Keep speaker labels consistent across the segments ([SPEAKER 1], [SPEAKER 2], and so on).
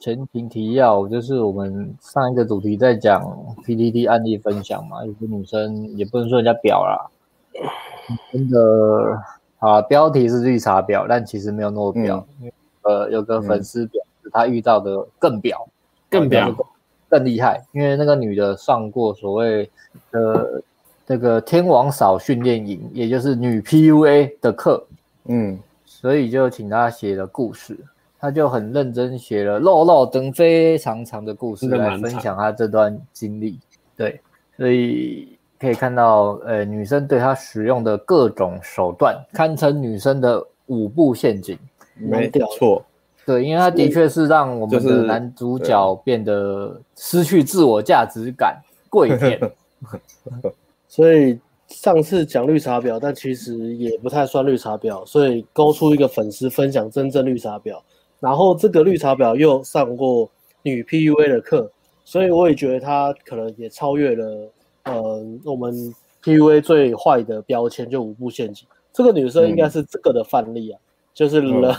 [SPEAKER 1] 前情提要就是我们上一个主题在讲 PDD 案例分享嘛，有些女生也不能说人家婊啦，真的啊，标题是绿茶婊，但其实没有那么婊。
[SPEAKER 2] 嗯
[SPEAKER 1] 呃，有个粉丝表示他遇到的更婊，
[SPEAKER 2] 更婊
[SPEAKER 1] 更更厉害，因为那个女的上过所谓的那个天王嫂训练营，也就是女 PUA 的课，
[SPEAKER 3] 嗯，
[SPEAKER 1] 所以就请她写了故事。她就很认真写了肉肉等非常长的故事
[SPEAKER 2] 真的蛮
[SPEAKER 1] 来
[SPEAKER 2] 长
[SPEAKER 1] 分享她这段经历。对，所以可以看到，呃，女生对她使用的各种手段，堪称女生的五步陷阱。
[SPEAKER 3] 没错，
[SPEAKER 1] 对，因为他的确是让我们
[SPEAKER 3] 就是
[SPEAKER 1] 的男主角变得失去自我价值感，跪 舔。
[SPEAKER 4] 所以上次讲绿茶婊，但其实也不太算绿茶婊，所以勾出一个粉丝分享真正绿茶婊，然后这个绿茶婊又上过女 PUA 的课，所以我也觉得她可能也超越了呃我们 PUA 最坏的标签，就五步陷阱。这个女生应该是这个的范例啊，就是人、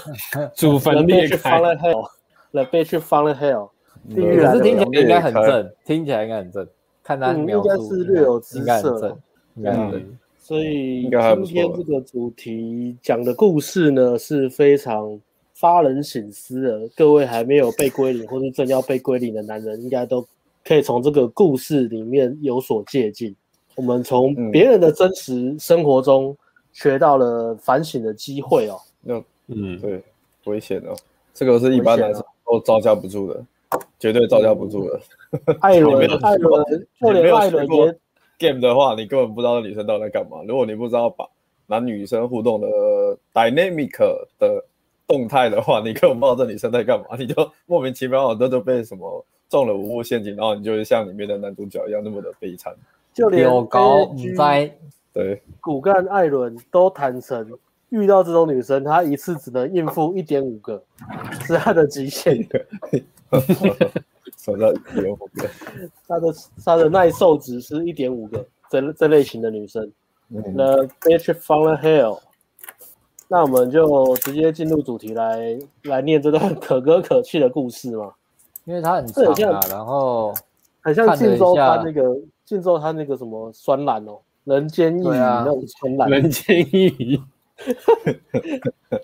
[SPEAKER 2] 祖坟
[SPEAKER 4] 人
[SPEAKER 2] 裂
[SPEAKER 4] 被去
[SPEAKER 2] 开
[SPEAKER 4] 放，了 hell，人被去放了 hell，地狱
[SPEAKER 1] 可
[SPEAKER 4] 来
[SPEAKER 1] 是
[SPEAKER 4] 的
[SPEAKER 1] 听起
[SPEAKER 4] 人。
[SPEAKER 1] 来应该很正，听起来应该很正。看他
[SPEAKER 4] 啊嗯
[SPEAKER 1] 描
[SPEAKER 4] 应该
[SPEAKER 1] 述，
[SPEAKER 4] 是略有姿色哦
[SPEAKER 1] 应该很正，应该很正。
[SPEAKER 2] 嗯，
[SPEAKER 4] 所以
[SPEAKER 3] 哦应该还不
[SPEAKER 4] 今
[SPEAKER 3] 错
[SPEAKER 4] 天这个主题讲的故事呢啊是非常发人省思的。各位还没有被归零或是正要被归零的男人，应该都可以从这个故事里面有所借鉴。我们从别人的真实生活中学到了反省的机会 哦。
[SPEAKER 3] 那
[SPEAKER 2] 嗯，
[SPEAKER 3] 对危险哦，这个是一般男生
[SPEAKER 1] 啊
[SPEAKER 3] 都招架不住的，绝对招架不住
[SPEAKER 1] 嗯
[SPEAKER 3] 的。
[SPEAKER 4] 艾
[SPEAKER 3] 你没
[SPEAKER 4] 伦
[SPEAKER 3] 有，
[SPEAKER 4] 艾伦，
[SPEAKER 3] 你没
[SPEAKER 4] 就连
[SPEAKER 3] 有
[SPEAKER 4] 艾伦
[SPEAKER 3] 学过
[SPEAKER 4] 也
[SPEAKER 3] game 的话，你根本不知道女生到底在干嘛。如果你不知道把男女生互动的 dynamic 的动态的话，你根本不知道这女生在干嘛，你就莫名其妙的就被什么中了五物陷阱，然后你就会像里面的男主角一样那么的悲惨。
[SPEAKER 4] 就连
[SPEAKER 1] 有高
[SPEAKER 4] AG
[SPEAKER 1] 唔在，
[SPEAKER 3] 对，
[SPEAKER 4] 骨干艾伦都坦诚，遇到这种女生，她一次只能应付一点五个，是她的极限。
[SPEAKER 3] 什么叫有风格？
[SPEAKER 4] 她的她的耐受值是一点五个，这这类型的女生。
[SPEAKER 3] 嗯，
[SPEAKER 4] 那 bitch from the hell。那我们就直接进入主题来来念这段可歌可泣的故事嘛，
[SPEAKER 1] 因为他很
[SPEAKER 4] 这
[SPEAKER 1] 长
[SPEAKER 4] 很像
[SPEAKER 1] 啊，然后
[SPEAKER 4] 很像
[SPEAKER 1] 看了一
[SPEAKER 4] 晋州
[SPEAKER 1] 下
[SPEAKER 4] 他那个晋州他那个什么酸懒哦，人间一语
[SPEAKER 1] 对啊
[SPEAKER 4] 那种酸懒，
[SPEAKER 2] 人间一语，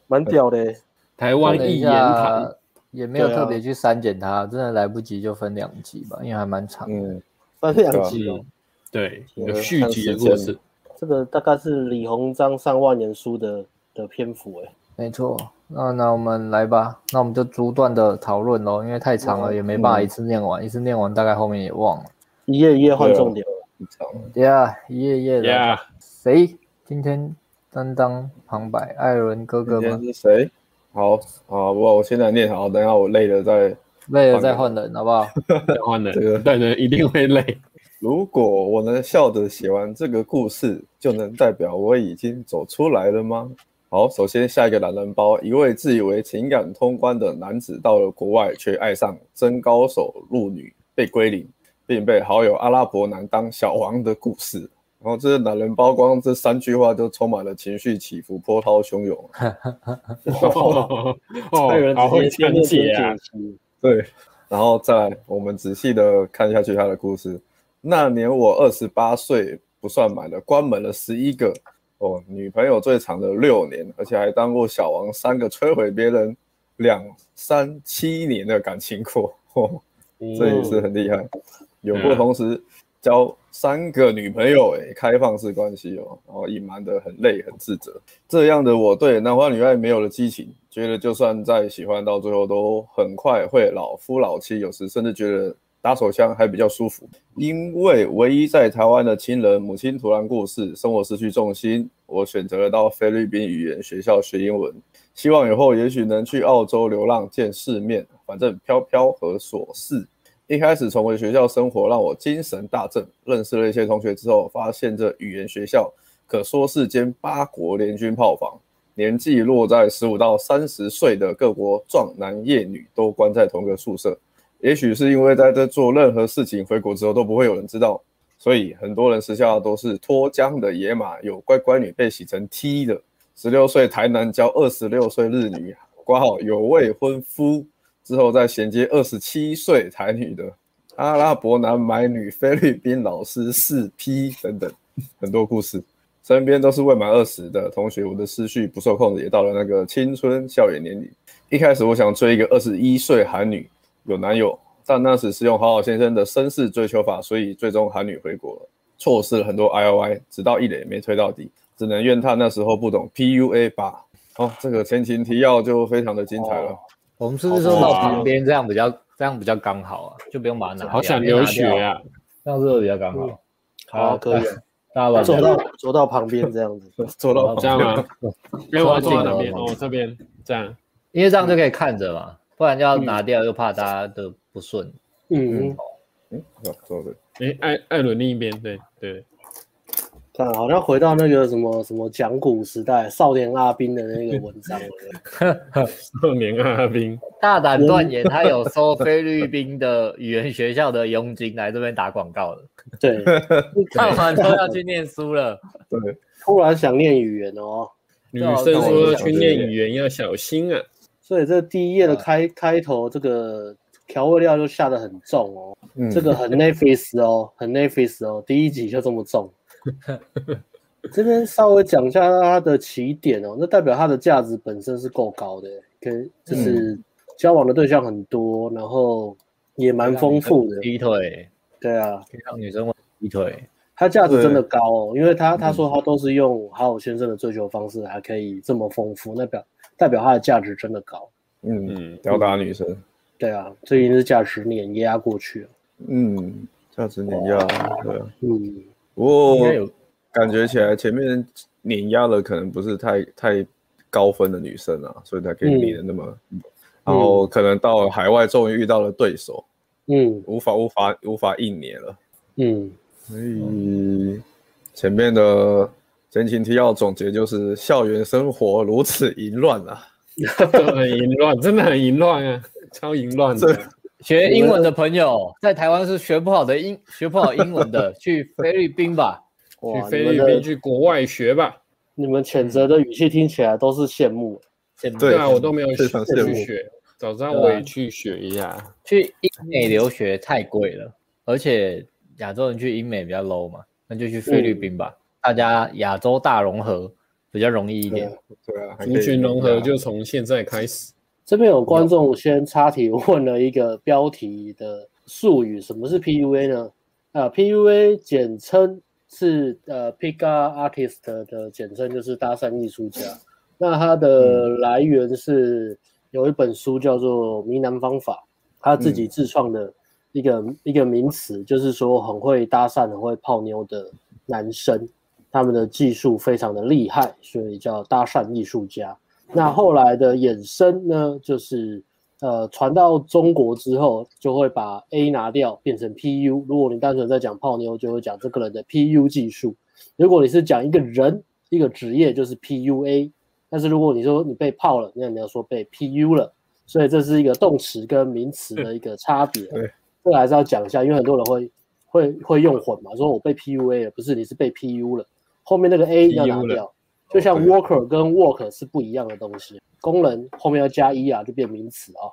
[SPEAKER 4] 蛮屌的欸、
[SPEAKER 2] 台湾
[SPEAKER 1] 看了
[SPEAKER 2] 一
[SPEAKER 1] 一
[SPEAKER 2] 言堂，
[SPEAKER 1] 下也没有
[SPEAKER 4] 对啊
[SPEAKER 1] 特别去删减它，真的来不及就分两集吧，因为还蛮长。
[SPEAKER 3] 嗯，
[SPEAKER 4] 三
[SPEAKER 3] 对
[SPEAKER 4] 两
[SPEAKER 3] 啊
[SPEAKER 4] 集哦。
[SPEAKER 2] 嗯，对，
[SPEAKER 3] 我
[SPEAKER 2] 有
[SPEAKER 3] 看
[SPEAKER 2] 续集的
[SPEAKER 3] 时
[SPEAKER 2] 故
[SPEAKER 3] 间
[SPEAKER 2] 事，
[SPEAKER 4] 这个大概是李鸿章上万年书的的篇幅哎、
[SPEAKER 1] 没错，那那我们来吧，那我们就逐段的讨论喽，因为太长了，
[SPEAKER 4] 嗯
[SPEAKER 1] 也没办法一次念完，一次念完大概后面也忘了。
[SPEAKER 4] 一页一页换重点。
[SPEAKER 3] 很长啊
[SPEAKER 1] 对啊，一页一页的。
[SPEAKER 2] 呀，
[SPEAKER 1] 谁今天担当旁白？艾伦哥哥
[SPEAKER 3] 今
[SPEAKER 1] 吗
[SPEAKER 3] 天？是谁？好好，我我现在念好，等一下我累了再
[SPEAKER 1] 累了再换人，好不好？
[SPEAKER 2] 要换
[SPEAKER 3] 这个
[SPEAKER 2] 人，但人一定会累，
[SPEAKER 3] 如果我能笑着写完这个故事，就能代表我已经走出来了吗？好，首先下一个懒人包，一位自以为情感通关的男子到了国外，却爱上真高手入女，被归零，并被好友阿拉伯男当小王的故事。然后这是懒人包，光这三句话就充满了情绪起伏，波涛汹涌。
[SPEAKER 2] 哦，
[SPEAKER 4] 艾伦
[SPEAKER 2] 好会
[SPEAKER 4] 直接
[SPEAKER 2] 讲
[SPEAKER 4] 念出
[SPEAKER 2] 解啊
[SPEAKER 4] 主，题
[SPEAKER 3] 对，然后再来我们仔细的看下去他的故事。那年我二十八岁，不算满了，关门了十一个哦，女朋友最长的六年，而且还当过小王三个摧毁别人两三七年的感情过，哦、
[SPEAKER 2] 嗯
[SPEAKER 3] 这也是很厉害。有过同时交三个女朋友、欸，开放式关系哦，然后隐瞒的很累，很自责。这样的我对男欢女爱没有了激情，觉得就算再喜欢到最后都很快会老夫老妻，有时甚至觉得打手枪还比较舒服。因为唯一在台湾的亲人母亲突然过世，生活失去重心，我选择了到菲律宾语言学校学英文，希望以后也许能去澳洲流浪见世面，反正飘飘和琐事。一开始重回学校生活让我精神大振，认识了一些同学之后，发现这语言学校可说是间八国联军炮房，年纪落在十五到三十岁的各国壮男艳女都关在同个宿舍。也许是因为在这做任何事情，回国之后都不会有人知道，所以很多人私下都是脱缰的野马，有乖乖女被洗成 T 的，十六岁台南交二十六岁日女，挂号有未婚夫，之后再衔接二十七岁台女的阿拉伯男买女菲律宾老师四 P 等等很多故事。身边都是未满二十的同学，我的思绪不受控的也到了那个青春校园年龄。一开始我想追一个二十一岁韩女，有男友，但那时是用好好先生的绅士追求法，所以最终韩女回国了，错失了很多 I O I，直到一垒没推到底，只能怨叹那时候不懂 P U A 吧。好、这个前情提要就非常的精彩了。
[SPEAKER 1] 哦 我们是不是说到旁边这样比较这样比较刚好啊？就不用把它拿掉。
[SPEAKER 2] 好想留学
[SPEAKER 1] 拿掉，
[SPEAKER 2] 啊！
[SPEAKER 1] 这样是不是比较刚好？
[SPEAKER 4] 好，可以，啊
[SPEAKER 1] 大家把
[SPEAKER 4] 走到走到旁边这样子。嗯
[SPEAKER 3] 做到
[SPEAKER 2] 哦这样吗？因为我要坐在哪边？
[SPEAKER 1] 抓
[SPEAKER 2] 哦，这边这样。
[SPEAKER 1] 因为这样就可以看着嘛，不然要拿掉又怕大家的不顺。
[SPEAKER 4] 嗯，
[SPEAKER 3] 嗯，哦做的
[SPEAKER 2] 哎，艾艾伦另一边，对对，
[SPEAKER 4] 看啊好像回到那个什么什么讲古时代少年阿兵的那个文章了。
[SPEAKER 2] 少年阿兵，
[SPEAKER 1] 大胆断言，他有收菲律宾的语言学校的佣金来这边打广告的，
[SPEAKER 4] 对，
[SPEAKER 1] 看完都要去念书了。
[SPEAKER 3] 对，
[SPEAKER 4] 突然想念语言哦。
[SPEAKER 2] 女生说去念语言要小心啊！
[SPEAKER 4] 所以这第一页的开开头，这个调味料就下得很重哦，
[SPEAKER 3] 嗯，
[SPEAKER 4] 这个很 Netflix 哦，很 Netflix 哦，第一集就这么重。这边稍微讲一下它的起点哦，那代表它的价值本身是够高的，跟就是交往的对象很多，然后也
[SPEAKER 2] 啊
[SPEAKER 4] 蛮丰富的。
[SPEAKER 1] 劈腿，
[SPEAKER 4] 对啊，
[SPEAKER 1] 可以让女生劈腿，
[SPEAKER 4] 它价值真的高哦，因为他他说他都是用好好先生的追求方式，还可以这么丰富，那表代表它的价值真的高。
[SPEAKER 3] 嗯，
[SPEAKER 2] 嗯，
[SPEAKER 3] 吊打女生，
[SPEAKER 4] 对啊，这已经是价值碾压过去了。
[SPEAKER 3] 嗯，价值碾压，对啊，
[SPEAKER 4] 嗯，
[SPEAKER 3] 不过
[SPEAKER 1] 应该有
[SPEAKER 3] 感觉起来前面碾压的可能不是太太高分的女生啊，所以才可以
[SPEAKER 4] 嗯
[SPEAKER 3] 迷得那么。然后可能到了海外，终于遇到了对手，
[SPEAKER 4] 嗯
[SPEAKER 3] 无法无法无法应你了。
[SPEAKER 4] 嗯，
[SPEAKER 3] 所以前面的前情提要总结就是：校园生活如此淫乱啊！
[SPEAKER 2] 就很淫乱，真的很淫乱啊，超淫乱的。
[SPEAKER 1] 学英文的朋友在台湾是学不好的英，学不好英文的，去菲律宾吧。
[SPEAKER 4] 哇，
[SPEAKER 2] 去
[SPEAKER 4] 你
[SPEAKER 2] 菲
[SPEAKER 4] 们
[SPEAKER 2] 律宾
[SPEAKER 4] 的
[SPEAKER 2] 去国外学吧。
[SPEAKER 4] 你们谴责的语气听起来都是羡慕。
[SPEAKER 1] 羡慕
[SPEAKER 3] 对
[SPEAKER 2] 啊，我都没有
[SPEAKER 3] 非
[SPEAKER 2] 去
[SPEAKER 3] 常羡慕啊
[SPEAKER 2] 去学，早知道我也去学一下。
[SPEAKER 1] 去英美留学太贵了，而且亚洲人去英美比较 low 嘛，那就去菲律宾吧，大家亚洲大融合比较容易一点。
[SPEAKER 3] 对啊，还可以
[SPEAKER 2] 族群融合
[SPEAKER 3] 碾压
[SPEAKER 2] 就从现在开始。
[SPEAKER 4] 这边有观众先插题问了一个标题的术语，什么是 PUA 呢？啊，PUA 简称是呃 Pika Artist 的简称，就是搭讪艺术家。那它的来源是有一本书叫做《迷男方法》，他自己自创的一个、一个名词，就是说很会搭讪、很会泡妞的男生，他们的技术非常的厉害，所以叫搭讪艺术家。那后来的衍生呢，就是呃传到中国之后，就会把 A 拿掉变成 PU。如果你单纯在讲泡妞，就会讲这个人的 PU 技术；如果你是讲一个人、一个职业，就是 PUA。但是如果你说你被泡了，那你要说被 PU 了，所以这是一个动词跟名词的一个差别。
[SPEAKER 3] 对，
[SPEAKER 4] 这个还是要讲一下，因为很多人会会会用混嘛，说我被 PUA 了，不是你是被 PU 了，后面那个 A 要拿
[SPEAKER 2] PU
[SPEAKER 4] 掉，就像
[SPEAKER 3] 哦对
[SPEAKER 4] worker 跟 work 是不一样的东西，功能后面要加 e 啊，就变名词啊、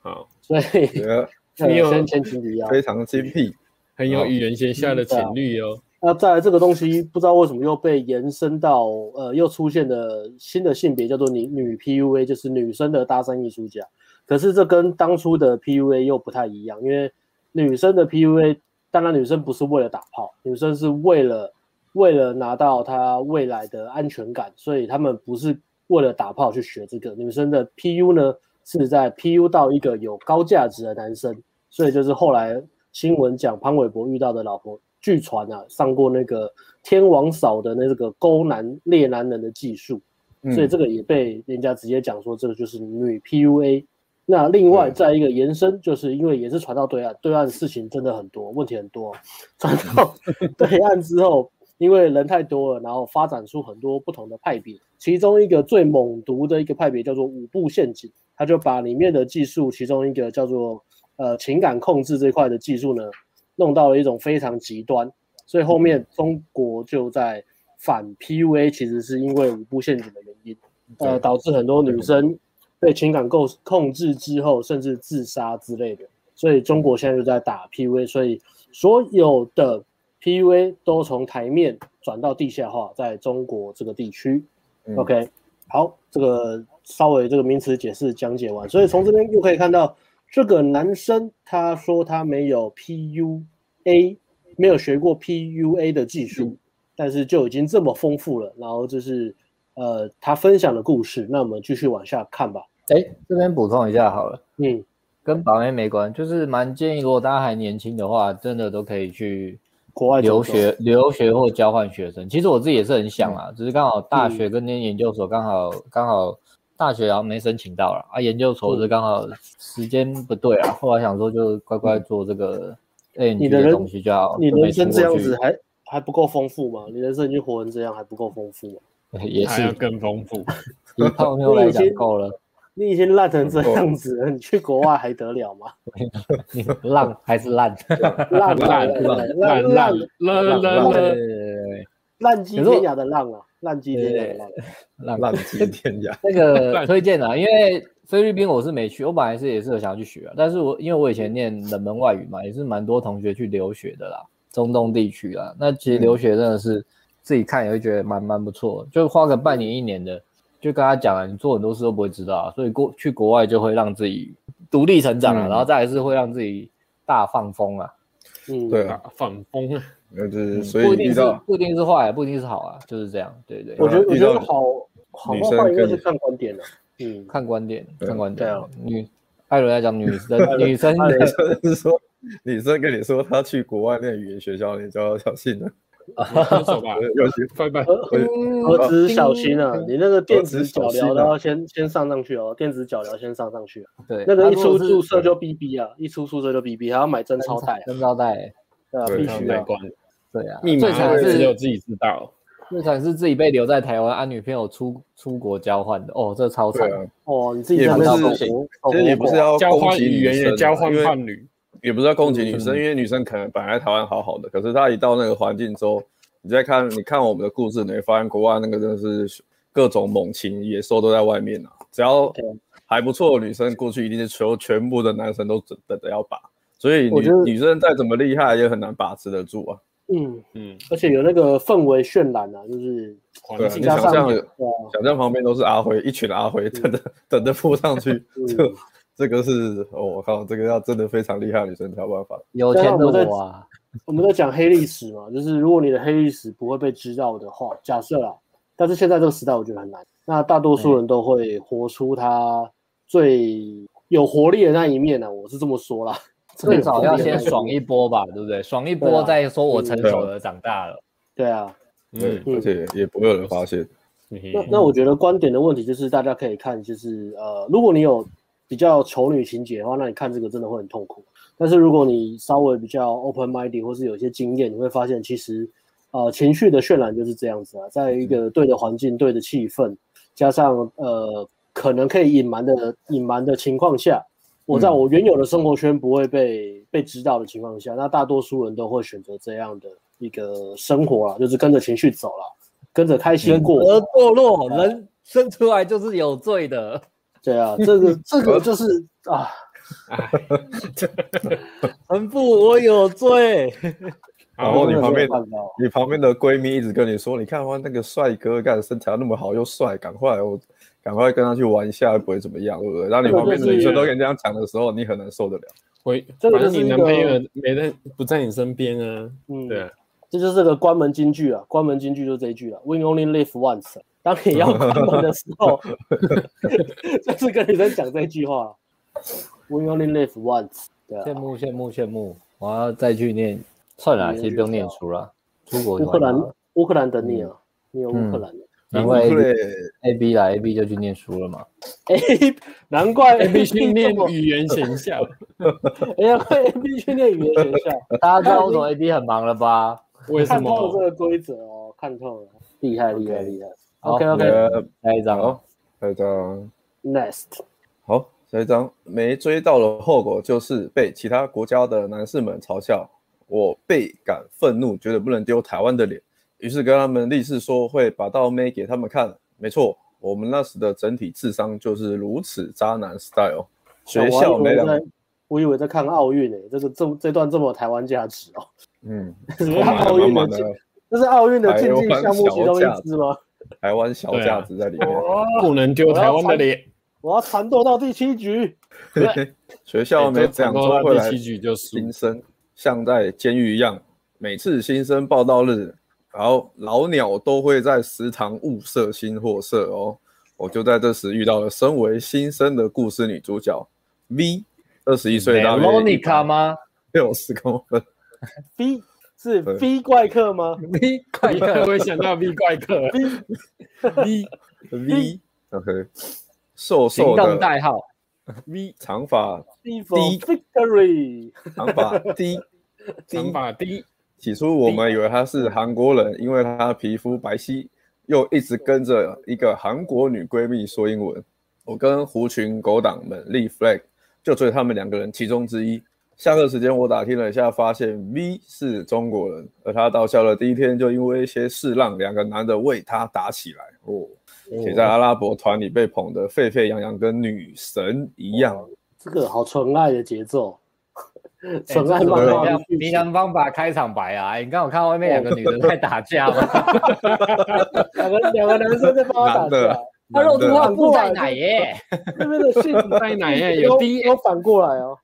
[SPEAKER 2] 好，
[SPEAKER 4] 所以
[SPEAKER 3] 觉得
[SPEAKER 4] 呃
[SPEAKER 2] 你 有
[SPEAKER 4] 先前情提要。
[SPEAKER 3] 啊非常精辟。
[SPEAKER 2] 很有语言学校
[SPEAKER 3] 嗯
[SPEAKER 2] 的
[SPEAKER 3] 啊
[SPEAKER 2] 潜力哦。
[SPEAKER 4] 那再来这个东西，不知道为什么又被延伸到呃，又出现了新的性别，叫做女女 PUA，就是女生的搭讪艺术家。可是这跟当初的 PUA 又不太一样，因为女生的 PUA，当然女生不是为了打炮，女生是为了为了拿到她未来的安全感，所以她们不是为了打炮去学这个。女生的 PU 呢，是在 PU 到一个有高价值的男生，所以就是后来新闻讲潘玮柏遇到的老婆，据传啊上过那个天王嫂的那个勾男猎男人的技术，
[SPEAKER 3] 嗯
[SPEAKER 4] 所以这个也被人家直接讲说这个就是女 PUA。那另外再一个延伸，就是因为也是传到对岸，对岸事情真的很多，问题很多。哦传到 对岸之后，因为人太多了，然后发展出很多不同的派别，其中一个最猛毒的一个派别叫做五步陷阱，他就把里面的技术其中一个叫做呃情感控制这块的技术呢，弄到了一种非常极端，所以后面中国就在反 PUA，其实是因为五步陷阱的原因，呃，
[SPEAKER 3] 对
[SPEAKER 4] 导致很多女生被情感控控制之后，甚至自杀之类的。所以中国现在就在打 PUA，所以所有的 PUA 都从台面转到地下化，在中国这个地区。
[SPEAKER 3] 嗯
[SPEAKER 4] OK，好，这个稍微这个名词解释讲解完，所以从这边就可以看到，这个男生他说他没有 PUA，没有学过 PUA 的技
[SPEAKER 1] 嗯
[SPEAKER 4] 术，但是就已经这么丰富了。然后这是呃他分享的故事，那我们继续往下看吧。
[SPEAKER 1] 哎、这边补充一下好了，
[SPEAKER 4] 嗯，
[SPEAKER 1] 跟把妹没关，就是蛮建议，如果大家还年轻的话，真的都可以去
[SPEAKER 4] 国外
[SPEAKER 1] 留
[SPEAKER 4] 走走
[SPEAKER 1] 学、留学或交换学生。其实我自己也是很想啊，
[SPEAKER 4] 嗯
[SPEAKER 1] 只是刚好大学跟那研究所刚好刚好大学好像没申请到了啊，研究所
[SPEAKER 4] 嗯
[SPEAKER 1] 是刚好时间不对啊，后来想说就乖乖做这个 A
[SPEAKER 4] 嗯你
[SPEAKER 1] N
[SPEAKER 4] 的
[SPEAKER 1] G
[SPEAKER 4] 人
[SPEAKER 1] 的东西就好，
[SPEAKER 4] 你
[SPEAKER 1] 就没
[SPEAKER 4] 人生
[SPEAKER 1] 出
[SPEAKER 4] 这样
[SPEAKER 1] 国
[SPEAKER 4] 子还还不够丰富吗？你人生已经活成这样还不够丰富吗？
[SPEAKER 1] 去也
[SPEAKER 4] 哎
[SPEAKER 2] 还要
[SPEAKER 1] 是
[SPEAKER 2] 更丰富。
[SPEAKER 1] 以泡 妞来讲够了，
[SPEAKER 4] 你已经烂成这样子了，你去国外还得 了吗？
[SPEAKER 1] 你 浪还是 烂，
[SPEAKER 4] 烂烂
[SPEAKER 2] 烂烂
[SPEAKER 4] 烂
[SPEAKER 2] 烂
[SPEAKER 4] 烂
[SPEAKER 2] 烂烂烂，
[SPEAKER 4] 烂迹天涯的浪啊，烂迹天涯的浪。
[SPEAKER 1] 浪
[SPEAKER 3] 浪迹天 涯。
[SPEAKER 1] 那
[SPEAKER 2] 对
[SPEAKER 1] 个推荐啊，因为菲律宾我是没去，我本来是也是有想要去学、啊，但是我因为我以前念冷门外语嘛，也是蛮多同学去留学的啦，中东地区啦。那其实留学真的是自己看也会觉得蛮蛮不错，就花个半年一年的，就跟他讲啊，你做很多事都不会知道、啊，所以过去国外就会让自己独立成长啊，
[SPEAKER 3] 嗯
[SPEAKER 1] 然后再来是会让自己大放风啊，嗯
[SPEAKER 4] 嗯，
[SPEAKER 3] 对啊，
[SPEAKER 2] 啊反风啊！
[SPEAKER 3] 那就是所
[SPEAKER 1] 不一
[SPEAKER 3] 以
[SPEAKER 1] 定
[SPEAKER 3] 遇
[SPEAKER 1] 是
[SPEAKER 3] 到
[SPEAKER 1] 不一定是坏，不一定是好啊，就是这样，对对，
[SPEAKER 4] 我觉得我
[SPEAKER 3] 啊遇
[SPEAKER 4] 觉
[SPEAKER 3] 到
[SPEAKER 4] 得好好
[SPEAKER 3] 女
[SPEAKER 4] 或
[SPEAKER 3] 生
[SPEAKER 4] 坏应该
[SPEAKER 3] 跟
[SPEAKER 4] 是
[SPEAKER 3] 你
[SPEAKER 4] 看观点的。嗯，
[SPEAKER 1] 看观点，
[SPEAKER 3] 对
[SPEAKER 1] 看观
[SPEAKER 4] 对
[SPEAKER 1] 点
[SPEAKER 4] 啊，
[SPEAKER 1] 女。艾伦在讲女生，女生
[SPEAKER 4] 艾
[SPEAKER 1] 的
[SPEAKER 4] 伦
[SPEAKER 3] 就是 说，女生跟你说她去国外念语言学校，你就要小心了，
[SPEAKER 2] 啊分手
[SPEAKER 4] 啊
[SPEAKER 2] 吧，
[SPEAKER 3] 尤其
[SPEAKER 2] 拜拜。
[SPEAKER 4] 何
[SPEAKER 1] 何
[SPEAKER 4] 止小心啊，
[SPEAKER 1] 嗯
[SPEAKER 4] 你那个电子脚镣
[SPEAKER 3] 小
[SPEAKER 4] 都
[SPEAKER 3] 心啊
[SPEAKER 4] 要先先上上去哦，电子脚镣先上上去啊。
[SPEAKER 1] 对，
[SPEAKER 4] 那个一出
[SPEAKER 1] 注
[SPEAKER 4] 宿舍就 BB 啊，一出宿舍就 BB，还要买真钞带啊，
[SPEAKER 1] 真招待，
[SPEAKER 4] 对啊，
[SPEAKER 3] 对
[SPEAKER 4] 必
[SPEAKER 3] 他
[SPEAKER 4] 须
[SPEAKER 3] 们
[SPEAKER 2] 没
[SPEAKER 4] 啊。
[SPEAKER 2] 关，
[SPEAKER 1] 对啊，
[SPEAKER 2] 密
[SPEAKER 1] 最
[SPEAKER 2] 码
[SPEAKER 1] 惨
[SPEAKER 2] 只有
[SPEAKER 1] 是
[SPEAKER 2] 自己知道。
[SPEAKER 1] 最惨是自己被留在台湾，啊，女朋友出出国交换的，哦，这超惨
[SPEAKER 3] 对，啊，
[SPEAKER 4] 哦，你自己这样
[SPEAKER 3] 也
[SPEAKER 4] 子
[SPEAKER 3] 不
[SPEAKER 4] 搞
[SPEAKER 3] 是
[SPEAKER 4] 活，搞
[SPEAKER 3] 其实也不是
[SPEAKER 4] 活
[SPEAKER 3] 要
[SPEAKER 2] 哦交
[SPEAKER 3] 攻
[SPEAKER 2] 换
[SPEAKER 3] 击
[SPEAKER 2] 语
[SPEAKER 3] 女
[SPEAKER 2] 言
[SPEAKER 3] 生
[SPEAKER 2] 也
[SPEAKER 3] 啊，
[SPEAKER 2] 交换
[SPEAKER 3] 因为
[SPEAKER 2] 伴侣，
[SPEAKER 3] 也不是要攻击女生，
[SPEAKER 1] 嗯
[SPEAKER 3] 因为女生可能本来台湾好好的，可是她一到那个环境之后，你再看你看我们的故事，你会发现国外那个真的是各种猛禽野兽都在外面啊，只要
[SPEAKER 4] 对
[SPEAKER 3] 还不错的女生过去，一定是全全部的男生都等等着要把，所以
[SPEAKER 4] 我
[SPEAKER 3] 女
[SPEAKER 4] 觉得
[SPEAKER 3] 女生再怎么厉害也很难把持得住啊。
[SPEAKER 4] 嗯，
[SPEAKER 2] 嗯，
[SPEAKER 4] 而且有那个氛围渲染啊，就是
[SPEAKER 2] 环
[SPEAKER 3] 对啊，
[SPEAKER 2] 境
[SPEAKER 3] 你
[SPEAKER 4] 加
[SPEAKER 3] 想
[SPEAKER 4] 上
[SPEAKER 3] 象
[SPEAKER 4] 对
[SPEAKER 3] 有
[SPEAKER 4] 啊，
[SPEAKER 3] 想象旁边都是阿辉，一群阿辉等着等着扑上去， 这
[SPEAKER 4] 嗯
[SPEAKER 3] 这个是哦我靠，这个要真的非常厉害的女生才有办法。
[SPEAKER 1] 有钱的我啊，
[SPEAKER 4] 我们在讲黑历史嘛，就是如果你的黑历史不会被知道的话，假设啦，但是现在这个时代我觉得很难，那大多
[SPEAKER 3] 嗯
[SPEAKER 4] 数人都会活出他最有活力的那一面呢、啊我是这么说啦，
[SPEAKER 1] 至少要先爽一波吧，对不对？爽一
[SPEAKER 4] 对啊
[SPEAKER 1] 波再说，我成熟了，长大了，
[SPEAKER 4] 对啊，
[SPEAKER 3] 对，
[SPEAKER 2] 嗯，
[SPEAKER 4] 嗯
[SPEAKER 3] 而且也不会有人发现。
[SPEAKER 4] 那
[SPEAKER 1] 嗯
[SPEAKER 4] 那我觉得观点的问题就是大家可以看，就是呃，如果你有比较丑女情节的话，那你看这个真的会很痛苦。但是如果你稍微比较 open minded 或是有一些经验，你会发现其实呃情绪的渲染就是这样子啊，在一个对的环境、对的气氛，加上呃可能可以隐瞒的隐瞒的情况下，我在我原有的生活圈不会被被知道的情况下，那大多数人都会选择这样的一个生活啊，就是跟着情绪走了，跟着开心过。
[SPEAKER 1] 而堕落，人生出来就是有罪的，
[SPEAKER 4] 对啊，这个这个就是啊，
[SPEAKER 1] 神父，我有罪，
[SPEAKER 3] 然后你旁
[SPEAKER 4] 真的没有
[SPEAKER 3] 边
[SPEAKER 4] 办法哦
[SPEAKER 3] 你旁边的闺蜜一直跟你说，你看哇，那个帅哥干身材那么好又帅，赶快我赶快跟他去玩一下，不会怎么样，对不对？让你旁边的女生都跟你这样讲的时候，你很难受得了。
[SPEAKER 2] 回，
[SPEAKER 4] 这
[SPEAKER 2] 反
[SPEAKER 4] 个就
[SPEAKER 2] 正
[SPEAKER 4] 是一
[SPEAKER 2] 你
[SPEAKER 4] 个
[SPEAKER 2] 男朋友没在不在你身边啊，
[SPEAKER 4] 嗯，
[SPEAKER 2] 对啊，
[SPEAKER 4] 这就是个关门金句啊，关门金句就这一句了，We only live once。当你要关门的时候， 就是跟女生讲这句话了，We only live once。对
[SPEAKER 1] 羡
[SPEAKER 4] 啊，
[SPEAKER 1] 慕羡慕羡慕，我要再去念，算了，其实不用念书了，出国
[SPEAKER 4] 乌
[SPEAKER 1] 就
[SPEAKER 4] 克
[SPEAKER 1] 完
[SPEAKER 4] 兰
[SPEAKER 1] 了，
[SPEAKER 4] 乌克兰等你啊，你有乌克兰 的，
[SPEAKER 1] 难怪
[SPEAKER 3] 对，
[SPEAKER 1] A B 来 A B 就去念书了嘛。
[SPEAKER 4] 哎，难 怪
[SPEAKER 2] 哎
[SPEAKER 4] A
[SPEAKER 2] 必
[SPEAKER 4] B
[SPEAKER 2] 须
[SPEAKER 4] 训
[SPEAKER 2] 念
[SPEAKER 4] 练， 哎
[SPEAKER 2] 语言学校，
[SPEAKER 4] 难怪 A B 训练语言学校，
[SPEAKER 1] 大家知道为什么 AD 很忙了吧？
[SPEAKER 2] 为什
[SPEAKER 4] 看透了这
[SPEAKER 2] 么？
[SPEAKER 4] 个规则哦，看透了，厉害厉害厉害。
[SPEAKER 1] 好
[SPEAKER 4] OK OK，
[SPEAKER 3] 呃，
[SPEAKER 1] 下一张哦
[SPEAKER 3] 好，哦下一张，
[SPEAKER 4] Next，
[SPEAKER 3] 好，下一张，没追到的后果就是被其他国家的男士们嘲笑，我倍感愤怒，觉得不能丢台湾的脸，于是跟他们立誓说会把到妹给他们看。没错，我们那时的整体智商就是如此渣男 style。
[SPEAKER 4] 我
[SPEAKER 3] 学
[SPEAKER 4] 还
[SPEAKER 3] 校
[SPEAKER 4] 以为
[SPEAKER 3] 没两
[SPEAKER 4] 在，我以为在看奥运呢，这个这这段这么有台湾价值哦，
[SPEAKER 3] 嗯，
[SPEAKER 4] 这是
[SPEAKER 3] 满
[SPEAKER 4] 奥
[SPEAKER 3] 满
[SPEAKER 4] 运
[SPEAKER 3] 满
[SPEAKER 4] 的
[SPEAKER 3] 的
[SPEAKER 4] 竞，这是奥运的竞技
[SPEAKER 3] 台湾
[SPEAKER 4] 项目其中
[SPEAKER 3] 小价
[SPEAKER 4] 一支吗？
[SPEAKER 3] 台湾小
[SPEAKER 2] 对啊
[SPEAKER 3] 价值在里面。
[SPEAKER 2] 不能丢台湾的脸。
[SPEAKER 4] 我要缠斗到第七局，
[SPEAKER 3] 学
[SPEAKER 2] 哎
[SPEAKER 3] 校每两周会来
[SPEAKER 2] 第七局就输，
[SPEAKER 3] 新生，像在监狱一样，每次新生报道日，然后老鸟都会在食堂物色新货色哦。我就在这时遇到了身为新生的故事女主角 V，二十一岁，大约
[SPEAKER 1] Monica 吗？
[SPEAKER 3] 六十公分。
[SPEAKER 4] B 是
[SPEAKER 3] 对
[SPEAKER 4] B 怪客吗
[SPEAKER 2] V 怪客，我也想到 V 怪客
[SPEAKER 3] V V OK，瘦
[SPEAKER 1] 行
[SPEAKER 3] 瘦
[SPEAKER 1] 动
[SPEAKER 3] 的
[SPEAKER 1] 代号
[SPEAKER 2] V
[SPEAKER 3] 长发，
[SPEAKER 4] ？B for victory，
[SPEAKER 3] 长 发低
[SPEAKER 2] 长发 D，
[SPEAKER 3] 起初我们以为他是韩国人，因为他皮肤白皙，又一直跟着一个韩国女闺蜜说英文。我跟狐群狗党们立 flag，就追他们两个人其中之一。下课时间我打听了一下，发现 V 是中国人，而他到校的第一天就因为一些事让两个男的为他打起来哦，且在阿拉伯团里被捧得沸沸扬扬，跟女神一样。
[SPEAKER 1] 哦
[SPEAKER 4] 这个好纯爱的节奏，
[SPEAKER 1] 哎这
[SPEAKER 4] 纯爱
[SPEAKER 1] 是
[SPEAKER 4] 漫
[SPEAKER 1] 我们
[SPEAKER 4] 画的
[SPEAKER 1] 像
[SPEAKER 4] 剧
[SPEAKER 1] 平
[SPEAKER 4] 情
[SPEAKER 1] 常方法开场白啊！哎你刚好看到外面两个女的在打架吗？
[SPEAKER 4] 两个两个男生在帮他打
[SPEAKER 3] 男的
[SPEAKER 4] 架，
[SPEAKER 1] 他肉毒
[SPEAKER 4] 啊
[SPEAKER 1] 汉布袋奶耶，
[SPEAKER 4] 那边的性
[SPEAKER 2] 在
[SPEAKER 1] 哎
[SPEAKER 2] 哪呀？有 D，
[SPEAKER 4] 都反过来哦，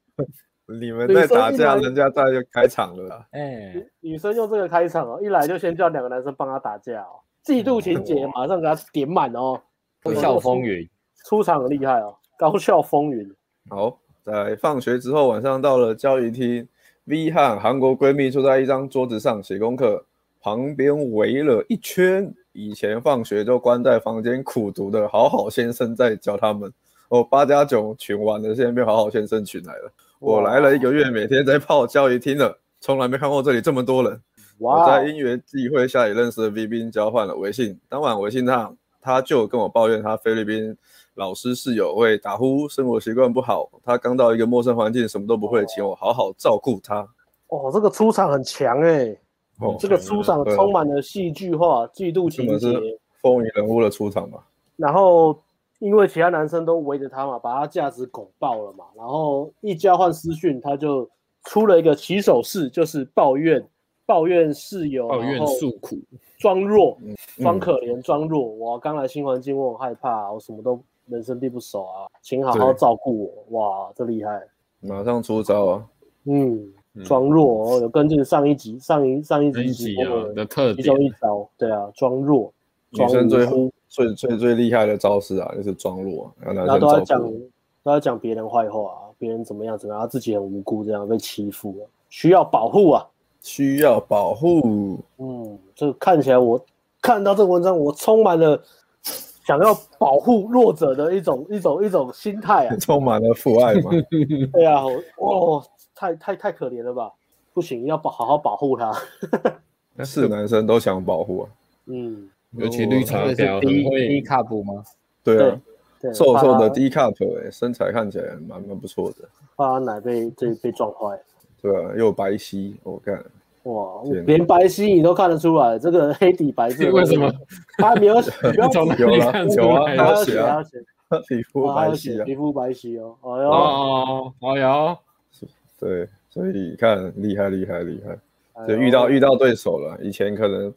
[SPEAKER 3] 你们在打架，人家在就开场了啦。
[SPEAKER 1] 哎，
[SPEAKER 4] 女生用这个开场哦，一来就先叫两个男生帮他打架哦，嫉妒情节
[SPEAKER 3] 哦
[SPEAKER 4] 马上给他点满哦，
[SPEAKER 1] 会笑风云，
[SPEAKER 4] 出场很厉害哦，高校风云，
[SPEAKER 3] 好，在放学之后，晚上到了教育厅，V 和韩国闺蜜坐在一张桌子上写功课，旁边围了一圈以前放学就关在房间苦读的好好先生在教他们。哦，八加九群完了，现在变好好先生群来了。我来了一个月，每天在泡教育厅了，从来没看过这里这么多人。我
[SPEAKER 4] 哇
[SPEAKER 3] 在，因缘际会下也认识了 V 斌，交换了微信。当晚微信上，他就跟我抱怨他菲律宾老师室友会打呼，生活习惯不好。他刚到一个陌生环境，什么都不会，请我好好照顾他。
[SPEAKER 4] 哦，这个出场很强哎，
[SPEAKER 3] 哦，
[SPEAKER 4] 这个出场
[SPEAKER 3] 对
[SPEAKER 4] 充满了戏剧化、嫉妒情
[SPEAKER 3] 这么
[SPEAKER 4] 节，
[SPEAKER 3] 风云人物的出场吧。
[SPEAKER 4] 然后。因为其他男生都围着他嘛，把他价值拱爆了嘛，然后一交换私讯，他就出了一个起手式，就是抱怨抱怨室友，
[SPEAKER 2] 抱怨
[SPEAKER 4] 然后
[SPEAKER 2] 诉苦，
[SPEAKER 4] 装弱，装
[SPEAKER 3] 嗯
[SPEAKER 4] 可怜，装弱。我刚来新环境，我很害怕，我什么都人生地不熟啊，请好好
[SPEAKER 3] 对
[SPEAKER 4] 照顾我。哇，这厉害，
[SPEAKER 3] 马上出招啊！
[SPEAKER 4] 嗯，
[SPEAKER 3] 嗯
[SPEAKER 4] 装弱、哦、有跟进上一集，上一上一
[SPEAKER 2] 这
[SPEAKER 4] 集
[SPEAKER 2] 一
[SPEAKER 4] 直
[SPEAKER 2] 集
[SPEAKER 4] 播
[SPEAKER 2] 啊
[SPEAKER 4] 的
[SPEAKER 2] 的特
[SPEAKER 4] 其
[SPEAKER 2] 点
[SPEAKER 4] 中，一招，对啊，装弱，
[SPEAKER 3] 女
[SPEAKER 4] 装
[SPEAKER 3] 生最
[SPEAKER 4] 无辜，
[SPEAKER 3] 最最最厉害的招式啊，就是装弱啊，让男
[SPEAKER 4] 然
[SPEAKER 3] 生
[SPEAKER 4] 后都要
[SPEAKER 3] 照
[SPEAKER 4] 讲
[SPEAKER 3] 顾。
[SPEAKER 4] 都要讲别人坏话、啊，别人怎么样怎么样，他自己很无辜，这样被欺负了，需要保护啊。
[SPEAKER 3] 需要保护，
[SPEAKER 4] 嗯，这个看起来我看到这个文章，我充满了想要保护弱者的一种一种一种心态 啊。
[SPEAKER 3] 充满了父爱 嘛。
[SPEAKER 4] 对啊，我哦，太太太可怜了吧？不行，要保好好保护他。
[SPEAKER 3] 是男生都想保护啊。
[SPEAKER 4] 嗯，
[SPEAKER 2] 尤其绿茶
[SPEAKER 1] 这个
[SPEAKER 2] 婊
[SPEAKER 1] 是
[SPEAKER 2] 很
[SPEAKER 1] D
[SPEAKER 2] 会
[SPEAKER 1] D cup 吗？
[SPEAKER 3] 对啊，
[SPEAKER 4] 对，
[SPEAKER 3] 瘦
[SPEAKER 4] 怕
[SPEAKER 3] 瘦的
[SPEAKER 4] 他
[SPEAKER 3] D cup，、欸、身材看起来蛮蛮不错的，
[SPEAKER 4] 怕他奶被被被撞坏。
[SPEAKER 3] 对吧、又白皙，我看
[SPEAKER 4] 哇
[SPEAKER 3] 天，
[SPEAKER 4] 连白皙你都看得出来，这个黑底白字
[SPEAKER 2] 为什么？
[SPEAKER 4] 他没有，
[SPEAKER 2] 你从哪
[SPEAKER 3] 有
[SPEAKER 2] 里
[SPEAKER 3] 啦
[SPEAKER 2] 看出
[SPEAKER 3] 有啊
[SPEAKER 2] 来
[SPEAKER 4] 他
[SPEAKER 2] 的？
[SPEAKER 4] 要
[SPEAKER 3] 写
[SPEAKER 4] 写，
[SPEAKER 3] 啊
[SPEAKER 4] 他要写，
[SPEAKER 3] 皮肤
[SPEAKER 4] 哦他
[SPEAKER 3] 白
[SPEAKER 4] 要
[SPEAKER 3] 皙
[SPEAKER 4] 写
[SPEAKER 3] 啊，
[SPEAKER 4] 皮肤白皙哦。哎
[SPEAKER 2] 哦
[SPEAKER 4] 呦，
[SPEAKER 2] 哦哦哟，
[SPEAKER 3] 对，所以看厉害厉害厉害，
[SPEAKER 4] 哎呦
[SPEAKER 3] 就遇到遇到对手了，以前可能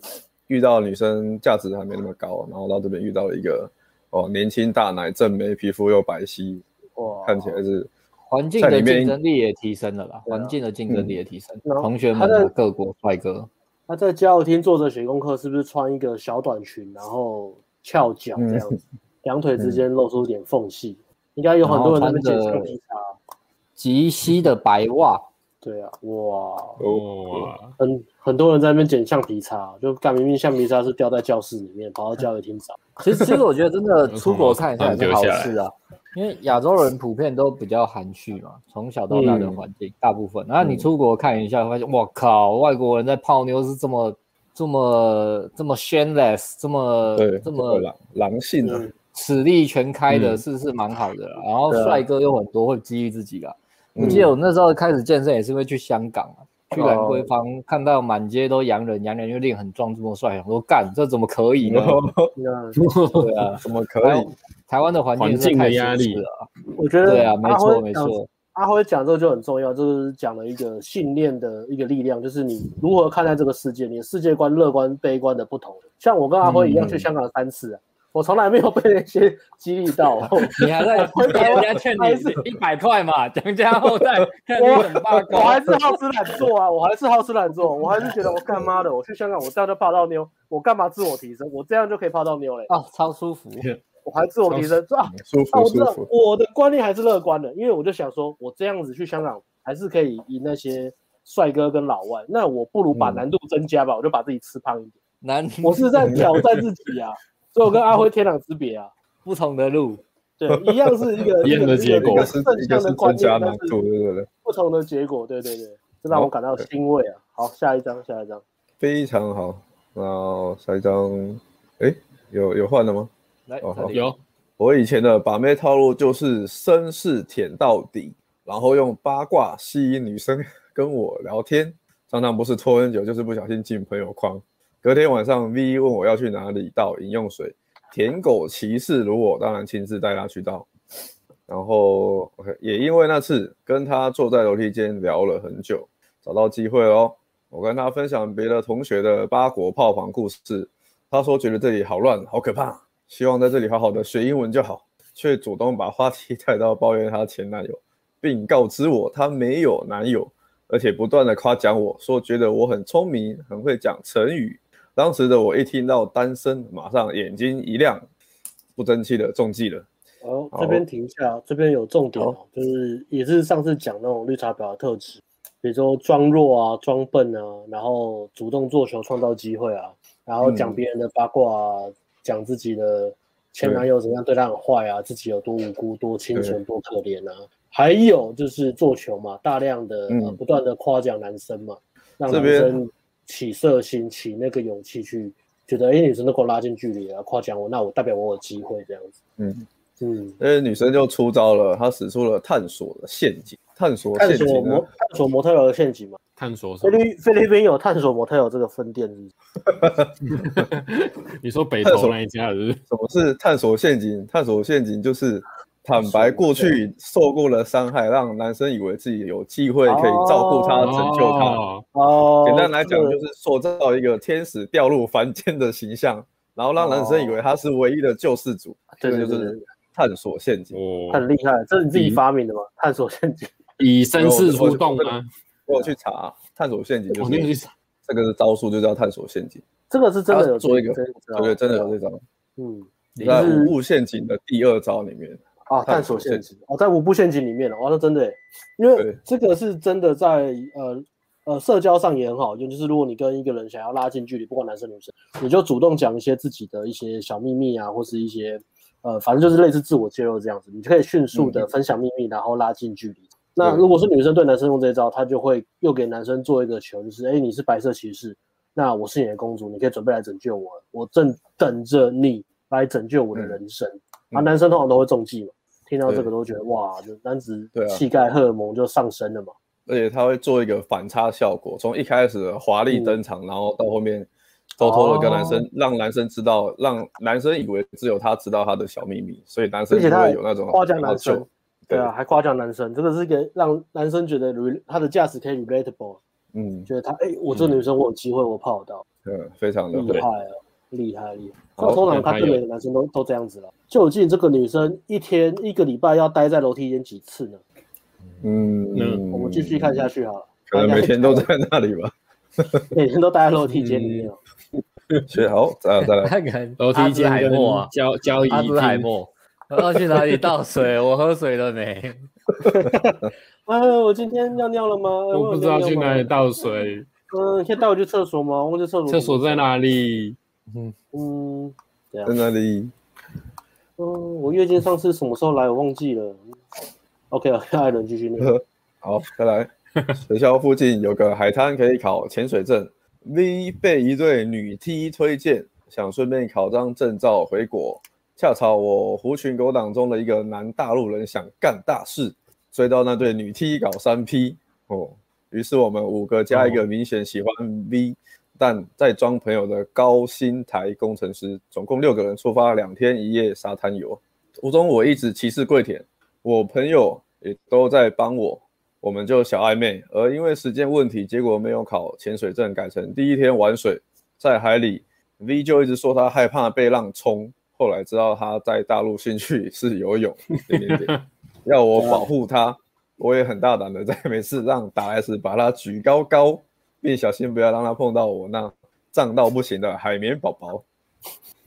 [SPEAKER 3] 遇到女生价值还没那么高，然后到这边遇到了一个哦年轻大奶正妹，皮肤又白皙，
[SPEAKER 4] 哇
[SPEAKER 3] 看起来是
[SPEAKER 1] 环境的竞争力也提升了啦，环境的竞争力也提升。
[SPEAKER 4] 然后
[SPEAKER 1] 同学们
[SPEAKER 4] 他在
[SPEAKER 1] 啊，各国帅哥，
[SPEAKER 4] 他在教育厅坐着写功课，是不是穿一个小短裙，然后翘脚
[SPEAKER 3] 嗯
[SPEAKER 4] 这样子，两腿之间露出点缝隙？应该有很多人在那边
[SPEAKER 1] 然后
[SPEAKER 4] 捡
[SPEAKER 1] 穿着
[SPEAKER 4] 橡皮擦。
[SPEAKER 1] 及膝的白袜，
[SPEAKER 4] 对啊，哇，
[SPEAKER 2] 哇，
[SPEAKER 4] 很很多人在那边捡橡皮擦，就干明明橡皮擦是掉在教室里面，跑到教育厅找。
[SPEAKER 1] 其实，其实 我觉得真的出国看一下也是好
[SPEAKER 2] 嗯
[SPEAKER 1] 事啊，因为亚洲人普遍都比较含蓄嘛，从小到大的环境、大部分。那你出国看一下，发现我靠，外国人在泡妞是这么这么这么 shameless，这
[SPEAKER 4] 呃
[SPEAKER 1] 么
[SPEAKER 3] 对
[SPEAKER 1] 这么
[SPEAKER 3] 狼狼性
[SPEAKER 4] 嗯
[SPEAKER 3] 啊，
[SPEAKER 1] 实力全开的
[SPEAKER 2] 嗯
[SPEAKER 1] 是是蛮好的啦，然后
[SPEAKER 4] 对啊
[SPEAKER 1] 帅哥有很多会激励自己啦。
[SPEAKER 3] 嗯
[SPEAKER 1] 我记得我那时候开始健身也是因为去香港啊，去兰桂坊看到满街都洋人，洋人又练很壮，这么帅，我说干这怎么可 以呢？对啊，
[SPEAKER 3] 哦怎么可
[SPEAKER 1] 台
[SPEAKER 3] 以
[SPEAKER 1] 湾？台湾的环
[SPEAKER 2] 环
[SPEAKER 1] 境是
[SPEAKER 2] 境
[SPEAKER 1] 太
[SPEAKER 2] 的压
[SPEAKER 1] 舒适
[SPEAKER 2] 力
[SPEAKER 1] 了，
[SPEAKER 4] 我觉得
[SPEAKER 1] 对啊，没
[SPEAKER 4] 阿
[SPEAKER 1] 错
[SPEAKER 4] 辉
[SPEAKER 1] 没
[SPEAKER 4] 讲
[SPEAKER 1] 错，
[SPEAKER 4] 阿辉讲这个就很重要，就是讲了一个信念的一个力量，就是你如何看待这个世界，你的世界观、乐观、悲观的不同。像我跟阿辉一
[SPEAKER 1] 嗯
[SPEAKER 4] 样去香港三次啊，我从来没有被那些激励到。啊
[SPEAKER 1] 你还 在
[SPEAKER 2] 人家欠
[SPEAKER 4] 还是
[SPEAKER 2] 你一百块嘛，讲家后 代，看你怎么罢
[SPEAKER 4] 我还
[SPEAKER 2] 工。
[SPEAKER 4] 是好吃懒做啊，我还是好吃懒做，我还是觉得我干妈的，我去香港我这样就泡到妞，我干嘛自我提升？我这样就可以泡到妞嘞，
[SPEAKER 1] 哦，超舒服，
[SPEAKER 4] 我还自我提升，啊，
[SPEAKER 3] 舒
[SPEAKER 4] 啊，
[SPEAKER 3] 服
[SPEAKER 4] 我知
[SPEAKER 3] 舒
[SPEAKER 4] 道
[SPEAKER 3] 服，
[SPEAKER 4] 我的观念还是乐观的，因为我就想说，我这样子去香港还是可以赢那些帅哥跟老外，那我不如把
[SPEAKER 3] 嗯
[SPEAKER 4] 难度增加吧，我就把自己吃胖一 点。
[SPEAKER 1] 难
[SPEAKER 4] 我是在挑战自己啊，所以我跟阿辉天壤之别啊，
[SPEAKER 1] 不同的路，
[SPEAKER 4] 对，一样 是一个
[SPEAKER 2] 一样的结
[SPEAKER 3] 一
[SPEAKER 2] 果
[SPEAKER 3] 个
[SPEAKER 4] 个
[SPEAKER 3] 是
[SPEAKER 4] 正
[SPEAKER 3] 一个
[SPEAKER 4] 向的
[SPEAKER 3] 是
[SPEAKER 4] 观
[SPEAKER 3] 增
[SPEAKER 4] 念
[SPEAKER 3] 加，
[SPEAKER 4] 但
[SPEAKER 3] 难
[SPEAKER 4] 是
[SPEAKER 3] 度，对对对，
[SPEAKER 4] 不同的结果，对对对，这让我感到欣慰啊。好，下一张，下一张，
[SPEAKER 3] 非常好。然后下一张，哎，有有换了吗？
[SPEAKER 1] 来
[SPEAKER 3] 哦
[SPEAKER 1] 这里
[SPEAKER 2] 有
[SPEAKER 3] 我以前的把妹套路就是绅士舔到底，然后用八卦吸引女生跟我聊天，常常不是拖很久，就是不小心进朋友框。隔天晚上，V 问我要去哪里倒饮用水，舔狗骑士如我，当然亲自带他去倒。然后 OK，也因为那次跟他坐在楼梯间聊了很久，找到机会喽。我跟他分享别的同学的八国炮房故事，他说觉得这里好乱，好可怕，希望在这里好好的学英文就好，却主动把话题带到抱怨她前男友，并告知我她没有男友，而且不断的夸奖我说觉得我很聪明，很会讲成语。当时的我一听到单身，马上眼睛一亮，不争气的中计了。
[SPEAKER 4] 哦，
[SPEAKER 3] 好
[SPEAKER 4] 这边停一下，这边有重点哦，就是也是上次讲那种绿茶婊的特质，比如说装弱啊、装笨啊，然后主动做球创造机会啊，然后讲
[SPEAKER 3] 嗯
[SPEAKER 4] 别人的八卦啊，讲自己的前男友怎样对他很坏啊，自己有多无辜、多清纯、多可怜啊，还有就是做球嘛，大量的、呃
[SPEAKER 3] 嗯
[SPEAKER 4] 不断的夸奖男生嘛，让
[SPEAKER 3] 这
[SPEAKER 4] 男
[SPEAKER 3] 边
[SPEAKER 4] 生起色心、起那个勇气去觉得，哎，女生都给我拉近距离了，夸奖我，那我代表我有机会这样子，
[SPEAKER 3] 嗯
[SPEAKER 4] 嗯。
[SPEAKER 3] 那个女生就出招了，她使出了探索的陷阱，探索
[SPEAKER 4] 探
[SPEAKER 3] 陷
[SPEAKER 4] 索
[SPEAKER 3] 阱呢啊嗯
[SPEAKER 4] 模？探索模特儿的陷阱嘛？
[SPEAKER 2] 探索什
[SPEAKER 4] 菲
[SPEAKER 2] 么？
[SPEAKER 4] 律菲律宾有探索模特有这个分店是不是
[SPEAKER 2] 你说北
[SPEAKER 3] 探
[SPEAKER 2] 投
[SPEAKER 3] 索
[SPEAKER 2] 那一家是不是？
[SPEAKER 3] 什么是探索陷阱？探索陷阱就是坦白过去受过的伤害，让男生以为自己有机会可以照顾他、拯救他。
[SPEAKER 2] 哦
[SPEAKER 4] 哦
[SPEAKER 3] 简单来讲，就是是塑造一个天使掉入凡间的形象，然后让男生以为他是唯一的救世主。
[SPEAKER 4] 哦对
[SPEAKER 3] 这个
[SPEAKER 4] 对
[SPEAKER 3] 就
[SPEAKER 4] 对对啊
[SPEAKER 3] 是探索陷阱。
[SPEAKER 2] 哦
[SPEAKER 4] 很，厉害，这是你自己
[SPEAKER 3] 嗯
[SPEAKER 4] 发明的吗？探索陷阱，
[SPEAKER 2] 以绅士出动吗？
[SPEAKER 3] 我有去查探索陷阱，
[SPEAKER 4] 哦
[SPEAKER 3] 就
[SPEAKER 2] 我
[SPEAKER 3] 是
[SPEAKER 2] 那个是
[SPEAKER 3] 这个招数就叫探索陷阱，
[SPEAKER 4] 这个是真的有
[SPEAKER 3] 做一个
[SPEAKER 4] 真的知道
[SPEAKER 3] 对对，真的有这招，
[SPEAKER 4] 嗯
[SPEAKER 3] 在
[SPEAKER 4] 是
[SPEAKER 3] 五步陷阱的第二招里面。
[SPEAKER 4] 啊，探索陷阱哦，在五步陷阱里面哦，哇那真的耶，因为
[SPEAKER 3] 对
[SPEAKER 4] 这个是真的在呃呃社交上也很好用，就是如果你跟一个人想要拉近距离，不管男生女生，你就主动讲一些自己的一些小秘密啊，或是一些呃，反正就是类似自我揭露这样子，你就可以迅速的分享秘密，然后拉近距离。那
[SPEAKER 3] 嗯对
[SPEAKER 4] 如果是女生对男生用这一招，她就会又给男生做一个球，就是哎、诶你是白色骑士，那我是你的公主，你可以准备来拯救我了，我正等着你来拯救我的人生。
[SPEAKER 3] 嗯
[SPEAKER 4] 啊，男生通常都会中计嘛，听到这个
[SPEAKER 3] 对
[SPEAKER 4] 都觉得哇，这男子
[SPEAKER 3] 对啊
[SPEAKER 4] 气概荷尔蒙就上升了嘛。
[SPEAKER 3] 而且它会做一个反差效果，从一开始的华
[SPEAKER 4] 哦
[SPEAKER 3] 丽登场，然后到后面偷偷的跟男生，让男生知道，让男生以为只有他知道他的小秘密，所以男生
[SPEAKER 4] 而
[SPEAKER 3] 就
[SPEAKER 4] 且
[SPEAKER 3] 会
[SPEAKER 4] 他还
[SPEAKER 3] 有那种
[SPEAKER 4] 夸奖男
[SPEAKER 3] 就
[SPEAKER 4] 生，对啊，，还夸奖男生，这个是一个让男生觉得 re- 他的价值可以 relatable，啊
[SPEAKER 3] 嗯
[SPEAKER 4] 觉得他哎、我这个女生我有机会，我泡得到，
[SPEAKER 3] 嗯，非常的
[SPEAKER 4] 厉
[SPEAKER 3] 对
[SPEAKER 4] 害，啊，厉害厉害。
[SPEAKER 3] 好
[SPEAKER 4] 那通常
[SPEAKER 2] 那
[SPEAKER 4] 他
[SPEAKER 2] 还
[SPEAKER 4] 对
[SPEAKER 2] 有
[SPEAKER 4] 每个男生都都这样子了。究竟这个女生一天一个礼拜要待在楼梯间几次呢？
[SPEAKER 3] 嗯，
[SPEAKER 4] 我们继续看下，去好了。
[SPEAKER 3] 可能每天都在那里吧。
[SPEAKER 4] 每天都待在楼梯间里面哦。
[SPEAKER 3] 学好，再来再来，
[SPEAKER 1] 那个人
[SPEAKER 2] 楼梯间
[SPEAKER 1] 阿兹海
[SPEAKER 2] 跟
[SPEAKER 1] 默啊，
[SPEAKER 2] 交交易
[SPEAKER 1] 阿兹海
[SPEAKER 2] 厅，
[SPEAKER 1] 默，我要去哪里倒水？我喝水了没？
[SPEAKER 4] 呃，我今天尿尿了吗？呃
[SPEAKER 2] 我不知道去哪里。倒水，
[SPEAKER 4] 我有尿尿吗嗯，可以带我去厕所吗？我忘记厕所。
[SPEAKER 2] 厕所在？哪里？
[SPEAKER 4] 嗯
[SPEAKER 3] 在那里，
[SPEAKER 4] 嗯，我月经上次什么时候来？我忘记了。OK，艾伦继续念。
[SPEAKER 3] 好，再来。学校附近有个海滩可以考潜水证，V 被一对女 T 推荐，想顺便考张证照回国。恰巧我狐群狗党中的一个男大陆人想干大事，追到那对女 T 搞三 P 哦，于是我们五个加一个明显喜欢 V，但在装朋友的高薪台工程师，总共六个人出发两天一夜沙滩游。途中我一直歧视跪舔，我朋友也都在帮我，我们就小暧昧。而因为时间问题，结果没有考潜水证，改成第一天玩水，在海里，V 就一直说他害怕被浪冲。后来知道他在大陆兴趣 是游泳，点点点，要我保护他，我也很大胆的在每次让打来时把他举高高，并小心不要让他碰到我那胀到不行的海绵宝宝。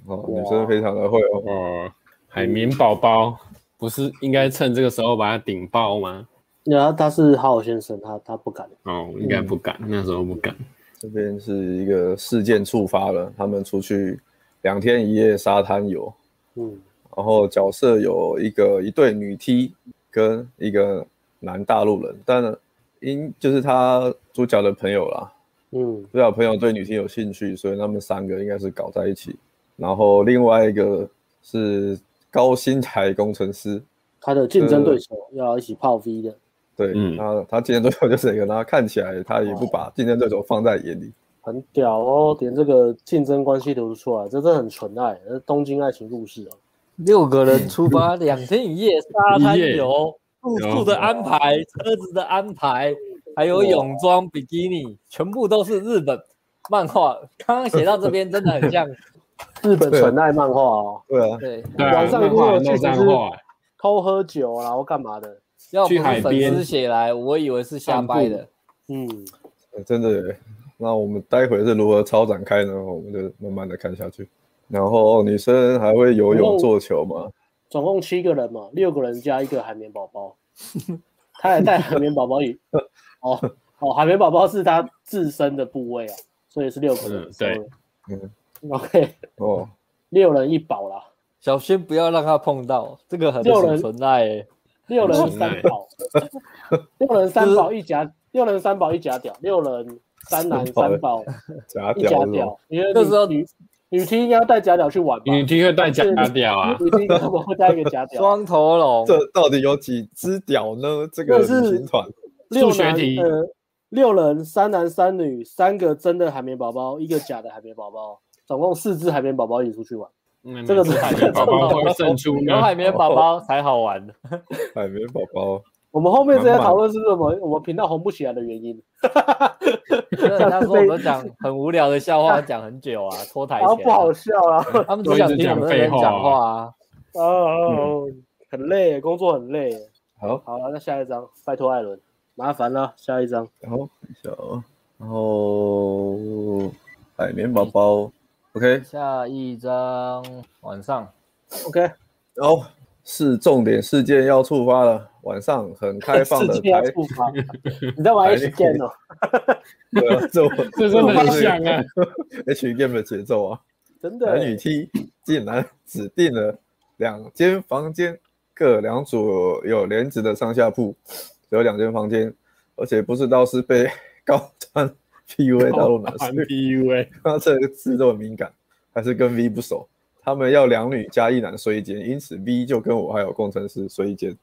[SPEAKER 3] 哦，女生非常的会哦。
[SPEAKER 2] 哦，海绵宝宝不是应该趁这个时候把它顶爆吗？
[SPEAKER 4] 然后他是好好先生，他他不敢。
[SPEAKER 2] 哦，应该不敢，那时候不敢。
[SPEAKER 3] 这边是一个事件触发了，他们出去两天一夜沙滩游，
[SPEAKER 4] 嗯，
[SPEAKER 3] 然后角色有一个一对女 T 跟一个男大陆人，但因就是他主角的朋友啦，
[SPEAKER 4] 嗯，
[SPEAKER 3] 主角朋友对女 T 有兴趣，所以他们三个应该是搞在一起。然后另外一个是高薪台工程师，
[SPEAKER 4] 他的竞争对手要一起泡 V 的，
[SPEAKER 3] 对，
[SPEAKER 2] 嗯
[SPEAKER 3] 他他竞争对手就是一个，他看起来他也不把竞争对手放在眼里，
[SPEAKER 4] 很屌哦，连这个竞争关系都出来，这真的很纯爱，这是东京爱情故事哦。
[SPEAKER 1] 哎六个人出发两天一夜，沙滩游，住
[SPEAKER 2] 有
[SPEAKER 1] 宿的安排、车子的安排，还有泳装、比基尼，全部都是日本漫画。刚刚写到这边，真的很 像
[SPEAKER 4] 日本纯爱漫画哦，
[SPEAKER 3] 对啊，
[SPEAKER 1] 对，
[SPEAKER 2] 对啊，
[SPEAKER 4] 晚上如果
[SPEAKER 2] 漫画
[SPEAKER 4] 去
[SPEAKER 2] 弄
[SPEAKER 4] 只
[SPEAKER 2] 脏
[SPEAKER 4] 是
[SPEAKER 2] 话，
[SPEAKER 4] 偷喝酒啊然后干嘛的？
[SPEAKER 1] 要不
[SPEAKER 2] 去
[SPEAKER 1] 是
[SPEAKER 2] 海
[SPEAKER 1] 粉
[SPEAKER 2] 边
[SPEAKER 1] 丝写来，我以为是瞎掰的。
[SPEAKER 4] 嗯，
[SPEAKER 3] 欸真的耶。那我们待会是如何超展开呢？我们就慢慢的看下去。然后女生还会游泳、
[SPEAKER 4] 哦
[SPEAKER 3] 做球嘛？
[SPEAKER 4] 总共七个人嘛，六个人加一个海绵宝宝，他还带海绵宝 宝也，哦哦，海绵宝宝是他自身的部位啊，所以是六个人
[SPEAKER 2] 嗯，对
[SPEAKER 4] sorry，
[SPEAKER 3] 嗯
[SPEAKER 4] ，OK，
[SPEAKER 3] 哦，
[SPEAKER 4] 六人一宝啦，
[SPEAKER 1] 小心不要让他碰到，这个很
[SPEAKER 4] 六人
[SPEAKER 1] 纯爱欸。
[SPEAKER 4] 六人
[SPEAKER 2] 嗯
[SPEAKER 4] 三宝，六人三宝一夹，六人三宝一夹屌，六人三男三宝
[SPEAKER 3] 假
[SPEAKER 4] 一夹
[SPEAKER 3] 屌是吧
[SPEAKER 4] 屌，因为
[SPEAKER 1] 那时候
[SPEAKER 4] 女女 T 应该要带假屌去玩吧，
[SPEAKER 2] 你
[SPEAKER 4] 女
[SPEAKER 2] 的确带假屌啊，
[SPEAKER 4] T 怎么会带一个假屌？
[SPEAKER 1] 双头龙，
[SPEAKER 3] 这到底有几只屌呢？这个
[SPEAKER 4] 这是
[SPEAKER 3] 旅行团
[SPEAKER 4] 六
[SPEAKER 2] 数学
[SPEAKER 4] 男
[SPEAKER 2] 题
[SPEAKER 4] 呃，六人，三男三女，三个真的海绵宝宝，一个假的海绵宝宝，总共四只海绵宝宝一起出去玩。
[SPEAKER 2] 嗯
[SPEAKER 4] 这个是
[SPEAKER 2] 海绵宝宝会胜出
[SPEAKER 1] 有
[SPEAKER 2] 呢。
[SPEAKER 1] 海绵宝宝才好 玩。
[SPEAKER 3] 海绵宝宝，
[SPEAKER 4] 我们后面这些讨论是什么？我们频道红不起来的原因。
[SPEAKER 1] 他说我们讲很无聊的笑 话，讲很久啊，拖台
[SPEAKER 4] 然后
[SPEAKER 1] 前
[SPEAKER 4] 不 好
[SPEAKER 1] 啊。
[SPEAKER 4] 笑啊，
[SPEAKER 1] 他们只想听我们在那边讲话啊。
[SPEAKER 4] 哦哦，
[SPEAKER 3] 嗯
[SPEAKER 4] 很累，工作很累。
[SPEAKER 3] 好，
[SPEAKER 4] 好了，那下一张，拜托艾伦，麻烦了，下一张。
[SPEAKER 3] 然后一下哦，然后海绵宝宝，OK，
[SPEAKER 1] 下一张晚上
[SPEAKER 4] OK，
[SPEAKER 3] 然后是重点事件要触发了，晚上很开 放的
[SPEAKER 4] 世界要
[SPEAKER 3] 台，
[SPEAKER 4] 触 发，你在玩 H game 哦？
[SPEAKER 3] 对啊，这我
[SPEAKER 2] 这真的很
[SPEAKER 3] 就是
[SPEAKER 2] 像啊，
[SPEAKER 3] H game 的节奏啊，
[SPEAKER 4] 真的
[SPEAKER 3] 男女 T 竟然指定了两间房间，各两组有帘子的上下铺，有两间房间，而且不知道是被 高端 PUA 大陆男生。
[SPEAKER 2] PUA，
[SPEAKER 3] 他这个字这么敏感，还是跟 V 不熟。他们要两女加一男睡一间，因此 V 就跟我还有工程师睡一间。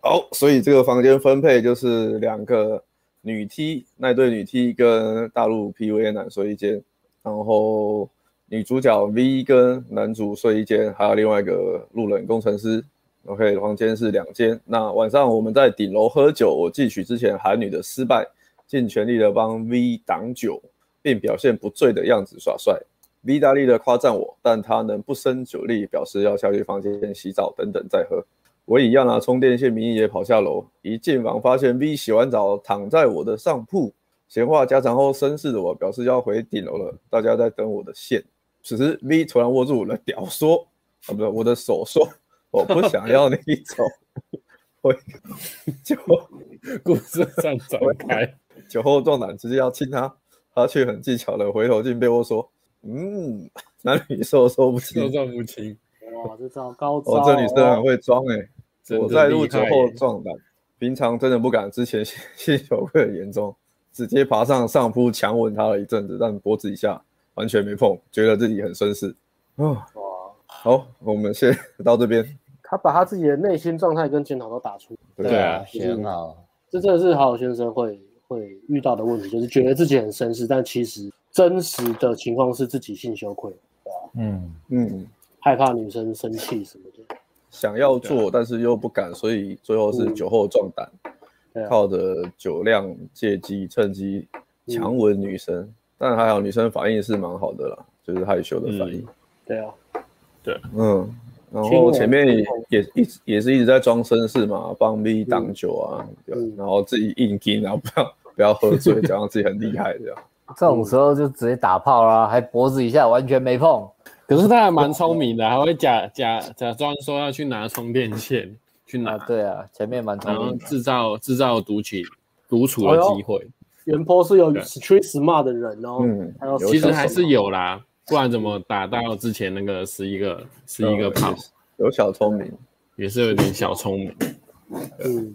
[SPEAKER 3] 好，所以这个房间分配就是两个女 T，那对女 T 跟大陆 PUA 男睡一间，然后女主角 V 跟男主睡一间，还有另外一个路人工程师。OK，房间是两间。那晚上我们在顶楼喝酒，我汲取之前韩女的失败，尽全力的帮 V 挡酒。并表现不醉的样子耍帅。V 大力的夸赞我，但他能不胜酒力，表示要下去房间洗澡等等再喝。我以要拿充电线名义也跑下楼，一进房发现 V 洗完澡躺在我的上铺，闲话家常后绅士的我表示要回顶楼了，大家在等我的线。此时 V 突然握住我的屌说：“啊，不是我的手说，我不想要你走。” 我就
[SPEAKER 2] 故事上展开，
[SPEAKER 3] 酒后壮胆，直接要亲他，他却很技巧的回头进被窝说：“嗯，男女授受不
[SPEAKER 2] 受
[SPEAKER 3] 亲。
[SPEAKER 2] 众不清，
[SPEAKER 4] 哇，这招高招
[SPEAKER 3] 哦
[SPEAKER 4] 哦！，
[SPEAKER 3] 这女生很会装哎、
[SPEAKER 2] 真的
[SPEAKER 3] 我在入
[SPEAKER 2] 厉
[SPEAKER 3] 酒
[SPEAKER 2] 害
[SPEAKER 3] 后
[SPEAKER 2] 耶
[SPEAKER 3] 壮胆，平常真的不敢。之 前信信酒客严重，直接爬上上铺强吻他了一阵子，但脖子以下完全没碰，觉得自己很绅士。啊、
[SPEAKER 4] 哦哇，
[SPEAKER 3] 好，我们先 到这边。
[SPEAKER 4] 他把他自己的内心状态跟检讨都打出来
[SPEAKER 3] 对
[SPEAKER 2] 啊
[SPEAKER 1] 写很好。
[SPEAKER 4] 这真的是好好先生会会遇到的问题，就是觉得自己很绅士，但其实真实的情况是自己性羞愧，
[SPEAKER 1] 嗯，
[SPEAKER 3] 嗯，
[SPEAKER 4] 害怕女生生气什么的。
[SPEAKER 3] 想要
[SPEAKER 2] 啊
[SPEAKER 3] 做但是又不敢，所以最后是酒后壮胆，
[SPEAKER 4] 对啊，
[SPEAKER 3] 靠着酒量借机趁机强吻女生。
[SPEAKER 4] 嗯
[SPEAKER 3] 但还好女生反应是蛮好的啦，就是害羞的反应。
[SPEAKER 4] 对啊，
[SPEAKER 3] 嗯，然
[SPEAKER 4] 亲
[SPEAKER 3] 后
[SPEAKER 4] 吻
[SPEAKER 3] 前面
[SPEAKER 4] 亲
[SPEAKER 3] 也
[SPEAKER 4] 吻
[SPEAKER 3] 也一直也是一直在装绅士嘛，帮 V 挡酒啊，对
[SPEAKER 4] 嗯
[SPEAKER 3] 然后自己硬劲，然后不要不要喝醉，假装自己很厉害这样。
[SPEAKER 1] 这种时候就直接打炮啦，还脖子以下完全没碰，
[SPEAKER 2] 可是他还蛮聪明的，还会假假假装说要去拿充电线去拿
[SPEAKER 1] 啊，，对啊，前面蛮聪
[SPEAKER 2] 然后
[SPEAKER 1] 明的，
[SPEAKER 2] 制造制造读取独处的机会，
[SPEAKER 4] 原坡是有
[SPEAKER 2] 对
[SPEAKER 4] street smart 的人哦，
[SPEAKER 3] 嗯
[SPEAKER 4] 还有
[SPEAKER 3] 有
[SPEAKER 2] 其
[SPEAKER 3] 小手
[SPEAKER 2] 实还是有啦，不然怎么打到之前那个十一个十
[SPEAKER 3] 嗯
[SPEAKER 2] 一个炮，
[SPEAKER 3] 啊有小聪明，
[SPEAKER 2] 也是有点小聪明，
[SPEAKER 4] 嗯，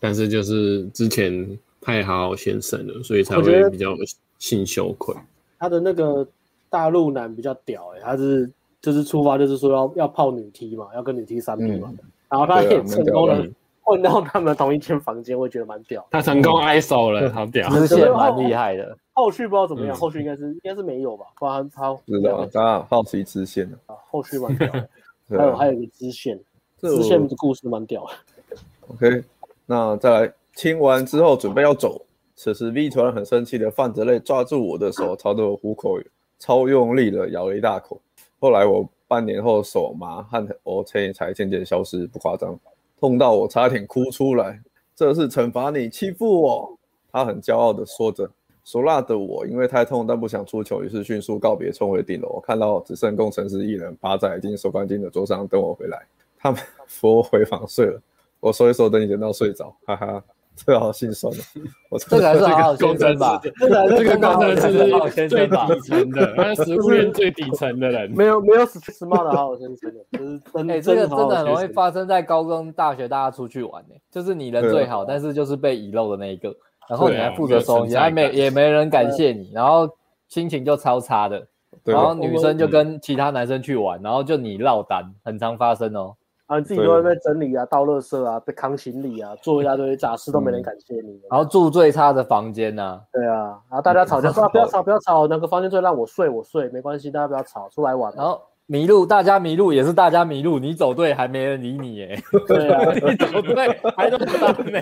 [SPEAKER 2] 但是就是之前太好好先生了，所以才
[SPEAKER 4] 我觉得
[SPEAKER 2] 会比较性羞愧。
[SPEAKER 4] 他的那个大陆男比较屌哎、他是就是出发就是说要要泡女 T 嘛，要跟女 T 三 P 嘛，然后他
[SPEAKER 3] 对啊
[SPEAKER 4] 也
[SPEAKER 3] 蛮
[SPEAKER 4] 成功
[SPEAKER 3] 屌
[SPEAKER 4] 了
[SPEAKER 2] 的，
[SPEAKER 4] 混到他们同一间房间，我也觉得蛮屌。
[SPEAKER 2] 他成功 ISO 了，好屌！
[SPEAKER 1] 支线蛮厉害 的，
[SPEAKER 4] 后续不知道怎么样，
[SPEAKER 2] 嗯
[SPEAKER 4] 后续应该是应该是没有吧，不然他
[SPEAKER 3] 知道大家好奇支线的。
[SPEAKER 4] 啊后续蛮屌的。
[SPEAKER 3] 对
[SPEAKER 4] 还有
[SPEAKER 3] 啊
[SPEAKER 4] 还有一个支线，
[SPEAKER 3] 这
[SPEAKER 4] 支
[SPEAKER 3] 我
[SPEAKER 4] 线的故事蛮屌 的。
[SPEAKER 3] OK，那再来亲完之后准备要走，此时 V 突然很生气的泛着泪抓住我的手，朝着我虎口超用力的咬了一大口。后来我半年后手麻和我才才渐渐消失，不夸张，痛到我差点哭出来。这是惩罚你欺负我，他很骄傲的说着。熟辣的我因为太痛但不想出糗，于是迅速告别，冲回顶楼。看到只剩工程师一人趴在已经收干净的桌上等我回来，他们扶我回房睡了。我收一收，等你等到睡着，哈哈，这好心酸哦。我
[SPEAKER 1] 这个还是好好
[SPEAKER 2] 工
[SPEAKER 1] 先
[SPEAKER 2] 程
[SPEAKER 1] 生吧，
[SPEAKER 2] 师，
[SPEAKER 4] 这个
[SPEAKER 2] 这个工程
[SPEAKER 1] 好好
[SPEAKER 2] 师是
[SPEAKER 1] 先
[SPEAKER 2] 最
[SPEAKER 1] 生吧
[SPEAKER 2] 底层的，他是食物链最底层的人。
[SPEAKER 4] 没有没有 smart 的好好先生的， 就是真
[SPEAKER 1] 哎、这个
[SPEAKER 4] 好
[SPEAKER 1] 真
[SPEAKER 4] 好
[SPEAKER 1] 的很容易
[SPEAKER 4] 先生
[SPEAKER 1] 发生在高中、大学，大家出去玩呢、就是你人最好，但是就是被遗漏的那一个，然后你还负责收，你还没也没人感谢你，然后心情就超差的，
[SPEAKER 3] 对啊
[SPEAKER 1] 然后女生就跟其他男生去玩，然后就你落单，很常发生哦。
[SPEAKER 4] 啊，你自己都在那边整理啊，倒垃圾啊，被扛行李啊，做一大堆杂事都没人感谢你。
[SPEAKER 1] 然后住最差的房间呐、
[SPEAKER 4] 对啊，然后大家吵架说啊不要吵不要吵，哪个房间最让我睡我睡没关系，大家不要吵，出来玩。啊
[SPEAKER 1] 然后迷路，大家迷路也是大家迷路，你走对还没人理你耶，
[SPEAKER 4] 对 啊，
[SPEAKER 1] 你走对还落单呢、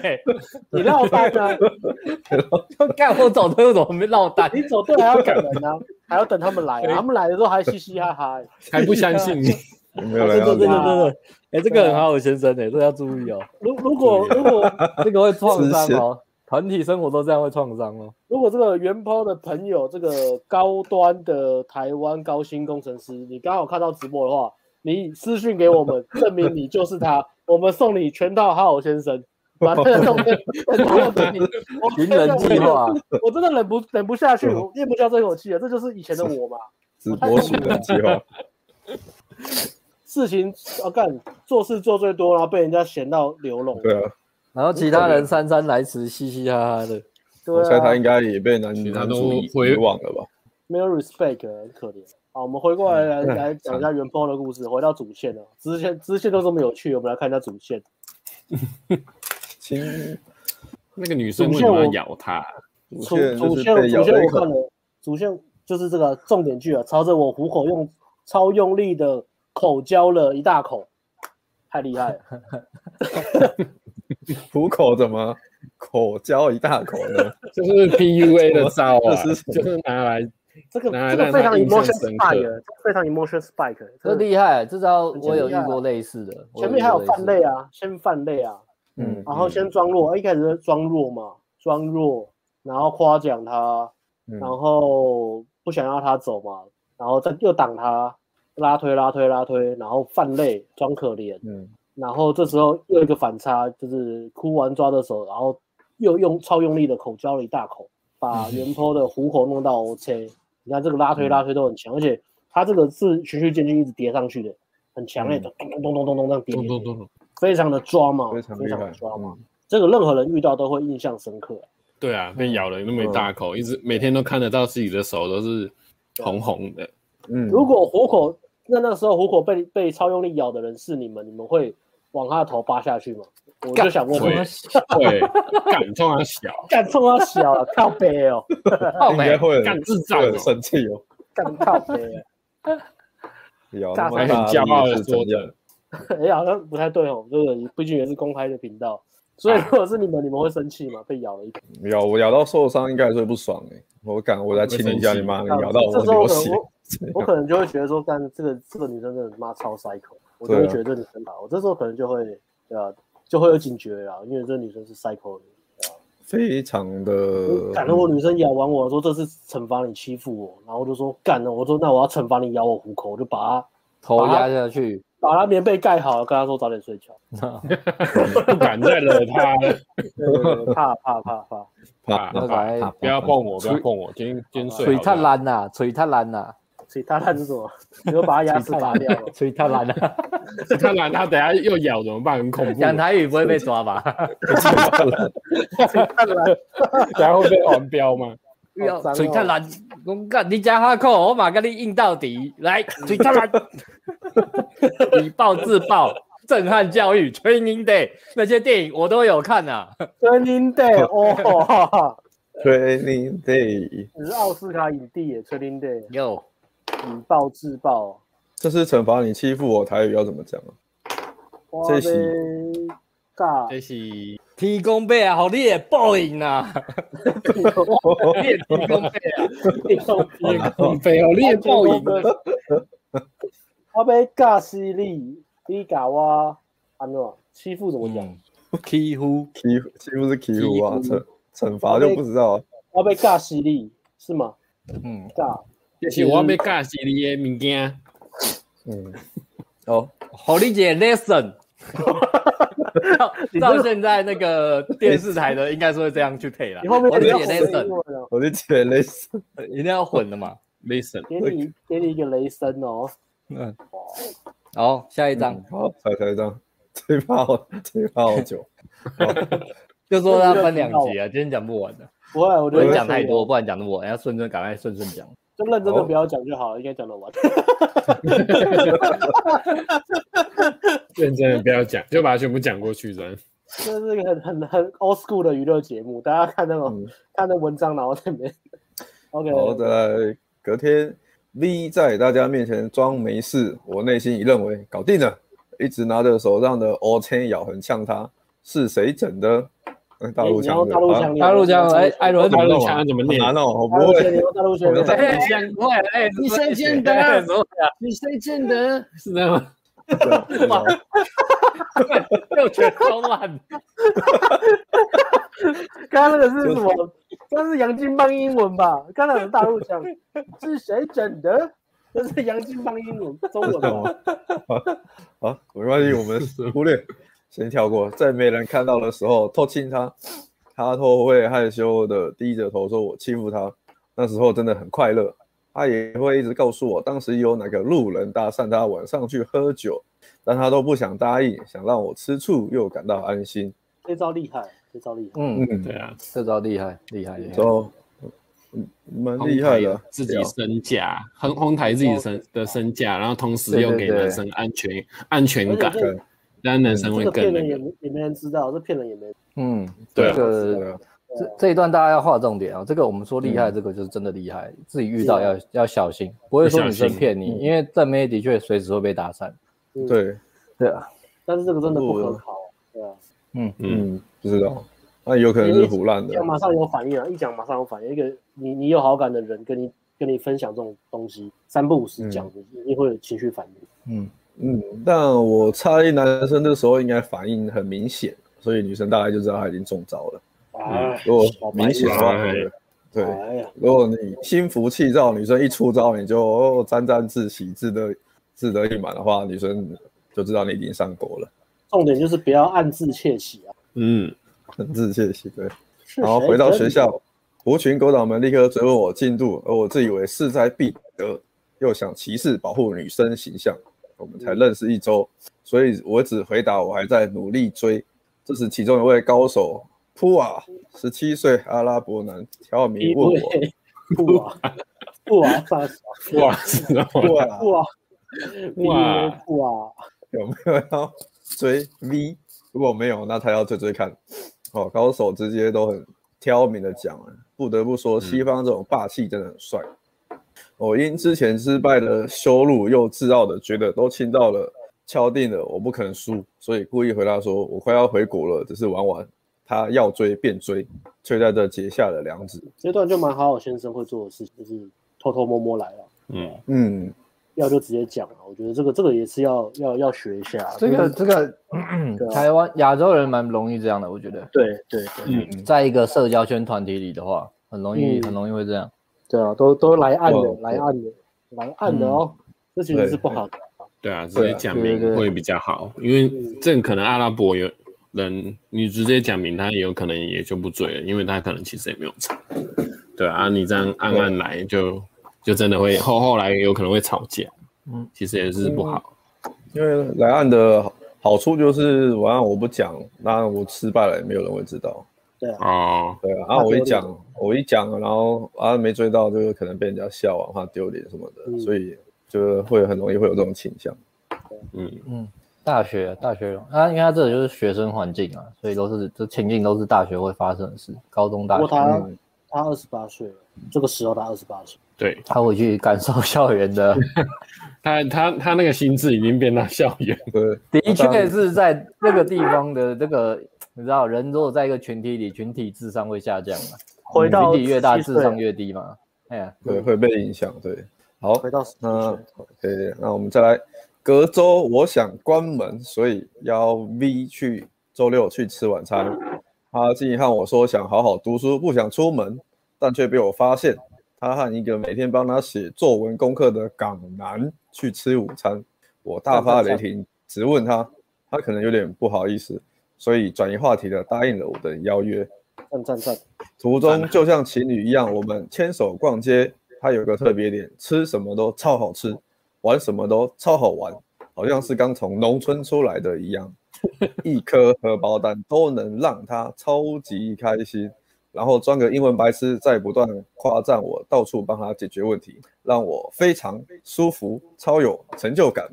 [SPEAKER 4] 你落单啊，
[SPEAKER 1] 就干我走对我怎么没落单？
[SPEAKER 4] 你走对还要等人啊，还要等他们
[SPEAKER 1] 哎
[SPEAKER 4] 来啊，他们来的时候还嘻嘻哈哈。欸
[SPEAKER 2] 还不相信你，
[SPEAKER 3] 没有
[SPEAKER 1] 真
[SPEAKER 3] 人
[SPEAKER 1] 的
[SPEAKER 3] 要
[SPEAKER 1] 真的真
[SPEAKER 3] 理
[SPEAKER 4] 啊
[SPEAKER 1] 的，哎、这个很好，先生哎、这个要注意哦。
[SPEAKER 4] 如如果如果
[SPEAKER 1] 这个会创伤
[SPEAKER 3] 是
[SPEAKER 1] 哦，团体生活都这样会创伤哦。
[SPEAKER 4] 如果这个原抛的朋友，这个高端的台湾高薪工程师，你刚好看到直播的话，你私讯给我们，证明你就是他，我们送你全套哈好先生，把这个送给全套给你。我
[SPEAKER 1] 寻人计划，
[SPEAKER 4] 我真的忍不忍不下去，我咽不下这口气了，这就是以前的我嘛。
[SPEAKER 3] 直播型的计划，
[SPEAKER 4] 事情要、啊、干，做事做最多，然后被人家嫌到流脓。
[SPEAKER 3] 对啊，
[SPEAKER 1] 然后其他人姗姗来迟，嘻嘻哈哈的。
[SPEAKER 3] 我
[SPEAKER 4] 对
[SPEAKER 3] 猜他
[SPEAKER 4] 啊，
[SPEAKER 3] 应该也被男
[SPEAKER 2] 其他
[SPEAKER 3] 男
[SPEAKER 2] 都
[SPEAKER 3] 主
[SPEAKER 2] 回
[SPEAKER 3] 遗忘了吧？
[SPEAKER 4] 没有 respect，很可怜。好，我们回过来来
[SPEAKER 3] 嗯
[SPEAKER 4] 来讲一下元丰的故事，回到主线了。支线支线都这么有趣，我们来看一下主线。
[SPEAKER 3] 亲，
[SPEAKER 2] 那个女生为什么要咬他？
[SPEAKER 3] 主
[SPEAKER 4] 主
[SPEAKER 3] 线
[SPEAKER 4] 主
[SPEAKER 3] 就
[SPEAKER 4] 线
[SPEAKER 3] 是被咬了
[SPEAKER 4] 主线
[SPEAKER 3] 一
[SPEAKER 4] 我看
[SPEAKER 3] 口，
[SPEAKER 4] 了，主线就是这个重点句啊，朝着我虎口用超用力的口交了一大口，太厉害了。
[SPEAKER 3] 虎口怎么口交一大口呢？
[SPEAKER 2] 就是 PUA 的招啊，
[SPEAKER 3] 这是什么
[SPEAKER 2] 就是拿来
[SPEAKER 4] 这个
[SPEAKER 2] 拿来
[SPEAKER 4] 这个
[SPEAKER 2] 让
[SPEAKER 4] 非
[SPEAKER 2] 他
[SPEAKER 4] 常
[SPEAKER 2] 印象
[SPEAKER 4] emotion
[SPEAKER 2] 深
[SPEAKER 4] spike，
[SPEAKER 2] 刻
[SPEAKER 4] 这个非常 emotion spike，
[SPEAKER 1] 这
[SPEAKER 4] 这个
[SPEAKER 1] 厉害，至少我有遇过类似的。
[SPEAKER 4] 前面还有犯类
[SPEAKER 1] 啊，
[SPEAKER 4] 啊，先犯类啊，
[SPEAKER 3] 嗯，
[SPEAKER 4] 然后先装弱，啊一开始是装弱嘛，装弱，然后夸奖他，
[SPEAKER 3] 嗯
[SPEAKER 4] 然后不想让他走嘛，然后再又挡他，拉推拉推拉推，然后犯累装可怜，
[SPEAKER 3] 嗯，
[SPEAKER 4] 然后这时候又有一个反差，就是哭完抓着手，然后又用超用力的口交了一大口，把原坡的虎口弄到 OK。你看这个拉推拉推都很强，而且他这个是循序渐进一直叠上去的，很强烈的，咚咚咚咚咚咚这样叠，
[SPEAKER 2] 咚
[SPEAKER 4] 叠
[SPEAKER 2] 咚
[SPEAKER 4] 叠
[SPEAKER 2] 咚咚。
[SPEAKER 4] 非常的抓嘛，
[SPEAKER 3] 非
[SPEAKER 4] 哦非
[SPEAKER 3] 常
[SPEAKER 4] 常
[SPEAKER 3] 厉害嗯
[SPEAKER 4] 的抓嘛。这个任何人遇到都会印象深刻。
[SPEAKER 2] 对啊，被咬了那么一大口，一直每天都看得到自己的手都是红红的。
[SPEAKER 3] 嗯，
[SPEAKER 4] 如果虎口那那时候虎口被被超用力咬的人是你们，你们会往他的头扒下去吗？我就想问
[SPEAKER 2] 会
[SPEAKER 4] 他，
[SPEAKER 2] 会干冲他 小，
[SPEAKER 4] 敢冲他小啊，靠背 哦，
[SPEAKER 1] 靠
[SPEAKER 3] 应该
[SPEAKER 1] 北，
[SPEAKER 3] 会很
[SPEAKER 2] 干智障
[SPEAKER 3] 会很
[SPEAKER 2] 哦，
[SPEAKER 3] 生气哦。
[SPEAKER 4] 敢靠背哦，
[SPEAKER 3] 有
[SPEAKER 4] 大
[SPEAKER 3] 那
[SPEAKER 2] 还
[SPEAKER 3] 么
[SPEAKER 2] 很
[SPEAKER 3] 大
[SPEAKER 2] 骄傲
[SPEAKER 3] 力
[SPEAKER 2] 的
[SPEAKER 3] 是
[SPEAKER 2] 说
[SPEAKER 3] 怎样
[SPEAKER 2] 着，
[SPEAKER 4] 哎，好像不太对哦，这个毕竟也是公开的频道，所以如果是你们，你们会生气吗？被咬了一口。
[SPEAKER 3] 咬我咬到受伤，应该还是会不爽哎、我敢，我来亲你一下，
[SPEAKER 2] 会生气
[SPEAKER 3] 你妈，你
[SPEAKER 4] 啊
[SPEAKER 3] 咬到我
[SPEAKER 4] 这时候
[SPEAKER 3] 流
[SPEAKER 4] 可
[SPEAKER 3] 血
[SPEAKER 4] 能，我 我可能就会觉得说，干这个这个女生真的妈超 psycho，我就
[SPEAKER 3] 对
[SPEAKER 4] 会
[SPEAKER 3] 啊
[SPEAKER 4] 觉得这女生吧，我这时候可能就会对啊，就会有警觉啦，因为这女生是 psycho
[SPEAKER 3] 非常
[SPEAKER 4] 的。
[SPEAKER 3] 的。
[SPEAKER 4] 感觉我女生咬完我说这是惩罚你欺负我，然后我就说干了，我说那我要惩罚你咬我虎口，我就把她
[SPEAKER 1] 头压下去，
[SPEAKER 4] 把她棉被盖好，跟她说早点睡觉，
[SPEAKER 2] 不敢再惹他了。
[SPEAKER 4] 对对对怕怕怕怕，
[SPEAKER 3] 怕
[SPEAKER 2] 啊
[SPEAKER 1] 那
[SPEAKER 3] 怕
[SPEAKER 1] 来
[SPEAKER 3] 怕
[SPEAKER 2] 不要碰我，不要碰我，今天今天睡
[SPEAKER 1] 水
[SPEAKER 2] 好
[SPEAKER 1] 太
[SPEAKER 2] 了
[SPEAKER 1] 烂呐，水太烂呐，。
[SPEAKER 4] 所以她看是什么，你就把她牙齿拔掉了
[SPEAKER 1] 水太烂了。
[SPEAKER 2] 他懒，他等下又咬怎么办？很恐怖，
[SPEAKER 1] 讲
[SPEAKER 2] 等
[SPEAKER 1] 台语不会被抓吧？
[SPEAKER 2] 下会被黄标吗？
[SPEAKER 1] 不 要
[SPEAKER 4] 好脏哦
[SPEAKER 1] 水太烂，我干你讲哈扣，我马跟你硬到底， 来水太烂，以暴制暴，震撼教育，Training Day 那些电影我都有看啊。
[SPEAKER 4] 真灵的哦，
[SPEAKER 3] Training Day，
[SPEAKER 4] 你是奥斯卡影帝耶，崔林的
[SPEAKER 1] 有
[SPEAKER 4] 以暴制暴。
[SPEAKER 3] 这是惩罚你欺负我，台语要怎么讲啊？
[SPEAKER 4] 我
[SPEAKER 3] 这
[SPEAKER 4] 要
[SPEAKER 3] 是
[SPEAKER 4] 尬，
[SPEAKER 2] 这 是
[SPEAKER 1] 提供杯啊，好你也报应 啊，你也提供杯啊，
[SPEAKER 2] 肥哦，你也报 应，
[SPEAKER 4] 我被尬犀利，你尬我安怎欺负怎么讲？
[SPEAKER 1] 欺负
[SPEAKER 3] 欺负欺负是欺负啊，
[SPEAKER 1] 欺
[SPEAKER 3] 惩惩罚就不知道啊。
[SPEAKER 4] 我被尬犀利是吗？
[SPEAKER 1] 嗯，
[SPEAKER 4] 尬
[SPEAKER 2] 这是我要教死你的物件。
[SPEAKER 3] 嗯，好，
[SPEAKER 1] 好你姐 lesson。到到现在那个电视台的应该是会这样去配啦，
[SPEAKER 4] 你后面
[SPEAKER 1] 好
[SPEAKER 4] 那
[SPEAKER 1] 你
[SPEAKER 4] 个
[SPEAKER 1] 姐
[SPEAKER 4] 要混
[SPEAKER 1] lesson
[SPEAKER 4] 哦英文哦，
[SPEAKER 3] 我就觉得类似
[SPEAKER 1] 一定要混的嘛。
[SPEAKER 2] Listen，
[SPEAKER 4] 给你给你一个雷声哦，
[SPEAKER 1] 嗯，好，下一张、
[SPEAKER 3] 好，才才这 样，嘴巴好，嘴巴好久。
[SPEAKER 1] 就说要分两集啊，今天讲不完的，
[SPEAKER 4] 不会，啊我
[SPEAKER 1] 不
[SPEAKER 4] 觉得
[SPEAKER 1] 能讲太多，，不然讲那么晚，要顺顺赶快顺顺讲。
[SPEAKER 4] 就认真的不要讲就好了，应该讲得完。
[SPEAKER 2] 认真的不要讲，就把它全部讲过去，这样。
[SPEAKER 4] 这是一个很很很 old school 的娱乐节目，大家看那种
[SPEAKER 3] 嗯
[SPEAKER 4] 看那文章，然后在里面 OK，
[SPEAKER 3] 好，再来，隔天 V 在大家面前装没事，我内心一认为搞定了，一直拿着手上的 O 千咬痕呛他，是谁整的？嗯大陆
[SPEAKER 4] 哎你要
[SPEAKER 3] 腔的，
[SPEAKER 4] 大陆腔，
[SPEAKER 3] 啊，
[SPEAKER 1] 大陆腔，哎，艾伦，
[SPEAKER 2] 大陆腔怎么
[SPEAKER 3] 很
[SPEAKER 2] 念？
[SPEAKER 3] 难哦，我不
[SPEAKER 4] 大陆腔，你
[SPEAKER 3] 会，
[SPEAKER 4] 要大陆腔，
[SPEAKER 3] 我
[SPEAKER 1] 哎，
[SPEAKER 2] 哎哎
[SPEAKER 1] 不会，哎，
[SPEAKER 2] 你先先等
[SPEAKER 1] 哎不会啊
[SPEAKER 2] 你谁见得？是这样吗？
[SPEAKER 3] 哇
[SPEAKER 1] 又觉得超烂，
[SPEAKER 4] 刚刚那个是什么？刚刚是杨金邦英文吧？刚才是大陆腔，是谁整的？这是杨金邦英文，中文
[SPEAKER 2] 哦
[SPEAKER 4] 吧？
[SPEAKER 3] 好，没关系，我 们忽略，先跳过，在没人看到的时候偷亲他，他都会害羞的低着头说：“我欺负他。”那时候真的很快乐。他也会一直告诉我，当时有哪个路人搭讪他晚上去喝酒，但他都不想答应，想让我吃醋又感到安心。
[SPEAKER 4] 这招厉害，这招厉害。
[SPEAKER 1] 嗯，
[SPEAKER 3] 嗯，
[SPEAKER 2] 对啊，
[SPEAKER 1] 这招厉害，厉害，厉害
[SPEAKER 2] 哦
[SPEAKER 3] 之，后嗯蛮厉害的，啊
[SPEAKER 2] 啊自己
[SPEAKER 3] 屌
[SPEAKER 2] 身价，哄哄抬自己身的身价，然后同时又给男生安全安全
[SPEAKER 4] 而
[SPEAKER 2] 感
[SPEAKER 4] 且，这
[SPEAKER 2] 让男生会
[SPEAKER 4] 啊这个骗
[SPEAKER 2] 更那
[SPEAKER 4] 人也
[SPEAKER 2] 个。
[SPEAKER 4] 没也没人知道，这骗人也没人。
[SPEAKER 1] 嗯，这
[SPEAKER 2] 对啊
[SPEAKER 1] 个
[SPEAKER 3] 对啊
[SPEAKER 1] 这这一段大家要划重点啊，这个我们说厉害，这个就是真的厉害，自己遇到
[SPEAKER 2] 啊
[SPEAKER 1] 要要小心，不会说女生骗你，因为正妹的确随时会被搭讪。
[SPEAKER 4] 嗯，
[SPEAKER 3] 对，
[SPEAKER 1] 对啊，
[SPEAKER 4] 但是这个真的不可考。对啊，
[SPEAKER 2] 嗯，
[SPEAKER 3] 嗯，不知道，那有可能是胡乱的
[SPEAKER 4] 讲，马上有反应啊！一讲马上有反应。一个你你有好感的人跟你跟你分享这种东西，三不五时讲，你一定会有情绪反应。哎
[SPEAKER 1] 嗯，
[SPEAKER 3] 嗯，但我猜男生这时候应该反应很明显，所以女生大概就知道他已经中招了。
[SPEAKER 4] 哎，
[SPEAKER 3] 嗯如果
[SPEAKER 4] 小白
[SPEAKER 3] 明显的话
[SPEAKER 2] 哎，
[SPEAKER 3] 对，
[SPEAKER 4] 哎呀，
[SPEAKER 3] 如果你心浮气躁，女生一出招你就哦沾沾自喜、自得自得意满的话，女生就知道你已经上钩了，
[SPEAKER 4] 重点就是不要暗自窃喜啊！
[SPEAKER 2] 嗯，
[SPEAKER 3] 很自窃喜。对，
[SPEAKER 4] 是
[SPEAKER 3] 然后
[SPEAKER 4] 谁
[SPEAKER 3] 回到
[SPEAKER 4] 整
[SPEAKER 3] 学
[SPEAKER 4] 你
[SPEAKER 3] 校，狐群狗党们立刻追问我进度，而我自以为势在必得，又想歧视保护女生形象。我们才认识一周，所以我只回答我还在努力追。这时，其中一位高手扑啊，十七岁阿拉伯男挑明问我
[SPEAKER 4] 不啊，不啊，大小
[SPEAKER 2] 哇，哦知道吗？
[SPEAKER 3] 扑啊
[SPEAKER 4] 不啊，
[SPEAKER 2] 哇
[SPEAKER 4] 不啊，
[SPEAKER 3] 有没有要追 V？如果没有，那他要追追看。哦，高手直接都很挑明的讲了，不得不说，西方这种霸气真的很帅。我、哦、因之前失败的羞辱又自傲的，觉得都亲到了，敲定了，我不可能输，所以故意回答说：“我快要回国了，只是玩玩。”他要追便追，崔在这结下了梁子。
[SPEAKER 4] 这段就蛮好好先生会做的事情，就是偷偷摸摸来啊了，
[SPEAKER 2] 嗯，
[SPEAKER 3] 嗯，
[SPEAKER 4] 要就直接讲了。我觉得这个这个也是要要要学一下。啊
[SPEAKER 1] 这
[SPEAKER 4] 就
[SPEAKER 1] 个
[SPEAKER 4] 是
[SPEAKER 1] 这个，
[SPEAKER 2] 啊
[SPEAKER 1] 台湾亚洲人蛮容易这样的，我觉得，
[SPEAKER 4] 对对对
[SPEAKER 3] 嗯，
[SPEAKER 1] 在一个社交圈团体里的话，很容易
[SPEAKER 4] 嗯
[SPEAKER 1] 很容易会这样。
[SPEAKER 4] 对啊，都都来暗的
[SPEAKER 1] 哦
[SPEAKER 3] 嗯，
[SPEAKER 4] 来暗的，来暗的哦，
[SPEAKER 1] 嗯
[SPEAKER 4] 这其实是不好的。
[SPEAKER 2] 对啊，直接讲明
[SPEAKER 1] 对对对
[SPEAKER 2] 会比较好，因为这可能阿拉伯有人，你直接讲明，他也有可能也就不追了，因为他可能其实也没有查。对啊，你这样暗暗来就就真的会后后来有可能会吵架，
[SPEAKER 1] 嗯
[SPEAKER 2] 嗯，其实也是不好。
[SPEAKER 3] 因为莱岸的好好处就是，晚上我不讲，那我失败了也没有人会知道。
[SPEAKER 4] 嗯
[SPEAKER 2] 哦，
[SPEAKER 3] 对啊，啊我一讲，我一讲，然后啊没追到，就是可能被人家笑啊，怕丢脸什么的，
[SPEAKER 4] 嗯
[SPEAKER 3] 所以就是会很容易会有这种倾向。
[SPEAKER 2] 嗯，
[SPEAKER 1] 大学大学容，啊，因为他这里就是学生环境啊，所以都是这情境都是大学会发生的事，高中大
[SPEAKER 4] 不过
[SPEAKER 1] 学。
[SPEAKER 4] 他
[SPEAKER 3] 嗯
[SPEAKER 4] 他二十八岁了，这个时候他二十八岁，
[SPEAKER 2] 对
[SPEAKER 1] 他回去感受校园的，
[SPEAKER 2] 他他他那个心智已经变到校园，
[SPEAKER 3] 对，
[SPEAKER 1] 的确是在那个地方的这个，你知道，人如果在一个群体里，群体智商会下降嘛，
[SPEAKER 4] 回到
[SPEAKER 1] 群体越大，
[SPEAKER 4] 17岁
[SPEAKER 1] 智商越低嘛，哎呀，
[SPEAKER 3] 对，会被影响。对，好，
[SPEAKER 4] 回到十七
[SPEAKER 3] 那
[SPEAKER 1] 嗯
[SPEAKER 4] 岁，
[SPEAKER 3] OK，那我们再来，隔周我想关门，所以邀 V 去周六去吃晚餐。他竟和我说想好好读书，不想出门，但却被我发现，他和一个每天帮他写作文功课的港男去吃午餐。我大发雷霆，直问他，他可能有点不好意思，所以转移话题的答应了我的邀约。
[SPEAKER 4] 赞赞赞，
[SPEAKER 3] 途中就像情侣一样，我们牵手逛街，它有个特别点，吃什么都超好吃，玩什么都超好玩，好像是刚从农村出来的一 样。一颗荷包蛋都能让他超级开心，然后装个英文白痴在不断夸赞我，到处帮他解决问题，让我非常舒服，超有成就感。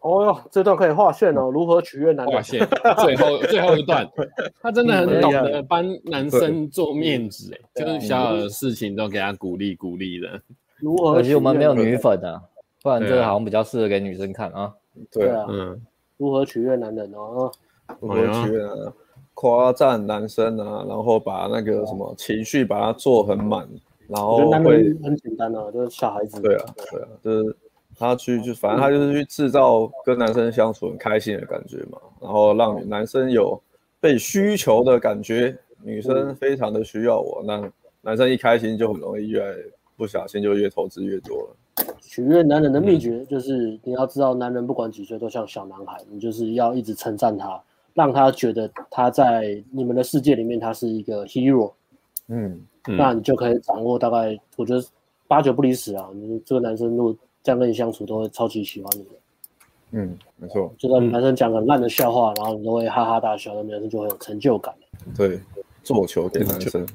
[SPEAKER 4] 哦哟，这段可以划线哦，如何取悦男
[SPEAKER 2] 划
[SPEAKER 4] 人？
[SPEAKER 2] 线，最后最后一段，他真的很懂得帮男生做面子、欸，
[SPEAKER 4] 对
[SPEAKER 2] 就是小小的事情都给他鼓励鼓励的。
[SPEAKER 4] 如何
[SPEAKER 1] 可
[SPEAKER 4] 取
[SPEAKER 1] 惜
[SPEAKER 4] 悦
[SPEAKER 1] 我们没有
[SPEAKER 4] 男人
[SPEAKER 1] 女粉啊，不然这
[SPEAKER 2] 对
[SPEAKER 1] 个
[SPEAKER 2] 啊
[SPEAKER 1] 好像比较适合给女生看啊。
[SPEAKER 3] 对，
[SPEAKER 4] 啊，
[SPEAKER 2] 嗯，
[SPEAKER 4] 如何取悦男人哦？
[SPEAKER 3] 我会觉得夸赞男生啊，然后把那个什么情绪把它做很满，然
[SPEAKER 4] 我
[SPEAKER 1] 哦
[SPEAKER 4] 觉
[SPEAKER 3] 后
[SPEAKER 4] 得男
[SPEAKER 3] 会
[SPEAKER 4] 人很简单啊，就是小孩子。
[SPEAKER 3] 对啊，对啊，就是他去就反正他就是去制造跟男生相处很开心的感觉嘛，然后让男生有被需求的感觉，女生非常的需要我，那男生一开心就很容易越来不小心就越投资越多了。
[SPEAKER 4] 取悦男人的
[SPEAKER 3] 嗯
[SPEAKER 4] 秘诀就是你要知道，男人不管几岁都像小男孩，你就是要一直称赞他，让他觉得他在你们的世界里面他是一个 hero，
[SPEAKER 3] 嗯，
[SPEAKER 2] 嗯
[SPEAKER 4] 那你就可以掌握大概，我觉得八九不离十啊。你这个男生如果这样跟你相处，都会超级喜欢你的。
[SPEAKER 3] 嗯，没错，
[SPEAKER 4] 就算男生讲个烂的笑话，然后你都会哈哈大笑，那男生就会有成就感。
[SPEAKER 3] 对，做球给男生，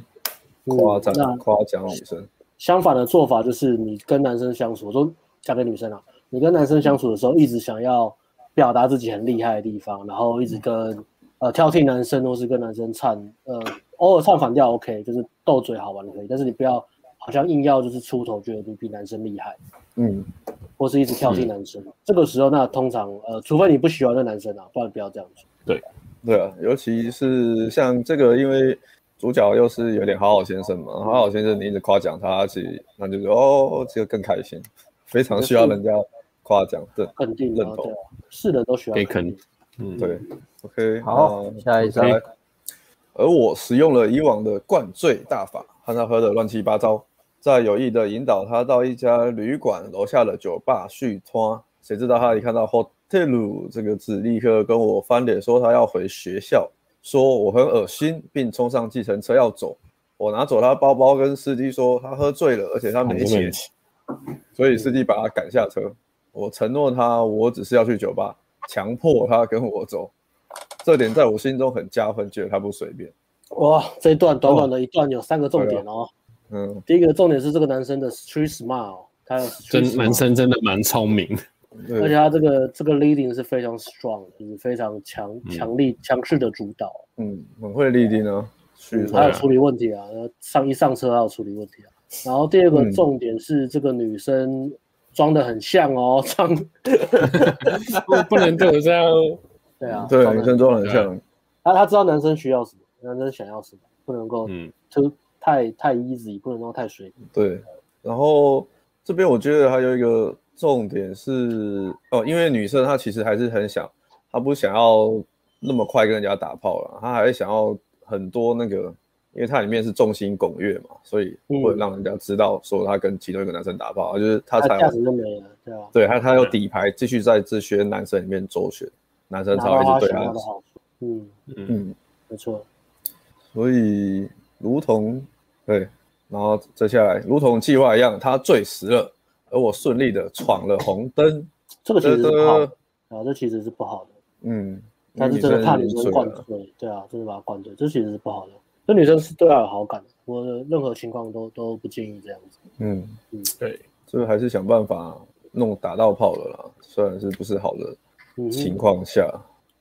[SPEAKER 4] 嗯
[SPEAKER 3] 夸赞
[SPEAKER 4] 那
[SPEAKER 3] 夸奖女生，
[SPEAKER 4] 相反的做法就是，你跟男生相处，我说讲给女生啊，你跟男生相处的时候，一直想要表达自己很厉害的地方，然后一直跟呃挑剔男生，或是跟男生唱，呃，偶尔唱反调 OK，就是斗嘴好玩的可以，但是你不要好像硬要就是出头，觉得你比男生厉害，
[SPEAKER 3] 嗯，
[SPEAKER 4] 或是一直挑剔男生。这个时候，那通常呃，除非你不喜欢这男生啊，不然不要这样做。
[SPEAKER 3] 对啊，尤其是像这个，因为主角又是有点好好先生嘛，好好先生你一直夸奖他，其实那就是哦，这个更开心，非常需要人家夸奖。对
[SPEAKER 4] 肯定
[SPEAKER 3] 认
[SPEAKER 4] 啊，
[SPEAKER 3] 同
[SPEAKER 4] 对啊，是人都喜欢
[SPEAKER 2] 给肯，嗯，
[SPEAKER 3] 对，OK，
[SPEAKER 1] 好，
[SPEAKER 3] 那
[SPEAKER 1] 下一张，
[SPEAKER 3] 来而我使用了以往的灌醉大法，和他喝得乱七八糟，再有意的引导他到一家旅馆楼下的酒吧续摊。谁知道他一看到 hotel 这个字，立刻跟我翻脸说他要回学校，说我很恶心，并冲上计程车要走。我拿走他包包，跟司机说他喝醉了，而且他没
[SPEAKER 2] 啊
[SPEAKER 3] 钱，所以司机把他赶下车。我承诺他，我只是要去酒吧，强迫他跟我走。这点在我心中很加分，觉得他不随便。
[SPEAKER 4] 哇，这一段短
[SPEAKER 3] 哦
[SPEAKER 4] 短的一段有三个重点哦。
[SPEAKER 3] 嗯，
[SPEAKER 4] 第一个重点是这个男生的 street smart，哦他有 street
[SPEAKER 2] 真
[SPEAKER 4] smart
[SPEAKER 2] 男生真的蛮聪明，
[SPEAKER 3] 对
[SPEAKER 4] 而且他这个这个 leading 是非常 strong，的就是非常强
[SPEAKER 2] 嗯
[SPEAKER 4] 强力强势的主导，
[SPEAKER 3] 嗯，很会立定啊，去
[SPEAKER 4] 还有
[SPEAKER 2] 对啊
[SPEAKER 4] 处理问题啊，然后上一上车还有处理问题啊。然后第二个
[SPEAKER 3] 嗯
[SPEAKER 4] 重点是这个女生装的很像哦， 装
[SPEAKER 2] 不不能对我这样哦。
[SPEAKER 4] 对啊，
[SPEAKER 3] 嗯对
[SPEAKER 4] 装得
[SPEAKER 3] 女生装得很像，
[SPEAKER 4] 他他知道男生需要什么，男生想要什么，不能够
[SPEAKER 2] 嗯，
[SPEAKER 4] 就太太 easy，不能够太随意。
[SPEAKER 3] 对。然后这边我觉得还有一个重点是，哦，因为女生她其实还是很想，她不想要那么快跟人家打炮了，她还是想要很多那个，因为它里面是众星拱月嘛，所以会让人家知道说她跟其中一个男生打炮，啊就是她
[SPEAKER 4] 他
[SPEAKER 3] 才
[SPEAKER 4] 啊价
[SPEAKER 3] 有
[SPEAKER 4] 值就没了，对啊吧？
[SPEAKER 3] 对她她有底牌，继续在这些男生里面周旋，男生
[SPEAKER 4] 拿
[SPEAKER 3] 才
[SPEAKER 4] 到
[SPEAKER 3] 会一
[SPEAKER 4] 他
[SPEAKER 3] 直对啊
[SPEAKER 4] 想
[SPEAKER 3] 她
[SPEAKER 4] 要的好处，嗯，
[SPEAKER 3] 嗯。
[SPEAKER 4] 没错，
[SPEAKER 3] 所以如同对，然后接下来如同计划一样，他坠石了，而我顺利的闯了红灯。
[SPEAKER 4] 这个其实是不好的
[SPEAKER 3] 这，
[SPEAKER 4] 啊，这其实是不好的。
[SPEAKER 3] 嗯，
[SPEAKER 4] 他是真的怕
[SPEAKER 3] 女
[SPEAKER 4] 女
[SPEAKER 3] 生已
[SPEAKER 4] 生
[SPEAKER 3] 经
[SPEAKER 4] 灌
[SPEAKER 3] 醉了。
[SPEAKER 4] 醉，对啊，真的把她灌醉，这其实是不好的。这女生是对她有好感的，我任何情况都都不建议这样子。
[SPEAKER 3] 嗯，
[SPEAKER 2] 对，
[SPEAKER 3] 就是还是想办法弄打到炮了啦，虽然是不是好的
[SPEAKER 4] 嗯
[SPEAKER 3] 情
[SPEAKER 4] 哼，
[SPEAKER 3] 况下。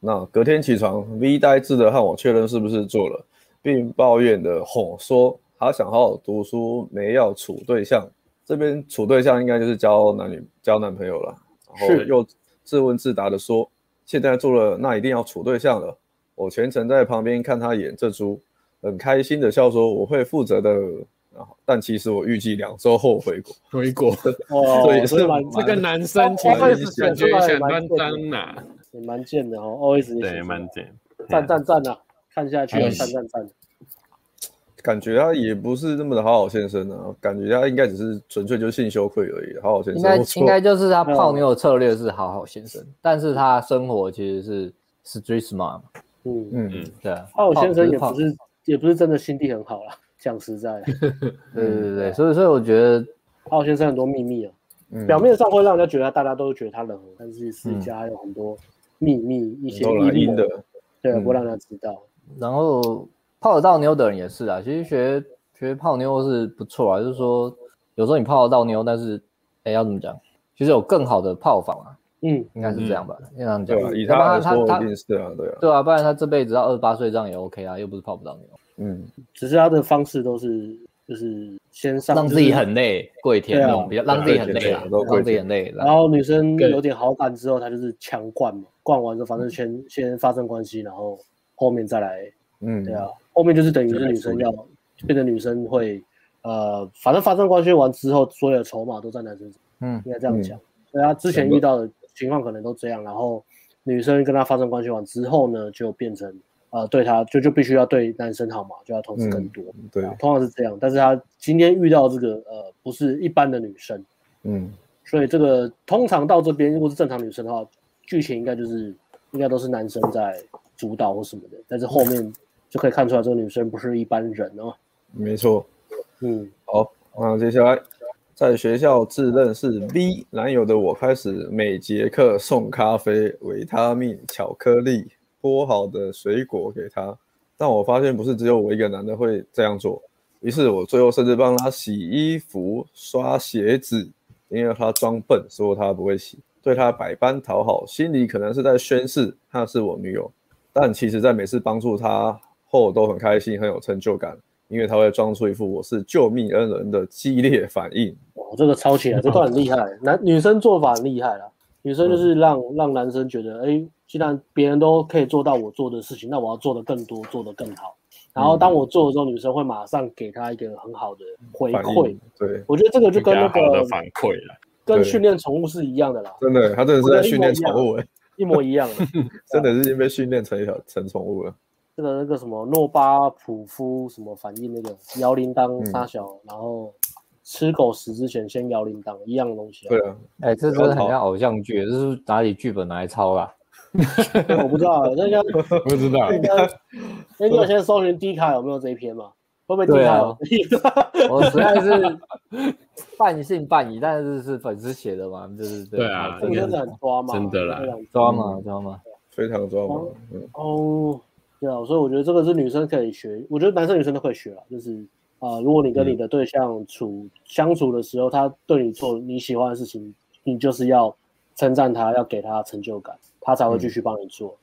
[SPEAKER 3] 那隔天起床，V 呆滞的和我确认是不是做了，并抱怨的吼说他想好好读书，没要处对象。这边处对象应该就是交男女交男朋友了，然后
[SPEAKER 2] 是
[SPEAKER 3] 又自问自答的说，现在做了那一定要处对象了。我全程在旁边看他演这出，很开心的笑说我会负责的。然后，但其实我预计两周后回国。
[SPEAKER 2] 回国
[SPEAKER 4] 哦，
[SPEAKER 3] 这也是
[SPEAKER 4] 这蛮
[SPEAKER 2] 这个男生其
[SPEAKER 3] 蛮
[SPEAKER 2] 实感觉
[SPEAKER 4] 蛮
[SPEAKER 2] 相当脏呐，
[SPEAKER 4] 也蛮贱的哦，always 也
[SPEAKER 2] 对，
[SPEAKER 4] 写
[SPEAKER 2] 蛮
[SPEAKER 4] 出
[SPEAKER 2] 贱。
[SPEAKER 4] 来赞赞赞啊，看下去
[SPEAKER 2] 哎
[SPEAKER 4] 啊赞赞赞。
[SPEAKER 3] 感觉他也不是那么的好好先生啊，感觉他应该只是纯粹就是性羞愧而已。好好先
[SPEAKER 1] 应
[SPEAKER 3] 生，
[SPEAKER 1] 该
[SPEAKER 3] 我错
[SPEAKER 1] 应该就是他泡妞的策略是好好先生，但是他生活其实是 street smart，嘛
[SPEAKER 4] 嗯，
[SPEAKER 3] 嗯
[SPEAKER 1] 对啊，
[SPEAKER 4] 哦，
[SPEAKER 1] 泡
[SPEAKER 4] 先生也
[SPEAKER 1] 泡
[SPEAKER 4] 不是也不是真的心地很好啦，讲实在的，
[SPEAKER 1] 对对对对，所以所以我觉得
[SPEAKER 4] 奥先生很多秘密啊，
[SPEAKER 3] 嗯
[SPEAKER 4] 表面上会让人家觉得大家都觉得他人很好，但是私下有很多秘密，一些
[SPEAKER 3] 都来
[SPEAKER 4] 阴
[SPEAKER 3] 阴
[SPEAKER 4] 谋，
[SPEAKER 3] 的，
[SPEAKER 4] 对，啊
[SPEAKER 3] 嗯
[SPEAKER 4] 不让他知道。
[SPEAKER 1] 然后泡得到妞的人也是啊，其实学学泡妞是不错啊，就是说有时候你泡得到妞，但是哎要怎么讲，其实有更好的泡法嘛，
[SPEAKER 4] 嗯，
[SPEAKER 1] 应该是这样吧，应该这样讲
[SPEAKER 3] 对啊吧？。以
[SPEAKER 1] 要不
[SPEAKER 3] 他来
[SPEAKER 1] 然他
[SPEAKER 3] 说，
[SPEAKER 1] 他
[SPEAKER 3] 一定是啊，对啊，
[SPEAKER 1] 对啊，不然他这辈子到二十八岁这样也 OK 啊，又不是泡不到妞，
[SPEAKER 3] 嗯，
[SPEAKER 4] 只是他的方式都是就是先上，
[SPEAKER 1] 让自己，很累，跪舔
[SPEAKER 4] 对啊
[SPEAKER 1] 那种比较让自己很累啊，
[SPEAKER 3] 对
[SPEAKER 1] 让自己很累，然
[SPEAKER 4] 然
[SPEAKER 1] 后
[SPEAKER 4] 后女生有点好感之后，他就是强灌嘛，灌完之后反正
[SPEAKER 1] 嗯
[SPEAKER 4] 先先发生关系，然后后面再来，
[SPEAKER 3] 嗯，
[SPEAKER 4] 对啊，后面就是等于是女生要变成女生会，呃，反正发生关系完之后，所有的筹码都在男生身上，
[SPEAKER 1] 嗯
[SPEAKER 4] 应该这样讲。所以他之前遇到的情况可能都这样，然后女生跟他发生关系完之后呢，就变成呃对他就就必须要对男生好嘛，就要投资
[SPEAKER 1] 嗯
[SPEAKER 4] 更多。
[SPEAKER 3] 对，
[SPEAKER 4] 啊通常是这样。但是他今天遇到这个呃，不是一般的女生，
[SPEAKER 3] 嗯，
[SPEAKER 4] 所以这个通常到这边如果是正常女生的话，剧情应该就是应该都是男生在主导或什么的，但是后面就可以看出来这个女生不是一般人哦。
[SPEAKER 3] 没错。
[SPEAKER 4] 嗯，
[SPEAKER 3] 好，那啊接下来在学校自认是 V 男友的我，开始每节课送咖啡、维他命、巧克力、剥好的水果给他。但我发现不是只有我一个男的会这样做，于是我最后甚至帮他洗衣服、刷鞋子，因为他装笨，说他不会洗，对他百般讨好，心里可能是在宣誓她是我女友，但其实在每次帮助他后都很开心，很有成就感。因为他会装出一副我是救命恩人的激烈反应。
[SPEAKER 4] 哇，哦这个抄起来，这段很厉害，男女生做法很厉害啦。女生就是
[SPEAKER 3] 嗯
[SPEAKER 4] 让、让男生觉得，哎，既然别人都可以做到我做的事情，那我要做的更多，做的更好。然
[SPEAKER 3] 嗯
[SPEAKER 4] 后当我做了之后，女生会马上给他一个很好的回
[SPEAKER 3] 反
[SPEAKER 4] 馈
[SPEAKER 3] 应。对，
[SPEAKER 4] 我觉得这个就跟那
[SPEAKER 2] 比较好
[SPEAKER 4] 个
[SPEAKER 2] 的反馈了，
[SPEAKER 4] 跟
[SPEAKER 3] 对
[SPEAKER 4] 训练宠物是一样的啦，
[SPEAKER 3] 真的，他真的是在训练宠物、欸，
[SPEAKER 4] 一模一 样的。
[SPEAKER 3] 真的是已经被训练成一条成宠物了。
[SPEAKER 4] 这个那个什么诺巴普夫什么反应那个摇铃铛
[SPEAKER 3] 嗯
[SPEAKER 4] 杀小，然后吃狗食之前先摇铃铛一样的东西、啊。
[SPEAKER 3] 对啊，
[SPEAKER 1] 哎，这真的很像偶像剧，这是哪里剧本拿来抄啦？
[SPEAKER 4] 我不知道、啊，那 应该
[SPEAKER 2] 不知道
[SPEAKER 4] 应该那个先搜寻 D 卡有没有这一篇嘛？会不会 D
[SPEAKER 1] 对
[SPEAKER 4] 卡
[SPEAKER 1] 啊
[SPEAKER 4] 有这一 篇？
[SPEAKER 1] 我实在 是半信半疑，但是是粉丝写的嘛，就是
[SPEAKER 2] 对啊
[SPEAKER 4] 我
[SPEAKER 1] 真
[SPEAKER 2] 应该
[SPEAKER 4] 真
[SPEAKER 1] 的
[SPEAKER 4] 的很抓嘛，
[SPEAKER 2] 真的啦
[SPEAKER 4] 非常
[SPEAKER 1] 抓
[SPEAKER 2] 嗯
[SPEAKER 1] 嘛抓嘛，
[SPEAKER 3] 非常抓马。嗯
[SPEAKER 4] 哦，对啊，所以我觉得这个是女生可以学，我觉得男生女生都可以学了，就是啊、呃如果你
[SPEAKER 1] 嗯
[SPEAKER 4] 跟你的对象处、相处的时候，他对你做你喜欢的事情，你就是要称赞他，要给他成就感，他才会继续帮你做。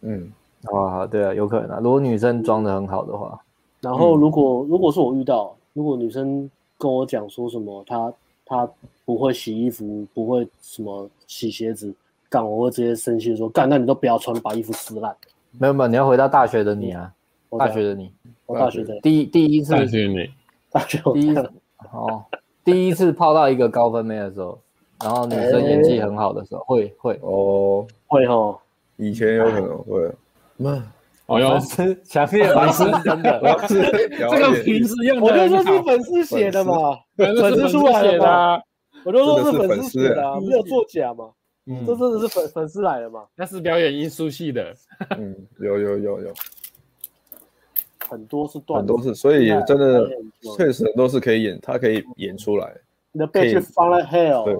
[SPEAKER 3] 嗯，
[SPEAKER 1] 哇，对啊，有可能啊。如果女生装的很好的话，
[SPEAKER 4] 然
[SPEAKER 1] 嗯
[SPEAKER 4] 后如果、如果是我遇到，如果女生跟我讲说什么她她不会洗衣服，不会什么洗鞋子，干我会直接生气地说干，那你都不要穿，把衣服撕烂。
[SPEAKER 1] 没有没有，你要回到大学的你
[SPEAKER 2] 嗯
[SPEAKER 1] 啊，
[SPEAKER 4] 我
[SPEAKER 1] 大学的你，
[SPEAKER 4] 我大学的
[SPEAKER 1] 第一第一次
[SPEAKER 2] 大学你
[SPEAKER 4] 大学我
[SPEAKER 1] 第一次哦，第一次泡到一个高分妹的时候，然后女
[SPEAKER 2] 哎
[SPEAKER 1] 生演技很好的时候，会会，
[SPEAKER 3] 哦，
[SPEAKER 4] 会哦，
[SPEAKER 3] 以前有可能
[SPEAKER 4] 嗯
[SPEAKER 3] 会， 那
[SPEAKER 2] 哦哟，
[SPEAKER 1] 是 强烈反思，真
[SPEAKER 3] 我
[SPEAKER 1] 的，
[SPEAKER 3] 要是
[SPEAKER 2] 这
[SPEAKER 3] 了
[SPEAKER 2] 个
[SPEAKER 3] 解
[SPEAKER 2] 平时用
[SPEAKER 4] 我
[SPEAKER 2] 的
[SPEAKER 4] 就说
[SPEAKER 2] 很
[SPEAKER 4] 是
[SPEAKER 2] 好，
[SPEAKER 4] 粉丝写的嘛，
[SPEAKER 2] 对这是
[SPEAKER 4] 粉丝出
[SPEAKER 2] 粉
[SPEAKER 4] 来
[SPEAKER 2] 写
[SPEAKER 4] 了
[SPEAKER 2] 的
[SPEAKER 4] 嘛，
[SPEAKER 2] 啊，
[SPEAKER 4] 我就说
[SPEAKER 3] 真的是
[SPEAKER 4] 粉
[SPEAKER 3] 粉
[SPEAKER 4] 丝
[SPEAKER 3] 丝
[SPEAKER 4] 写的啊，没有作假嘛，
[SPEAKER 2] 嗯
[SPEAKER 4] 这真的是粉粉丝来了嘛，
[SPEAKER 2] 那是表演艺术系的，
[SPEAKER 3] 嗯，有有有有，
[SPEAKER 4] 很多是段
[SPEAKER 3] 很
[SPEAKER 4] 子
[SPEAKER 3] 多，是，所以也真的
[SPEAKER 4] 对
[SPEAKER 3] 确实很多是可以演，他可以演出来，
[SPEAKER 4] 你的被
[SPEAKER 3] 可
[SPEAKER 4] 去
[SPEAKER 3] 以
[SPEAKER 4] 放在 hell，
[SPEAKER 3] 对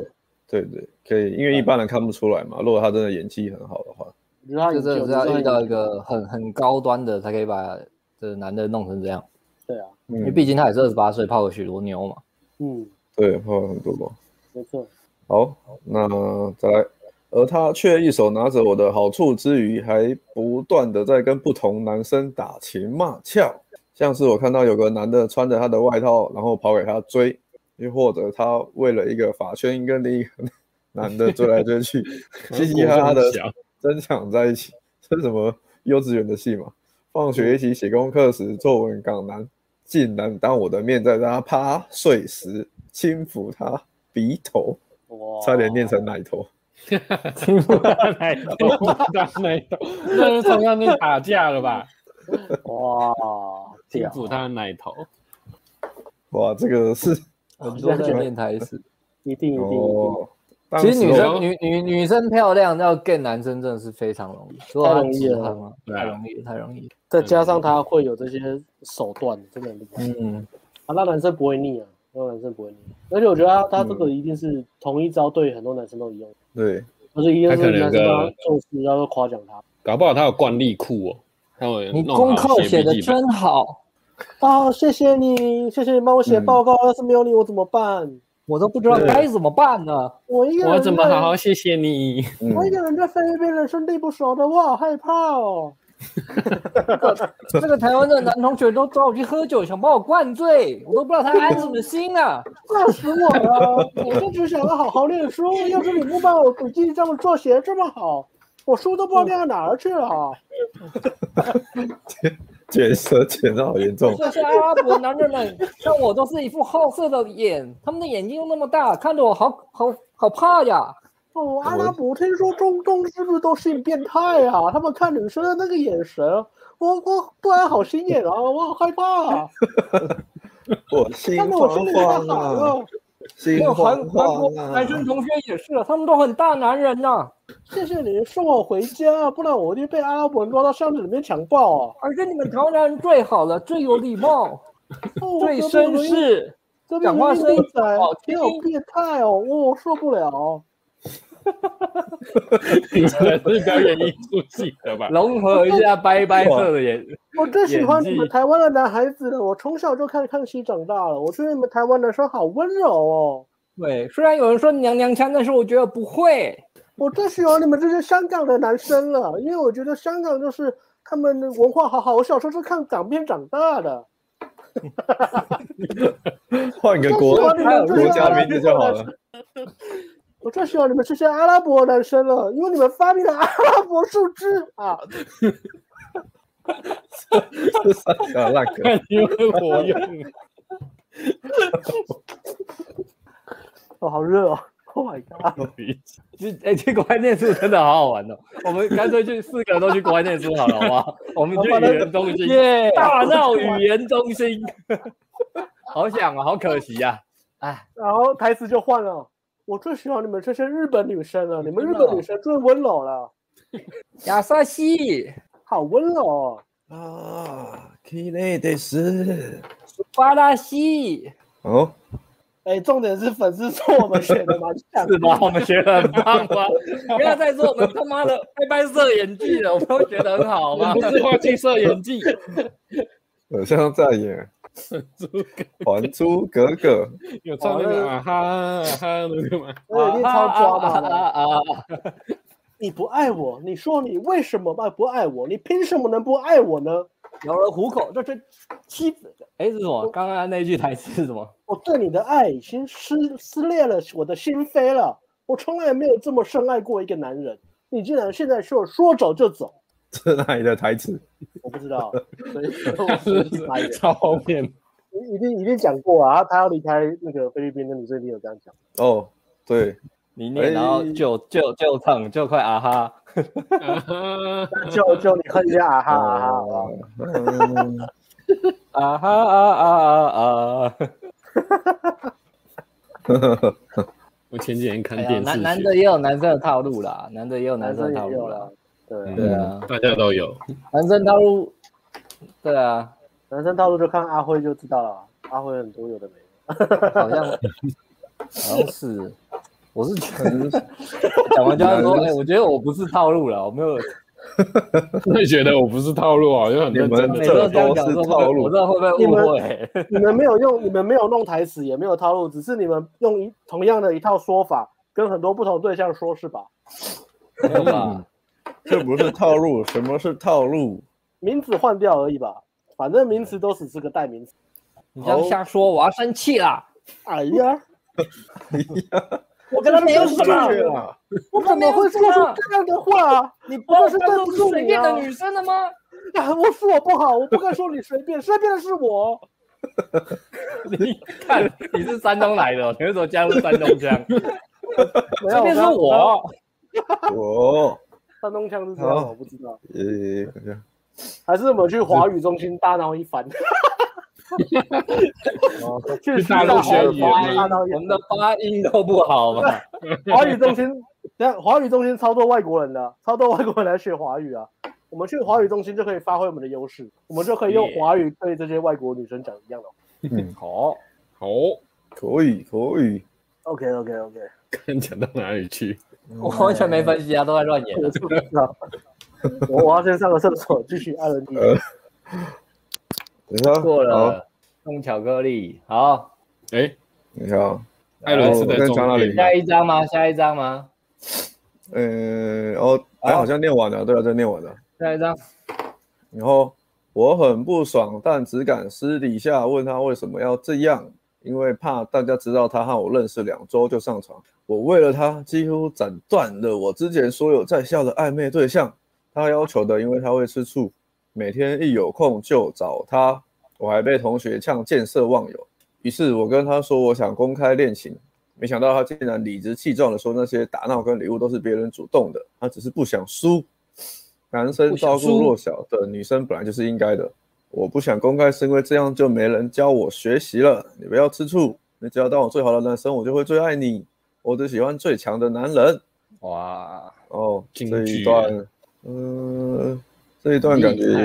[SPEAKER 3] 对对，可以，因为一般人看不出来嘛。如果他真的演技很好的话，
[SPEAKER 4] 你知道他
[SPEAKER 1] 就
[SPEAKER 4] 有
[SPEAKER 1] 真的是
[SPEAKER 4] 救
[SPEAKER 1] 要
[SPEAKER 4] 你知道他
[SPEAKER 1] 遇到
[SPEAKER 4] 有
[SPEAKER 1] 一个很很高端的，才可以把这男的弄成这样，
[SPEAKER 4] 对啊，
[SPEAKER 1] 因
[SPEAKER 3] 因
[SPEAKER 1] 为毕竟他也是二十八岁，泡了许多妞嘛。
[SPEAKER 4] 嗯，
[SPEAKER 3] 对会有很多嘛。
[SPEAKER 4] 没错，
[SPEAKER 3] 好，那再来，而他却一手拿着我的好处之余，还不断的在跟不同男生打情骂俏，像是我看到有个男的穿着他的外套，然后跑给他追，又或者他为了一个法圈跟另一个男的追来追去， 嘻嘻哈哈的
[SPEAKER 2] 小
[SPEAKER 3] 争抢在一起，这是什么幼稚园的戏嘛？放学一起写功课时，作文港男竟然当我的面在让他趴睡时轻抚他鼻头，
[SPEAKER 4] 哇，
[SPEAKER 3] 差点念成奶头。
[SPEAKER 2] 奶头，当奶头，那是同样就打架了 吧？
[SPEAKER 4] 哇，
[SPEAKER 2] 欺
[SPEAKER 3] 啊
[SPEAKER 4] 屌，
[SPEAKER 2] 负他的奶头，
[SPEAKER 3] 哇，这个是
[SPEAKER 1] 很多在练台词，
[SPEAKER 4] 一定一定一定，
[SPEAKER 3] 哦。当
[SPEAKER 1] 其实女
[SPEAKER 3] 时
[SPEAKER 1] 生女女女生漂亮要 get 男生真的是非常容易，如果他直行啊，
[SPEAKER 2] 太
[SPEAKER 1] 太
[SPEAKER 2] 容
[SPEAKER 1] 容易太容易。
[SPEAKER 4] 再加上他会有这些手段，真的很厉害。
[SPEAKER 1] 嗯，
[SPEAKER 4] 啊，那男生不会腻啊，那男生不会腻。而且我觉得他他这
[SPEAKER 3] 嗯
[SPEAKER 4] 个一定是同一招，对很多男生都一样，
[SPEAKER 3] 对，嗯
[SPEAKER 4] 就是一定是
[SPEAKER 2] 他可能有
[SPEAKER 4] 男生
[SPEAKER 2] 个
[SPEAKER 4] 帮他做事，然后夸奖他。
[SPEAKER 2] 搞不好他有惯例库哦，他有
[SPEAKER 1] 你
[SPEAKER 2] 弄
[SPEAKER 1] 功
[SPEAKER 2] 好
[SPEAKER 1] 课写的
[SPEAKER 2] 笔记本
[SPEAKER 1] 真好，
[SPEAKER 4] 啊，谢谢你，谢谢你帮我写
[SPEAKER 3] 嗯
[SPEAKER 4] 报告，要是没有你我怎么办？
[SPEAKER 1] 我都不知道该怎么办呢。
[SPEAKER 4] 我一个人
[SPEAKER 2] 我怎么
[SPEAKER 4] 在
[SPEAKER 2] 好好谢 谢你？
[SPEAKER 3] 嗯，
[SPEAKER 4] 我一个人在菲律宾人生地不熟的，我好害怕哦。
[SPEAKER 1] 这个台湾的男同学都找我去喝酒，想把我灌醉，我都不知道他安什么心啊。
[SPEAKER 4] 饿死我 了！我就只想要好好念书，要是你不把我笔记这么做写得这么好，我书都不知道念到哪儿去了。
[SPEAKER 3] 卷舌卷到好严 重。
[SPEAKER 1] 这些阿拉伯男人们像我都是一副好色的眼，他们的眼睛又那么大，看得我好好好怕呀。
[SPEAKER 4] 哦，阿拉伯，听说中东是不是都性变态啊？他们看女生的那个眼神，我我突然好心眼啊，我好害怕啊！
[SPEAKER 3] 我心
[SPEAKER 4] 看得我 心
[SPEAKER 3] 慌
[SPEAKER 4] 里发
[SPEAKER 3] 慌
[SPEAKER 4] 寒
[SPEAKER 3] 啊，
[SPEAKER 4] 了。
[SPEAKER 3] 心
[SPEAKER 1] 还有韩
[SPEAKER 3] 慌
[SPEAKER 1] 韩国
[SPEAKER 3] 慌啊
[SPEAKER 1] 男。生同学也是，他们都很大男人呐、
[SPEAKER 4] 谢谢你送我回家，不然我一定被阿拉伯人抓到巷子里面强暴啊！
[SPEAKER 1] 而且你们台湾人最好了，最有礼貌，
[SPEAKER 4] 哦我
[SPEAKER 1] 最
[SPEAKER 4] 隔壁
[SPEAKER 1] 绅
[SPEAKER 4] 邻居
[SPEAKER 1] 士。
[SPEAKER 4] 这边
[SPEAKER 1] 讲话声音
[SPEAKER 4] 仔
[SPEAKER 1] 好听
[SPEAKER 4] 你好变态哦，我受不了。
[SPEAKER 2] 你真的是表演艺术系 的吧？
[SPEAKER 1] 融合一下白白色的眼，
[SPEAKER 4] 我最喜欢你
[SPEAKER 1] 演
[SPEAKER 4] 们
[SPEAKER 1] 技
[SPEAKER 4] 台湾的男孩子了，我从小就看康熙长大了，我觉得你们台湾男生好温柔哦。
[SPEAKER 1] 对，虽然有人说娘娘腔，但是我觉得不会。
[SPEAKER 4] 我最喜欢你们这些香港的男生了，因为我觉得香港就是他们的文化好好。我小时候是看港片长大的。
[SPEAKER 3] 啊换个国
[SPEAKER 4] 我最喜欢你们这
[SPEAKER 3] 国
[SPEAKER 4] 些阿
[SPEAKER 3] 家
[SPEAKER 4] 拉
[SPEAKER 3] 名字就好了。
[SPEAKER 4] 我最喜欢你们这些阿拉伯男生了，因为你们发明了阿拉伯树枝啊！
[SPEAKER 3] 这三个烂梗。
[SPEAKER 2] 看你会活用，
[SPEAKER 4] 哦，好热哦！Oh my god！
[SPEAKER 1] 就哎、去国外念书真的好好玩哦。我们干脆去四个都去国外念书好了，好不好？我们去语言中心，
[SPEAKER 4] 耶
[SPEAKER 1] 大闹语言中心。好想啊，好可惜呀、啊！哎，
[SPEAKER 4] 然后台词就换了。我最喜欢你们这些日本女生了，你们日本女生最温柔了，
[SPEAKER 1] 亚萨西、
[SPEAKER 4] 好温柔哦。
[SPEAKER 3] 啊，きれいです。
[SPEAKER 1] 巴拉西，
[SPEAKER 3] 哦，
[SPEAKER 4] 哎，重点是粉丝说我们选的嘛，
[SPEAKER 1] 是吗？我们学的很棒吗？不要再说我们他妈的拜拜色演技了，我们都学得很好吗？
[SPEAKER 2] 不是话剧社演技，
[SPEAKER 3] 有像在演还珠格格》
[SPEAKER 2] 有唱那
[SPEAKER 3] 哦
[SPEAKER 2] 个啊哈啊哈那个吗？
[SPEAKER 4] 我一定超抓马的。
[SPEAKER 1] 啊
[SPEAKER 4] 你不爱我，你说你为什么不不爱我？你凭什么能不爱我呢？
[SPEAKER 1] 咬了虎口，这这妻子，哎，是什么？刚刚那句台词是什么？
[SPEAKER 4] 我对你的爱已经撕撕裂了我的心扉了，我从来没有这么深爱过一个男人。你竟然现在说说走就走，
[SPEAKER 3] 这是哪里的台词？
[SPEAKER 4] 我不知道， 所以
[SPEAKER 2] 是
[SPEAKER 4] 我一白眼
[SPEAKER 2] 超后面，
[SPEAKER 4] 一定一定讲过啊，他要离开那个菲律宾的女生，一定有这样讲。
[SPEAKER 3] 哦，对，
[SPEAKER 1] 你念，然后就就就唱，就快啊哈！
[SPEAKER 2] 啊 哈
[SPEAKER 4] 就就你哼一下啊哈啊哈
[SPEAKER 1] 哦
[SPEAKER 4] 啊哈，
[SPEAKER 3] 嗯
[SPEAKER 1] 啊哈啊啊啊啊！
[SPEAKER 2] 我前几天看
[SPEAKER 1] 哎呀，
[SPEAKER 2] 电视
[SPEAKER 1] 男
[SPEAKER 2] 剧，
[SPEAKER 1] 男的也有男生的套路啦，男的也有男
[SPEAKER 4] 男
[SPEAKER 1] 生
[SPEAKER 4] 生
[SPEAKER 1] 的套
[SPEAKER 4] 也
[SPEAKER 1] 路
[SPEAKER 4] 有
[SPEAKER 1] 啦
[SPEAKER 4] 啦。，对啊，
[SPEAKER 1] 对啊，
[SPEAKER 2] 大家都有，
[SPEAKER 1] 男生套路，对啊，
[SPEAKER 4] 男生套路就看阿辉就知道了，阿辉很多有的没的。
[SPEAKER 1] 好像好像是，我是觉 得讲完就要说，哎、我觉得我不是套路了，我没有
[SPEAKER 2] 会觉得我不是套路啊，就很认
[SPEAKER 3] 你
[SPEAKER 2] 真
[SPEAKER 3] 们
[SPEAKER 1] 每
[SPEAKER 2] 的。
[SPEAKER 1] 次都这样讲说，
[SPEAKER 3] 这都是套路
[SPEAKER 1] 我知道会不会误会、
[SPEAKER 4] 你们没有用，你们没有弄台词，也没有套路，只是你们用一同样的一套说法，跟很多不同对象说，是吧？
[SPEAKER 1] 没有吧？
[SPEAKER 3] 这不是套路，什么是套路？
[SPEAKER 4] 名字换掉而已吧，反正名词都只是个代名词。
[SPEAKER 1] 你这样瞎说，我要生气啦！
[SPEAKER 4] 哎呀，
[SPEAKER 1] 我跟他没有什么，
[SPEAKER 3] 啊，
[SPEAKER 4] 我怎么会说出这样的 话？啊
[SPEAKER 1] 你不
[SPEAKER 4] 不
[SPEAKER 1] 要
[SPEAKER 4] 要
[SPEAKER 1] 是
[SPEAKER 4] 哦是
[SPEAKER 1] 对
[SPEAKER 4] 对
[SPEAKER 1] 不
[SPEAKER 4] 不
[SPEAKER 1] 住
[SPEAKER 4] 住
[SPEAKER 1] 随
[SPEAKER 4] 你
[SPEAKER 1] 便的
[SPEAKER 4] 啊
[SPEAKER 1] 女生了吗？
[SPEAKER 4] 啊我说我不好，我不该说你随便，随便的是 我。
[SPEAKER 1] 你看你是山东来的哦，你为什么加入山 东腔？
[SPEAKER 4] 没
[SPEAKER 1] 这
[SPEAKER 4] 有，
[SPEAKER 1] 边是
[SPEAKER 4] 刚刚
[SPEAKER 1] 我，
[SPEAKER 3] 哦，
[SPEAKER 4] 山东腔是这样，
[SPEAKER 3] 好
[SPEAKER 4] 我不知道。
[SPEAKER 3] 呃，
[SPEAKER 4] 还是我们去华语中心大闹一番？去
[SPEAKER 2] 去大陆学语言
[SPEAKER 4] 大闹一
[SPEAKER 1] 我
[SPEAKER 4] 番
[SPEAKER 1] 们的发音都不好嘛。
[SPEAKER 4] 华语中心，等一下华语中心超多外国人的，超多外国人来学华语啊。我们去华语中心就可以发挥我们的优势，我们就可以用
[SPEAKER 2] Yeah
[SPEAKER 4] 华语对这些外国女生讲一样的话。
[SPEAKER 3] 嗯，
[SPEAKER 1] 好，
[SPEAKER 2] 好，
[SPEAKER 3] 可以，可以，
[SPEAKER 4] OK OK OK，
[SPEAKER 2] 看讲到哪里去？
[SPEAKER 1] 我完全没分析啊，都在乱演
[SPEAKER 4] 我。是不知道， 我我要先上个厕所，继续艾伦迪。
[SPEAKER 3] 呃等一下，
[SPEAKER 1] 过
[SPEAKER 3] 好，
[SPEAKER 1] 了，弄巧克力。好，
[SPEAKER 2] 哎，
[SPEAKER 3] 等一下，
[SPEAKER 2] 艾伦是
[SPEAKER 3] 我
[SPEAKER 2] 在
[SPEAKER 3] 在
[SPEAKER 2] 中
[SPEAKER 3] 讲到哪
[SPEAKER 2] 间
[SPEAKER 3] 里
[SPEAKER 1] 下一张吗？下一张吗？
[SPEAKER 3] 嗯，哦，哎，好像念完了，对啊，这念完了。
[SPEAKER 1] 下一张。
[SPEAKER 3] 然后我很不爽，但只敢私底下问他为什么要这样，因为怕大家知道他和我认识两周就上床。我为了他几乎斩断了我之前所有在校的暧昧对象。他要求的，因为他会吃醋，每天一有空就找他。我还被同学呛见色忘友，于是我跟他说我想公开恋情，没想到他竟然理直气壮的说那些打闹跟礼物都是别人主动的，他只是不想输。男生照顾弱小的女生本来就是应该的。我不想公开是因为这样就没人教我学习了。你不要吃醋，你只要当我最好的男生，我就会最爱你。我只喜欢最强的男人。
[SPEAKER 1] 哇，
[SPEAKER 3] 哦，
[SPEAKER 2] 京
[SPEAKER 3] 这
[SPEAKER 2] 剧
[SPEAKER 3] 一段，嗯、这一段感觉
[SPEAKER 1] 厉害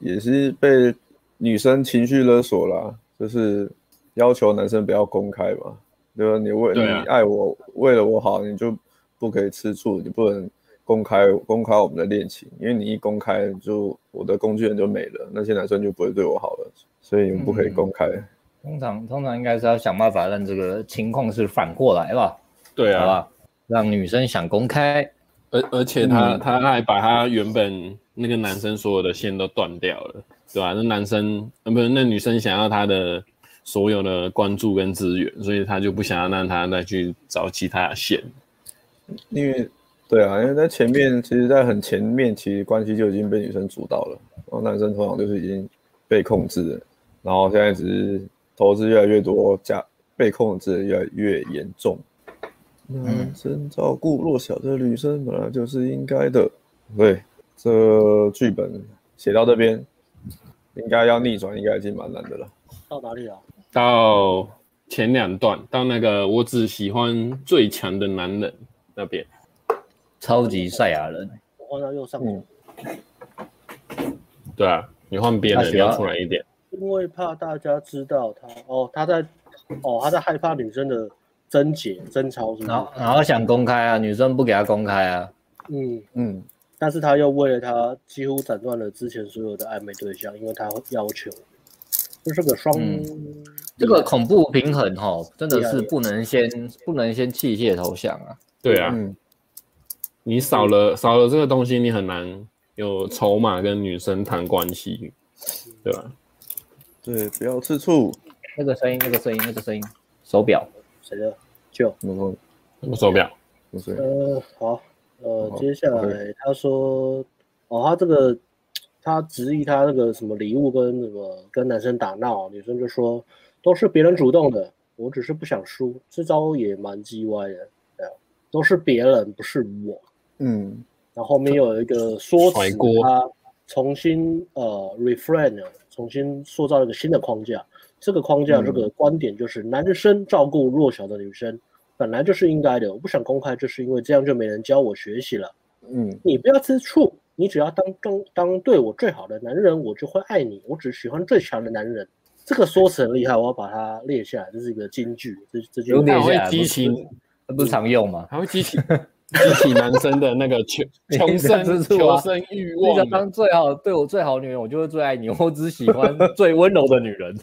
[SPEAKER 3] 也也是被女生情绪勒索啦，就是要求男生不要公开嘛，对吧？你为、
[SPEAKER 2] 对啊
[SPEAKER 3] 你爱我，为了我好，你就不可以吃醋，你不能公开公开我们的恋情，因为你一公开就我的工具人就没了，那些男生就不会对我好了，所以你们不可以公开。
[SPEAKER 1] 通常通常应该是要想办法让这个情况是反过来吧，
[SPEAKER 2] 对
[SPEAKER 1] 好
[SPEAKER 2] 啊，
[SPEAKER 1] 吧？让女生想公开，
[SPEAKER 2] 而而且他
[SPEAKER 3] 嗯
[SPEAKER 2] 他还把他原本那个男生所有的线都断掉了，对吧？那男生呃不是那女生想要他的所有的关注跟资源，所以他就不想要让他再去找其他的线。
[SPEAKER 3] 因为对啊，因为在前面，其实，在很前面，其实关系就已经被女生主导了，然后男生通常就是已经被控制了，然后现在只是投资越来越多，加被控制得越来越严重。
[SPEAKER 2] 嗯
[SPEAKER 3] 男生照顾弱小的女生本来就是应该的，对，这剧本写到这边，应该要逆转，应该已经蛮难的了。
[SPEAKER 4] 到哪里啊？
[SPEAKER 2] 到前两段，到那个我只喜欢最强的男人那边，
[SPEAKER 1] 超级赛亚人，
[SPEAKER 4] 我换到右上角，
[SPEAKER 3] 嗯
[SPEAKER 2] 对啊，你换别
[SPEAKER 1] 他
[SPEAKER 2] 人，
[SPEAKER 1] 喜
[SPEAKER 2] 你
[SPEAKER 1] 欢
[SPEAKER 2] 要出来一点，
[SPEAKER 4] 因为怕大家知道他哦，他在哦他在害怕女生的贞洁贞操，是不是
[SPEAKER 1] 然？后然后想公开啊，女生不给他公开啊，
[SPEAKER 4] 嗯，
[SPEAKER 3] 嗯，
[SPEAKER 4] 但是他又为了他几乎斩断了之前所有的暧昧对象，因为他要求，这是个双、
[SPEAKER 5] 嗯这个恐怖平衡哈，真的
[SPEAKER 4] 厉害
[SPEAKER 1] 啊
[SPEAKER 5] 是不能先不能先器械投降啊。
[SPEAKER 2] 对啊，
[SPEAKER 3] 嗯，
[SPEAKER 2] 你少了少了这个东西，你很难有筹码跟女生谈关系，对吧？
[SPEAKER 3] 对，不要吃醋。
[SPEAKER 5] 那个声音，那个声音，那个声音，手表。
[SPEAKER 4] 谁的？
[SPEAKER 3] 没错，
[SPEAKER 2] 我手表，
[SPEAKER 3] 没错。
[SPEAKER 4] 呃，好，呃，
[SPEAKER 3] 好
[SPEAKER 4] 接下来他说，哦，他这个他质疑他那个什么礼物跟什么跟男生打闹，女生就说都是别人主动的，我只是不想输，这招也蛮鸡歪的，对啊，都是别人不是我。
[SPEAKER 3] 嗯，
[SPEAKER 4] 然后后面又有一个说
[SPEAKER 2] 甩
[SPEAKER 4] 辞，
[SPEAKER 2] 锅
[SPEAKER 4] 他重新呃 reframe 了重新塑造了一个新的框架。这个框架，
[SPEAKER 3] 嗯
[SPEAKER 4] 这个观点就是男生照顾弱小的女生本来就是应该的。我不想公开，就是因为这样就没人教我学习了。
[SPEAKER 3] 嗯，
[SPEAKER 4] 你不要吃醋，你只要当当当对我最好的男人，我就会爱你。我只喜欢最强的男人。这个说辞很厉害，我要把它列下来，这是一个金句。这这句
[SPEAKER 5] 有点
[SPEAKER 2] 它
[SPEAKER 5] 像
[SPEAKER 2] 会激起，
[SPEAKER 5] 这不是常用吗？
[SPEAKER 2] 还会 激起激起男生的那个求
[SPEAKER 5] 你
[SPEAKER 2] 求生
[SPEAKER 5] 这是醋
[SPEAKER 2] 求
[SPEAKER 5] 啊
[SPEAKER 2] 生欲
[SPEAKER 5] 那个
[SPEAKER 2] 望的。
[SPEAKER 5] 当最好对我最好的女人，我就会最爱你。我只喜 欢最温柔的女人，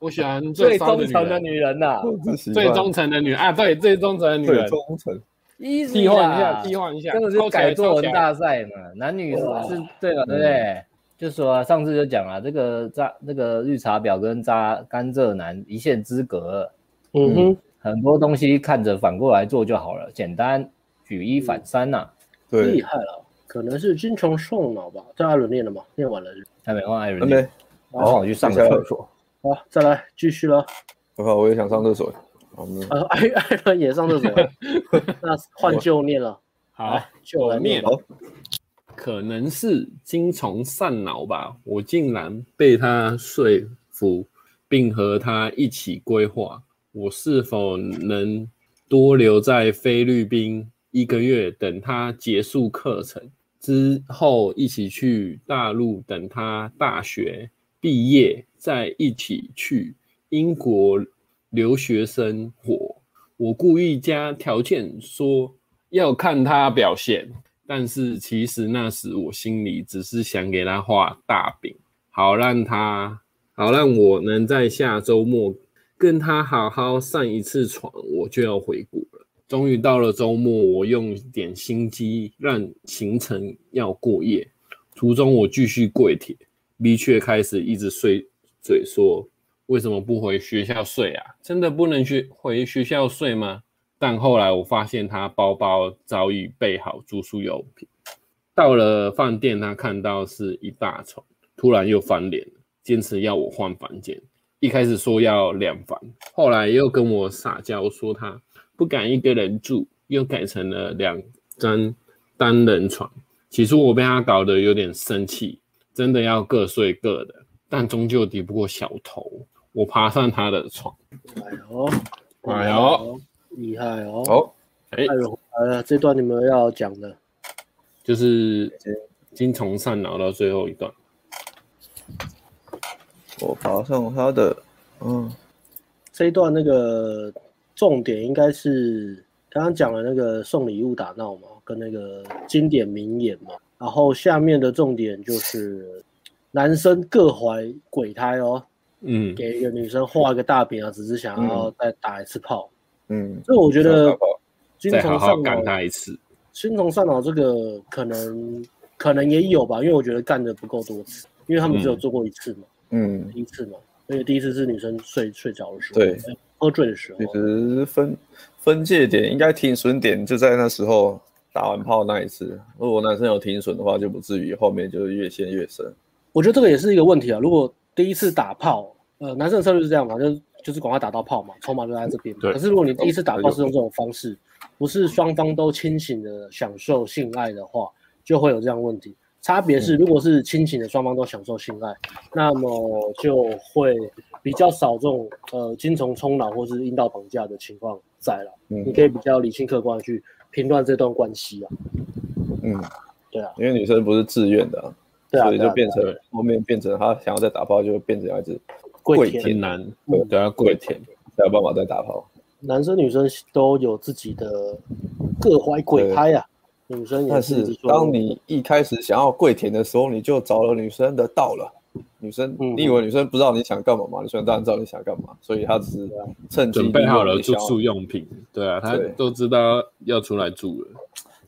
[SPEAKER 2] 我喜欢最
[SPEAKER 5] 最
[SPEAKER 2] 骚
[SPEAKER 5] 忠
[SPEAKER 2] 的女
[SPEAKER 5] 诚的
[SPEAKER 2] 人，
[SPEAKER 5] 女人啊呐、
[SPEAKER 3] 自喜
[SPEAKER 2] 最
[SPEAKER 3] 欢
[SPEAKER 2] 忠诚的女啊，对，最忠诚的女
[SPEAKER 3] 最
[SPEAKER 2] 人。
[SPEAKER 3] 忠诚。
[SPEAKER 5] ，easy
[SPEAKER 2] 替换一下，
[SPEAKER 5] 啦，
[SPEAKER 2] 替换一下，
[SPEAKER 5] 啊真的
[SPEAKER 2] 抄
[SPEAKER 5] 是
[SPEAKER 2] 起来
[SPEAKER 5] 改作
[SPEAKER 2] 抄起
[SPEAKER 5] 文
[SPEAKER 2] 来
[SPEAKER 5] 大赛嘛，男女是对吧？对不对？就说啊，上次就讲了，这个渣那个绿茶婊跟渣甘蔗男一线之隔，
[SPEAKER 4] 嗯哼，
[SPEAKER 5] 很多东西看着反过来做就好了，简单，举一反三呐、
[SPEAKER 4] 厉
[SPEAKER 3] 对，
[SPEAKER 4] 害了，可能是精虫送脑吧。这艾伦念了吗？念完了是不是
[SPEAKER 5] 还没换艾
[SPEAKER 3] 那
[SPEAKER 5] 伦，
[SPEAKER 3] 没，
[SPEAKER 5] 我哎好我去上个厕所。
[SPEAKER 4] 好，再来继续了。
[SPEAKER 3] 我靠，我也想上厕所。好，没有
[SPEAKER 4] 呃，艾 艾伦也上厕 所了，那换旧念了，
[SPEAKER 2] 好，
[SPEAKER 4] 旧来念
[SPEAKER 2] 念
[SPEAKER 4] 吧。
[SPEAKER 2] 可能是精虫散脑吧，我竟然被他说服，并和他一起规划，我是否能多留在菲律宾一个月，等他结束课程之后，一起去大陆，等他大学毕业，再一起去英国留学生活。我故意加条件说要看他表现。但是其实那时我心里只是想给他画大饼，好让他，好让我能在下周末跟他好好上一次床，我就要回国了。终于到了周末，我用点心机让行程要过夜，途中我继续跪舔，B 却开始一直碎嘴说为什么不回学校睡啊？真的不能去回学校睡吗？但后来我发现他包包早已备好住宿用品。到了饭店，他看到是一大床，突然又翻脸了，坚持要我换房间。一开始说要两房，后来又跟我撒娇说他不敢一个人住，又改成了两张单人床。起初我被他搞得有点生气，真的要各睡各的，但终究敌不过小头。我爬上他的床，
[SPEAKER 4] 哎呦，
[SPEAKER 2] 哎呦，
[SPEAKER 4] 厉害哦！
[SPEAKER 3] 好，
[SPEAKER 2] 哎、
[SPEAKER 4] 艾伦回来了，这段你们要讲的，
[SPEAKER 2] 就是精虫上脑到最后一段。
[SPEAKER 3] 我爬上他的，嗯，
[SPEAKER 4] 这一段那个重点应该是刚刚讲的那个送礼物打闹嘛，跟那个经典名言嘛。然后下面的重点就是男生各怀鬼胎哦，
[SPEAKER 2] 嗯，
[SPEAKER 4] 给一个女生画一个大饼啊，只是想要再打一次炮。
[SPEAKER 3] 嗯，
[SPEAKER 4] 所以我觉得
[SPEAKER 3] 好好
[SPEAKER 4] 精
[SPEAKER 2] 再
[SPEAKER 4] 虫
[SPEAKER 2] 好好
[SPEAKER 4] 上
[SPEAKER 2] 干
[SPEAKER 4] 脑，
[SPEAKER 2] 他一次。
[SPEAKER 4] 精虫上脑这个可能可能也有吧，因为我觉得干的不够多次，因为他们只有
[SPEAKER 2] 嗯
[SPEAKER 4] 做过一次嘛，
[SPEAKER 3] 嗯，
[SPEAKER 4] 第一次嘛，而且第一次是女生睡睡着的时候，
[SPEAKER 3] 对，
[SPEAKER 4] 喝醉的时候
[SPEAKER 3] 其，实分分界点应该停损点就在那时候打完炮那一次。如果男生有停损的话，就不至于后面就是越陷越深。
[SPEAKER 4] 我觉得这个也是一个问题啊。如果第一次打炮，呃，男生的策略是这样嘛，就是就是赶快打到炮嘛，筹码就在这边嘛。
[SPEAKER 2] 对
[SPEAKER 4] 可是如果你第一次打炮是用这种方式，不是双方都清醒的享受性爱的话，就会有这样的问题。差别是，如果是清醒的双方都享受性爱，那么就会比较少这种呃精虫冲脑或是阴道绑架的情况在了。
[SPEAKER 3] 嗯
[SPEAKER 4] 你可以比较理性客观的去评断这段关系啊。
[SPEAKER 3] 嗯，
[SPEAKER 4] 对啊，
[SPEAKER 3] 因为女生不是自愿的啊、
[SPEAKER 4] 对啊，
[SPEAKER 3] 所以
[SPEAKER 4] 对
[SPEAKER 3] 就
[SPEAKER 4] 啊
[SPEAKER 3] 变成
[SPEAKER 2] 对
[SPEAKER 3] 后面变成他想要再打炮，就变成要一直
[SPEAKER 4] 跪
[SPEAKER 3] 跪
[SPEAKER 4] 舔
[SPEAKER 2] 挺难，
[SPEAKER 4] 嗯
[SPEAKER 2] 对啊，跪舔。
[SPEAKER 3] 才有办法再打炮。
[SPEAKER 4] 男生女生都有自己的各怀鬼胎啊，女生也
[SPEAKER 3] 但
[SPEAKER 4] 是一
[SPEAKER 3] 是
[SPEAKER 4] 直说
[SPEAKER 3] 当你一开始想要跪舔的时候，你就着了女生的道了。女生，
[SPEAKER 4] 嗯
[SPEAKER 3] 你以为女生不知道你想干嘛吗？女生当然知道你想干嘛，所以她只是
[SPEAKER 4] 啊
[SPEAKER 3] 趁机
[SPEAKER 2] 准备好了
[SPEAKER 3] 利用
[SPEAKER 2] 住
[SPEAKER 3] 你想要
[SPEAKER 2] 宿用品，对啊，他
[SPEAKER 3] 对
[SPEAKER 2] 都知道要出来住了，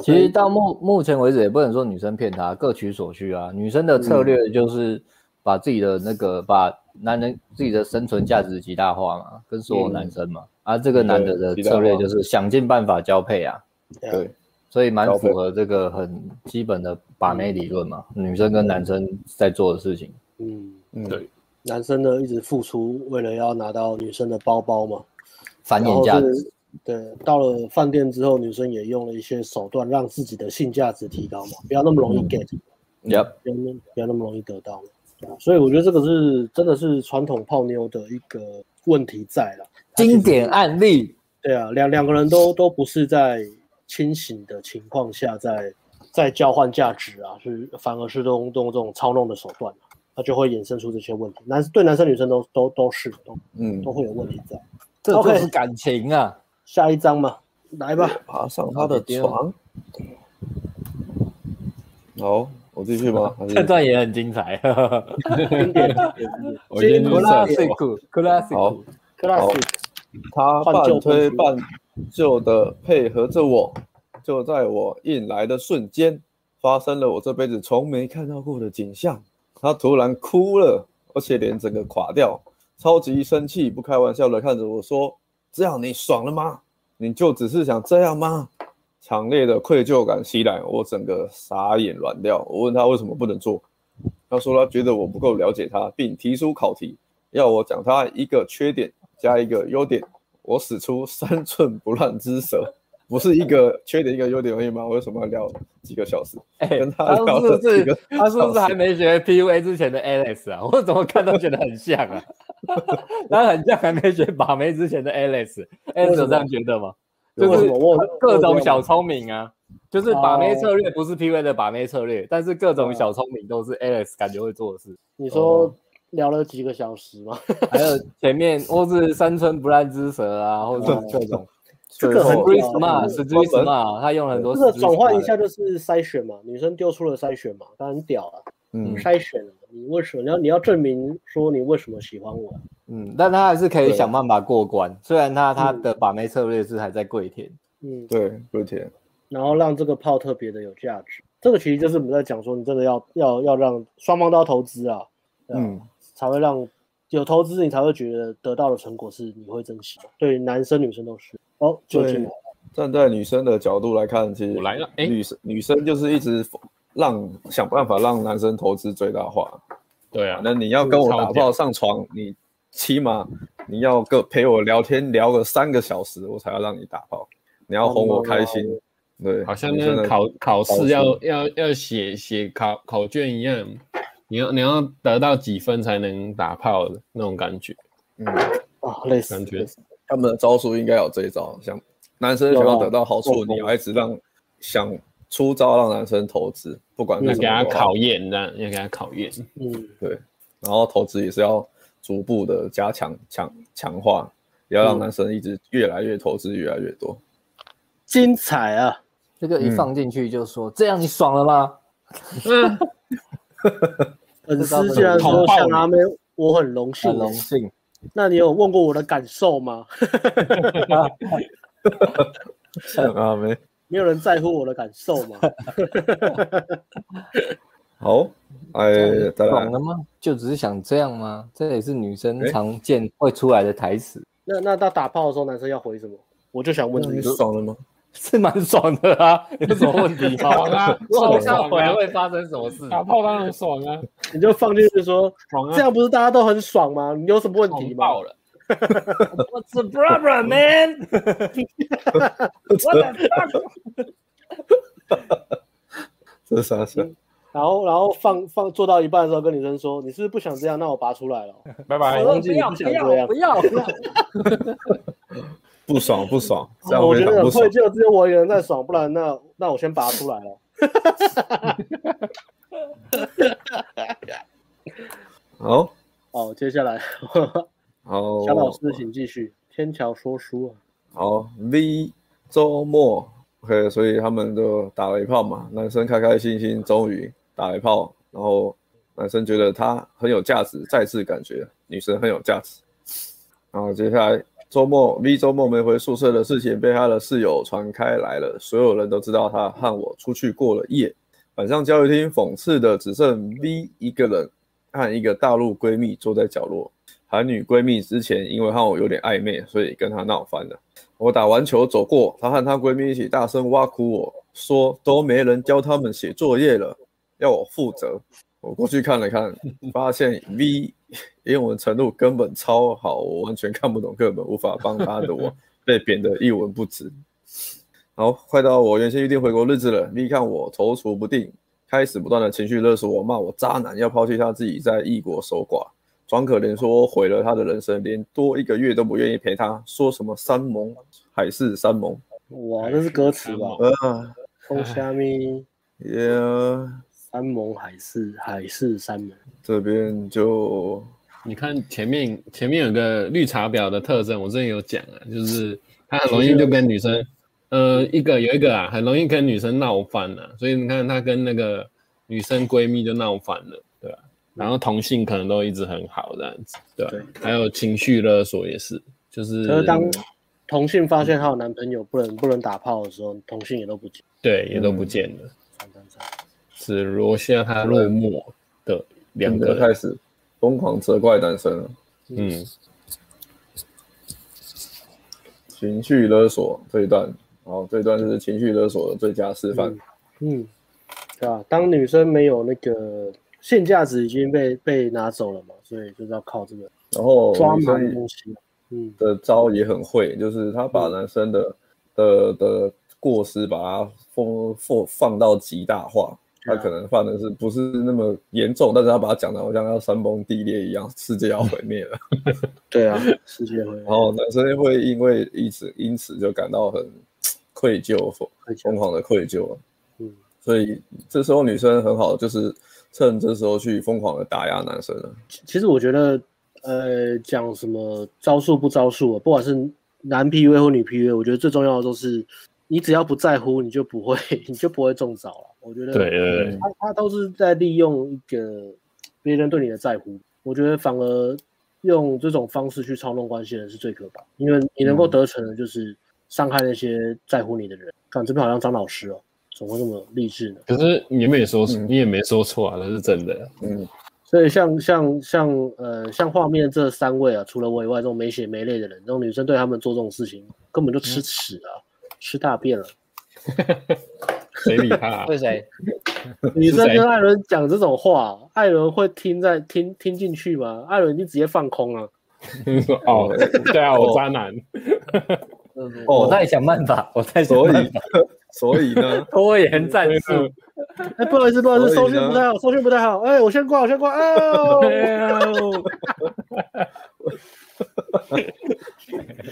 [SPEAKER 5] 其实到目目前为止，也不能说女生骗他，各取所需啊。女生的策略
[SPEAKER 3] 嗯
[SPEAKER 5] 就是把自己的那个、把男人自己的生存价值极大化嘛，跟所有男生嘛。啊，这个男的的
[SPEAKER 3] 嗯对极大化
[SPEAKER 5] 策略就是想尽办法交配啊，
[SPEAKER 3] 对，
[SPEAKER 5] 所以蛮
[SPEAKER 3] 交配
[SPEAKER 5] 符合这个很基本的把妹理论嘛，女生跟男生在做的事情。
[SPEAKER 4] 嗯，
[SPEAKER 3] 嗯
[SPEAKER 2] 对
[SPEAKER 4] 男生呢一直付出，为了要拿到女生的包包嘛，
[SPEAKER 5] 繁
[SPEAKER 4] 然
[SPEAKER 5] 衍
[SPEAKER 4] 后
[SPEAKER 5] 价值，
[SPEAKER 4] 是，对，到了饭店之后，女生也用了一些手段让自己的性价值提高嘛，不要那么容易
[SPEAKER 5] 嗯
[SPEAKER 4] get，、
[SPEAKER 5] Yep
[SPEAKER 4] 不要那不要那么容易得到嘛。对啊所以我觉得这个是真的是传统泡妞的一个问题在了。它其实
[SPEAKER 5] 经典案例。
[SPEAKER 4] 对啊，两两个人都都不是在清醒的情况下在在交换价值啊，是反而是用用这种操弄的手段、啊，那就会衍生出这些问题。男对男生女生都都都是都
[SPEAKER 3] 嗯
[SPEAKER 4] 都，会有问题在。
[SPEAKER 5] 这就
[SPEAKER 4] OK
[SPEAKER 5] 是感情啊！
[SPEAKER 4] 下一章嘛，来吧，
[SPEAKER 3] 爬上她的床。好，我继续吗？ 还是
[SPEAKER 5] 这段也很 精彩，
[SPEAKER 4] 经典
[SPEAKER 2] 我今天
[SPEAKER 4] 经
[SPEAKER 2] 就
[SPEAKER 4] 不
[SPEAKER 2] 是
[SPEAKER 4] 是啦
[SPEAKER 5] classic，classic，
[SPEAKER 3] 好他
[SPEAKER 4] classic
[SPEAKER 3] 半推半就的配合着我，就在我硬来的瞬间，发生了我这辈子从没看到过的景象。他突然哭了，而且脸整个垮掉，超级生气，不开玩笑的看着我说：“这样你爽了吗？你就只是想这样吗？”强烈的愧疚感袭来，我整个傻眼软掉。我问他为什么不能做，他说他觉得我不够了解他，并提出考题，要我讲他一个缺点加一个优点，我使出三寸不烂之舌，不是一个缺点一个优点而已吗？我为什么要聊几个小时？
[SPEAKER 5] 哎
[SPEAKER 3] 跟他
[SPEAKER 5] 他
[SPEAKER 3] 聊
[SPEAKER 5] 是
[SPEAKER 3] 了
[SPEAKER 5] 不
[SPEAKER 3] 几
[SPEAKER 5] 是
[SPEAKER 3] 个
[SPEAKER 5] 他是不
[SPEAKER 3] 小
[SPEAKER 5] 是
[SPEAKER 3] 时
[SPEAKER 5] 还没学 PUA 之前的 Alex 啊？ 我怎么看都觉得很像 啊，他很像还没学把妹之前的 Alex，Alex 有这样觉得吗？
[SPEAKER 4] 为
[SPEAKER 5] 就是
[SPEAKER 4] 什么我
[SPEAKER 5] 各种小聪明啊，就是把妹策略不是 PUA 的把妹策略，但是各种小聪明都是 Alex 感觉会做的事。
[SPEAKER 4] 你说聊了几个小时吗？
[SPEAKER 5] 还有前面 或是三寸不烂之舌啊，或者各种
[SPEAKER 4] 这
[SPEAKER 3] 最
[SPEAKER 4] 个很
[SPEAKER 3] 后
[SPEAKER 5] street
[SPEAKER 4] 屌
[SPEAKER 5] smart、street smart，他用了很多
[SPEAKER 4] 这个
[SPEAKER 5] street
[SPEAKER 4] 转换一
[SPEAKER 5] smart
[SPEAKER 4] 下就是筛选嘛，女生丢出了筛选嘛，当然屌了，
[SPEAKER 3] 嗯
[SPEAKER 4] 筛选了，你为什么你要你要证明说你为什么喜欢我？啊
[SPEAKER 5] 嗯，但他还是可以
[SPEAKER 3] 对
[SPEAKER 5] 想办法过关，虽然他他
[SPEAKER 4] 嗯
[SPEAKER 5] 的把妹策略是还在跪舔。
[SPEAKER 4] 嗯，
[SPEAKER 3] 对，跪舔，
[SPEAKER 4] 然后让这个炮特别的有价值。这个其实就是我们在讲说，你真的要要要让双方都要投资啊，对啊
[SPEAKER 3] 嗯，
[SPEAKER 4] 才会让有投资，你才会觉得得到的成果是你会珍惜的。对，男生女生都是。哦，就
[SPEAKER 3] 对
[SPEAKER 4] 进来，
[SPEAKER 3] 站在女生的角度来看，其实
[SPEAKER 2] 我来了哎
[SPEAKER 3] 女生女生就是一直让想办法让男生投资最大化。
[SPEAKER 2] 对啊，
[SPEAKER 3] 那你要跟我
[SPEAKER 2] 超
[SPEAKER 3] 打
[SPEAKER 2] 屌
[SPEAKER 3] 炮上床，你起码你要个陪我聊天聊个三个小时，我才要让你打炮。你要哄我开心，
[SPEAKER 5] 哦
[SPEAKER 3] 对，
[SPEAKER 2] 好像
[SPEAKER 3] 女
[SPEAKER 2] 那
[SPEAKER 3] 生
[SPEAKER 2] 个
[SPEAKER 3] 的
[SPEAKER 2] 考考
[SPEAKER 3] 考
[SPEAKER 2] 试
[SPEAKER 3] 试
[SPEAKER 2] 要要要写写考考卷一样，你要你要得到几分才能打炮的那种感觉，
[SPEAKER 3] 嗯，
[SPEAKER 4] 啊，类似
[SPEAKER 2] 感觉
[SPEAKER 4] 类似
[SPEAKER 3] 他们的招数应该有这一招，想男生想要得到好
[SPEAKER 4] 有
[SPEAKER 3] 处，
[SPEAKER 4] 啊
[SPEAKER 3] 你要一直让想出招让男生投资，不管
[SPEAKER 2] 要
[SPEAKER 3] 是
[SPEAKER 2] 给他
[SPEAKER 3] 什么的话
[SPEAKER 2] 考验，这样要给他考验。
[SPEAKER 4] 嗯，
[SPEAKER 3] 对，然后投资也是要逐步的加强、强强化，也要让男生一直越来越投资越来越多。
[SPEAKER 4] 精彩啊！
[SPEAKER 5] 这个一
[SPEAKER 3] 嗯
[SPEAKER 5] 放进去就说、这样你爽了吗？
[SPEAKER 2] 嗯，
[SPEAKER 4] 粉丝竟然
[SPEAKER 2] 捅
[SPEAKER 4] 说
[SPEAKER 2] 爆
[SPEAKER 4] 像
[SPEAKER 2] 你
[SPEAKER 4] 阿妹，我很荣幸
[SPEAKER 5] 很。荣幸，
[SPEAKER 4] 那你有问过我的感受吗？
[SPEAKER 3] 像阿妹，
[SPEAKER 4] 没有人在乎我的感受吗？
[SPEAKER 3] 好，哎，再来
[SPEAKER 5] 爽，了吗？就只是想这样吗？这也是女生
[SPEAKER 3] 哎
[SPEAKER 5] 常见会出来的台词，
[SPEAKER 4] 那那到打炮的时候，男生要回什么？我就想问
[SPEAKER 3] 你
[SPEAKER 4] 这个。
[SPEAKER 3] 爽了吗？
[SPEAKER 5] 是蛮爽的 啊，有什么问题吗？
[SPEAKER 2] 爽 啊
[SPEAKER 5] 如果他
[SPEAKER 2] 爽啊
[SPEAKER 5] 回来会发生什么事？
[SPEAKER 2] 打炮当然爽啊，
[SPEAKER 4] 你就放进去说，
[SPEAKER 2] 爽啊，
[SPEAKER 4] 这样不是大家都很爽吗？你有什么问题吗？
[SPEAKER 2] 爽爆了。
[SPEAKER 5] What's the problem, man？What the fuck？
[SPEAKER 3] 这是啥
[SPEAKER 4] 嗯
[SPEAKER 3] 事？
[SPEAKER 4] 然后然后放放做到一半的时候，跟女生说，你是不是不想这样？那我拔出来了。
[SPEAKER 2] 拜拜
[SPEAKER 4] 我。忘记你不想这样
[SPEAKER 5] 不 要！不要
[SPEAKER 3] 不爽不爽，这样
[SPEAKER 4] 嗯我
[SPEAKER 3] 非
[SPEAKER 4] 觉
[SPEAKER 3] 常不
[SPEAKER 4] 得很愧
[SPEAKER 3] 爽。
[SPEAKER 4] 疚，只有我一个人在爽，不然那那我先拔出来了。
[SPEAKER 3] 好，
[SPEAKER 4] 哦，接下来
[SPEAKER 3] 哦好，
[SPEAKER 4] 小老师请继续。天桥说书啊，
[SPEAKER 3] 好，V 周末，OK，所以他们就打了一炮嘛，男生开开心心，终于打了一炮，然后男生觉得他很有价值，再次感觉女生很有价值。然后接下来周末 V 周末没回宿舍的事情被他的室友传开来了，所有人都知道他和我出去过了夜。晚上教育厅讽刺的只剩 V 一个人和一个大陆闺蜜坐在角落。韩女闺蜜之前因为和我有点暧昧，所以跟她闹翻了。我打完球走过，她和她闺蜜一起大声挖苦我说都没人教她们写作业了，要我负责。我过去看了看，发现 V 英文程度根本超好，我完全看不懂，根本无法帮她的我被贬得一文不值。好，快到我原先预定回国日子了，V 看我踌躇不定，开始不断的情绪勒索我，骂我渣男，要抛弃他自己在异国守寡。装可怜说毁了他的人生，连多一个月都不愿意陪他，说什么山盟海誓山盟，
[SPEAKER 4] 哇，那是歌词吧？
[SPEAKER 3] 啊，
[SPEAKER 4] 风虾咪
[SPEAKER 3] 也
[SPEAKER 4] 山盟海誓，海誓山盟。
[SPEAKER 3] 这边就
[SPEAKER 2] 你看前面前面有个绿茶婊的特征，我之前有讲啊，就是她很容易就跟女生，呃，一个有一个啊，很容易跟女生闹翻了、啊，所以你看她跟那个女生闺蜜就闹翻了，对吧、然后同性可能都一直很好这样子，对吧、还有情绪勒索也是，就是
[SPEAKER 4] 可是当同性发现她有男朋友不能不能打炮的时候，同性也都不接。
[SPEAKER 2] 对也都不见了，
[SPEAKER 4] 惨惨惨！
[SPEAKER 2] 只留下她落寞的两
[SPEAKER 3] 两
[SPEAKER 2] 个
[SPEAKER 3] 个
[SPEAKER 2] 人。
[SPEAKER 3] 开始疯狂责怪男生了，
[SPEAKER 2] 嗯，
[SPEAKER 3] 情绪勒索这一段，好，这一段就是情绪勒索的最佳示范。
[SPEAKER 4] 嗯，对啊，当女生没有那个性价值已经被被拿走了嘛，所以就是要靠这个
[SPEAKER 3] 然后
[SPEAKER 4] 抓
[SPEAKER 3] 哦女
[SPEAKER 4] 马的
[SPEAKER 3] 生
[SPEAKER 4] 东西。嗯，
[SPEAKER 3] 的招也很会，就是他把男生的、的的过失把它放放放到极大化。他
[SPEAKER 4] 对啊
[SPEAKER 3] 可能犯的是不是那么严重，但是他把它讲的好像要山崩地裂一样，世界要毁灭了。
[SPEAKER 4] 对啊， 世界会
[SPEAKER 3] 然后男生会因为因此因此就感到很愧疚，
[SPEAKER 4] 会讲
[SPEAKER 3] 疯狂的愧疚。
[SPEAKER 4] 嗯，
[SPEAKER 3] 所以这时候女生很好，就是趁这时候去疯狂的打压男生啊了。
[SPEAKER 4] 其其实我觉得，呃，讲什么招数不招数、啊，不管是男 PUA 或女 PUA，我觉得最重要的都是，你只要不在乎，你就不会， 你就不会中招了。我觉得，
[SPEAKER 2] 对对对。
[SPEAKER 4] 他他都是在利用一个别人对你的在乎，我觉得反而用这种方式去操弄关系的人是最可怕，因为你能够得逞的就是伤害那些在乎你的人。看这边好像张老师哦，怎么会这么励志呢？
[SPEAKER 2] 可是你没说，
[SPEAKER 3] 嗯
[SPEAKER 2] 你也没说错啊，那是真的。
[SPEAKER 3] 嗯，
[SPEAKER 4] 所以像像像呃像画面这三位啊，除了我以外，这种没血没泪的人，这种女生对他们做这种事情根本就吃屎啊，吃大便了。
[SPEAKER 2] 谁理他、 啊？
[SPEAKER 5] 对谁？
[SPEAKER 4] 女生跟艾伦讲这种话，艾伦会听在听听进去吗？艾伦你直接放空啊。
[SPEAKER 2] 说 哦，对啊，我渣男。
[SPEAKER 5] 我在想办法，我在想
[SPEAKER 3] 哦所以
[SPEAKER 5] 办法
[SPEAKER 3] 所以呢，
[SPEAKER 5] 拖延战
[SPEAKER 2] 啊
[SPEAKER 5] 术。
[SPEAKER 4] 哎，不好意思，不好意思，
[SPEAKER 3] 所
[SPEAKER 4] 收
[SPEAKER 3] 以
[SPEAKER 4] 讯
[SPEAKER 3] 呢
[SPEAKER 4] 不太好，收讯不太好。哎，我先挂，我先挂。哎呦，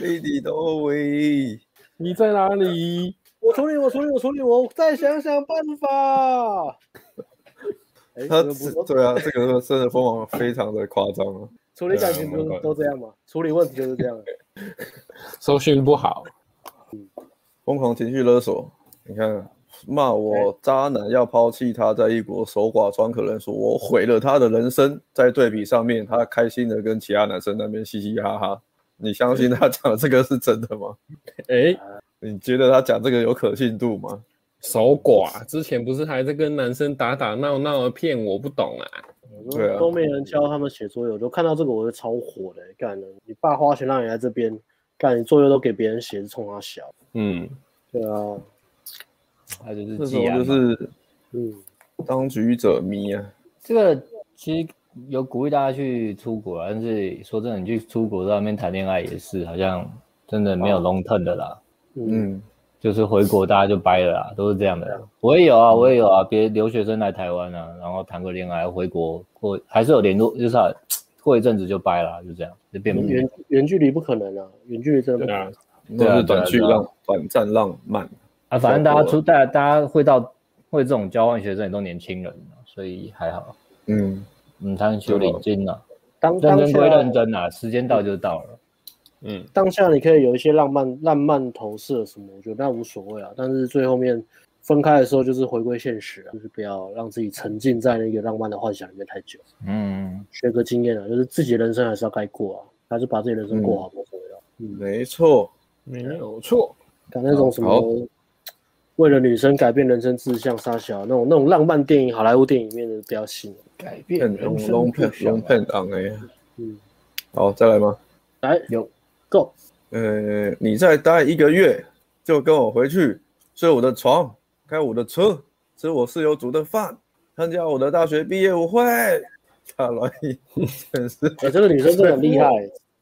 [SPEAKER 3] Lady 都喂，
[SPEAKER 2] 你在哪里？
[SPEAKER 4] 我处理，我处理，我处理，我再想想办法。哎，
[SPEAKER 3] 他
[SPEAKER 4] 这个不
[SPEAKER 3] 自
[SPEAKER 4] 是
[SPEAKER 3] 对啊，这个真的疯狂非常的夸张啊。
[SPEAKER 4] 处理感情不
[SPEAKER 2] 对啊
[SPEAKER 4] 是都这样吗？处理问题就是这样。
[SPEAKER 2] 搜讯不 好，
[SPEAKER 3] 疯狂情绪勒索。你看，骂我渣男要抛弃他，在异国守寡，装可怜说我毁了他的人生。在对比上面，他开心的跟其他男生那边嘻嘻哈哈。你相信他讲的这个是真的吗？
[SPEAKER 2] 哎、
[SPEAKER 3] 你觉得他讲这个有可信度吗？
[SPEAKER 2] 守寡。之前不是还在跟男生打打闹闹的骗我，不懂啊。
[SPEAKER 4] 我
[SPEAKER 3] 对
[SPEAKER 4] 说
[SPEAKER 3] 啊
[SPEAKER 4] 都没人教他们写作业，我就看到这个我就超火的、干了，你爸花钱让你来这边，干你作业都给别人写，是冲他小。
[SPEAKER 2] 嗯，
[SPEAKER 4] 对啊，
[SPEAKER 5] 他就是
[SPEAKER 3] 这
[SPEAKER 5] 季
[SPEAKER 3] 种
[SPEAKER 5] 安
[SPEAKER 3] 就
[SPEAKER 5] 嘛
[SPEAKER 3] 是
[SPEAKER 4] 嗯，
[SPEAKER 3] 当局者迷啊。
[SPEAKER 5] 这个其实有鼓励大家去出国啊，但是说真的，你去出国在那边谈恋爱也是，好像真的没
[SPEAKER 3] 啊
[SPEAKER 5] 有 long term 的啦，
[SPEAKER 3] 嗯，
[SPEAKER 5] 就是回国大家就掰了啦，都是这样的啦。我也有啊，我也有啊，别留学生来台湾啊，然后谈个恋爱回国过，还是有联络，就是、啊、过一阵子就掰了啊、就这样，就变。
[SPEAKER 4] 远远距离不可能啊，远距离真的不
[SPEAKER 2] 对
[SPEAKER 4] 可能。
[SPEAKER 2] 啊，
[SPEAKER 5] 对啊
[SPEAKER 3] 那是短剧
[SPEAKER 5] 对啊
[SPEAKER 3] 浪、短暂浪漫。
[SPEAKER 5] 啊，反正大家出大家大家会到会这种交换学生也都年轻人啊、所以还好，
[SPEAKER 3] 嗯，
[SPEAKER 5] 嗯，他们修领金了、
[SPEAKER 4] 当
[SPEAKER 5] 认
[SPEAKER 4] 当
[SPEAKER 5] 真
[SPEAKER 4] 下
[SPEAKER 5] 归认真啊，时间到就到了。
[SPEAKER 2] 嗯，
[SPEAKER 4] 当下你可以有一些浪漫浪漫投射什么，我觉得那无所谓啊。但是最后面分开的时候就是回归现实、啊，就是不要让自己沉浸在那个浪漫的幻想里面太久，
[SPEAKER 5] 嗯，
[SPEAKER 4] 学个经验啊，就是自己的人生还是要该过啊，还是把自己人生过好不重要。
[SPEAKER 3] 没错，
[SPEAKER 2] 没有错，
[SPEAKER 4] 搞啊那种什么为了女生改变人生志向、杀小啊那种那种浪漫电影、好莱坞电影里面的不要信。啊
[SPEAKER 5] 改变
[SPEAKER 3] 片
[SPEAKER 5] 人
[SPEAKER 3] 龙
[SPEAKER 5] 生啊
[SPEAKER 3] 龙
[SPEAKER 5] 梦
[SPEAKER 3] 片
[SPEAKER 5] 想
[SPEAKER 3] 龙片党哎，
[SPEAKER 4] 嗯，
[SPEAKER 3] 好，再来吗？
[SPEAKER 4] 来
[SPEAKER 5] 有
[SPEAKER 4] Go，
[SPEAKER 3] 呃，你再待一个月，就跟我回去睡我的床，开我的车，吃我室友煮的饭，参加我的大学毕业舞会。卡罗伊真是
[SPEAKER 4] 哎、这个女生真的很厉害，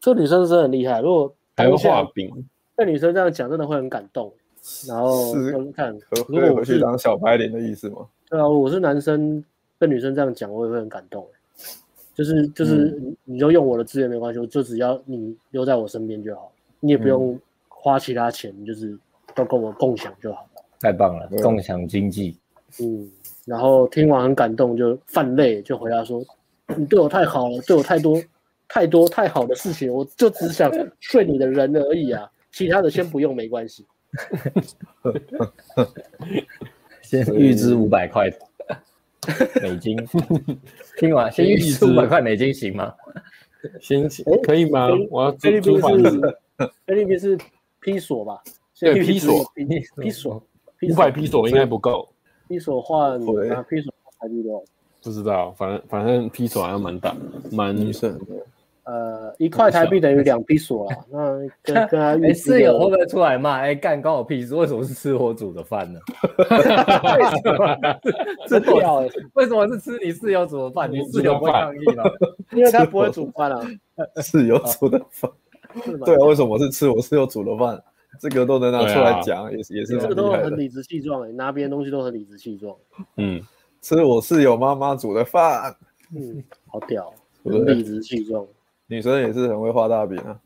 [SPEAKER 4] 这个女生真的很厉害。如果
[SPEAKER 2] 还有画饼，
[SPEAKER 4] 被女生这样讲，真的会很感动。然后
[SPEAKER 3] 是
[SPEAKER 4] 就是看，
[SPEAKER 3] 可可
[SPEAKER 4] 如
[SPEAKER 3] 以
[SPEAKER 4] 果
[SPEAKER 3] 回
[SPEAKER 4] 我
[SPEAKER 3] 去
[SPEAKER 4] 是
[SPEAKER 3] 当小白脸的意思吗？
[SPEAKER 4] 对啊，我是男生，被女生这样讲，我也会很感动。欸就是就是，你你就用我的资源没关系，我就只要你留在我身边就好，你也不用花其他钱，你就是都跟我共享就好了。
[SPEAKER 5] 太棒了，
[SPEAKER 3] 对
[SPEAKER 5] 共享经济，
[SPEAKER 4] 嗯，然后听完很感动，就泛泪，就回答说：“你对我太好了，对我太多太多太好的事情，我就只想睡你的人而已啊，其他的先不用，没关系。”
[SPEAKER 5] 先预支五百块美金，听完先预支
[SPEAKER 2] 预支
[SPEAKER 5] 五百块美金行吗？
[SPEAKER 2] 先请可以吗
[SPEAKER 4] 菲律？
[SPEAKER 2] 我要
[SPEAKER 4] 菲
[SPEAKER 2] 租
[SPEAKER 4] 律
[SPEAKER 2] 租
[SPEAKER 4] 宾
[SPEAKER 2] 房子，
[SPEAKER 4] 是菲律宾是批索吧？
[SPEAKER 2] 对
[SPEAKER 4] 菲律宾
[SPEAKER 2] 批索
[SPEAKER 4] 只有批批索，
[SPEAKER 2] 五百披索应该不够，
[SPEAKER 4] 批索换
[SPEAKER 3] 对
[SPEAKER 4] 啊，批索台币多少？
[SPEAKER 2] 不知道，反正反正披索好像蛮大，蛮
[SPEAKER 4] 嗯
[SPEAKER 3] 生，
[SPEAKER 4] 呃，一块台币等于两批索啦。那跟 跟他
[SPEAKER 5] 哎，
[SPEAKER 4] 预计
[SPEAKER 5] 室
[SPEAKER 4] 的
[SPEAKER 5] 友会不会出来骂？哎，干关我屁事！为什么是吃我煮的饭呢？为什么
[SPEAKER 4] 不
[SPEAKER 5] 是吃我？
[SPEAKER 4] 掉欸，
[SPEAKER 5] 为什么是吃你室友煮的饭？你室友不会抗议 吗？
[SPEAKER 4] 因为他不会煮饭啊。
[SPEAKER 3] 室友
[SPEAKER 4] 啊
[SPEAKER 3] 煮的饭，
[SPEAKER 4] 是吧
[SPEAKER 3] 对啊，为什么是吃我室友煮的饭？这个都能拿出来讲，也是也是
[SPEAKER 4] 啊
[SPEAKER 3] 蛮
[SPEAKER 4] 这个都
[SPEAKER 3] 厉害
[SPEAKER 4] 很
[SPEAKER 3] 的。
[SPEAKER 4] 理直气壮哎，拿别人东西都很理直气壮。
[SPEAKER 2] 嗯，
[SPEAKER 3] 吃我室友妈妈煮的饭，
[SPEAKER 4] 嗯，好屌，
[SPEAKER 3] 对不
[SPEAKER 4] 很
[SPEAKER 3] 对
[SPEAKER 4] 理直气壮。
[SPEAKER 3] 女生也是很会画大饼啊。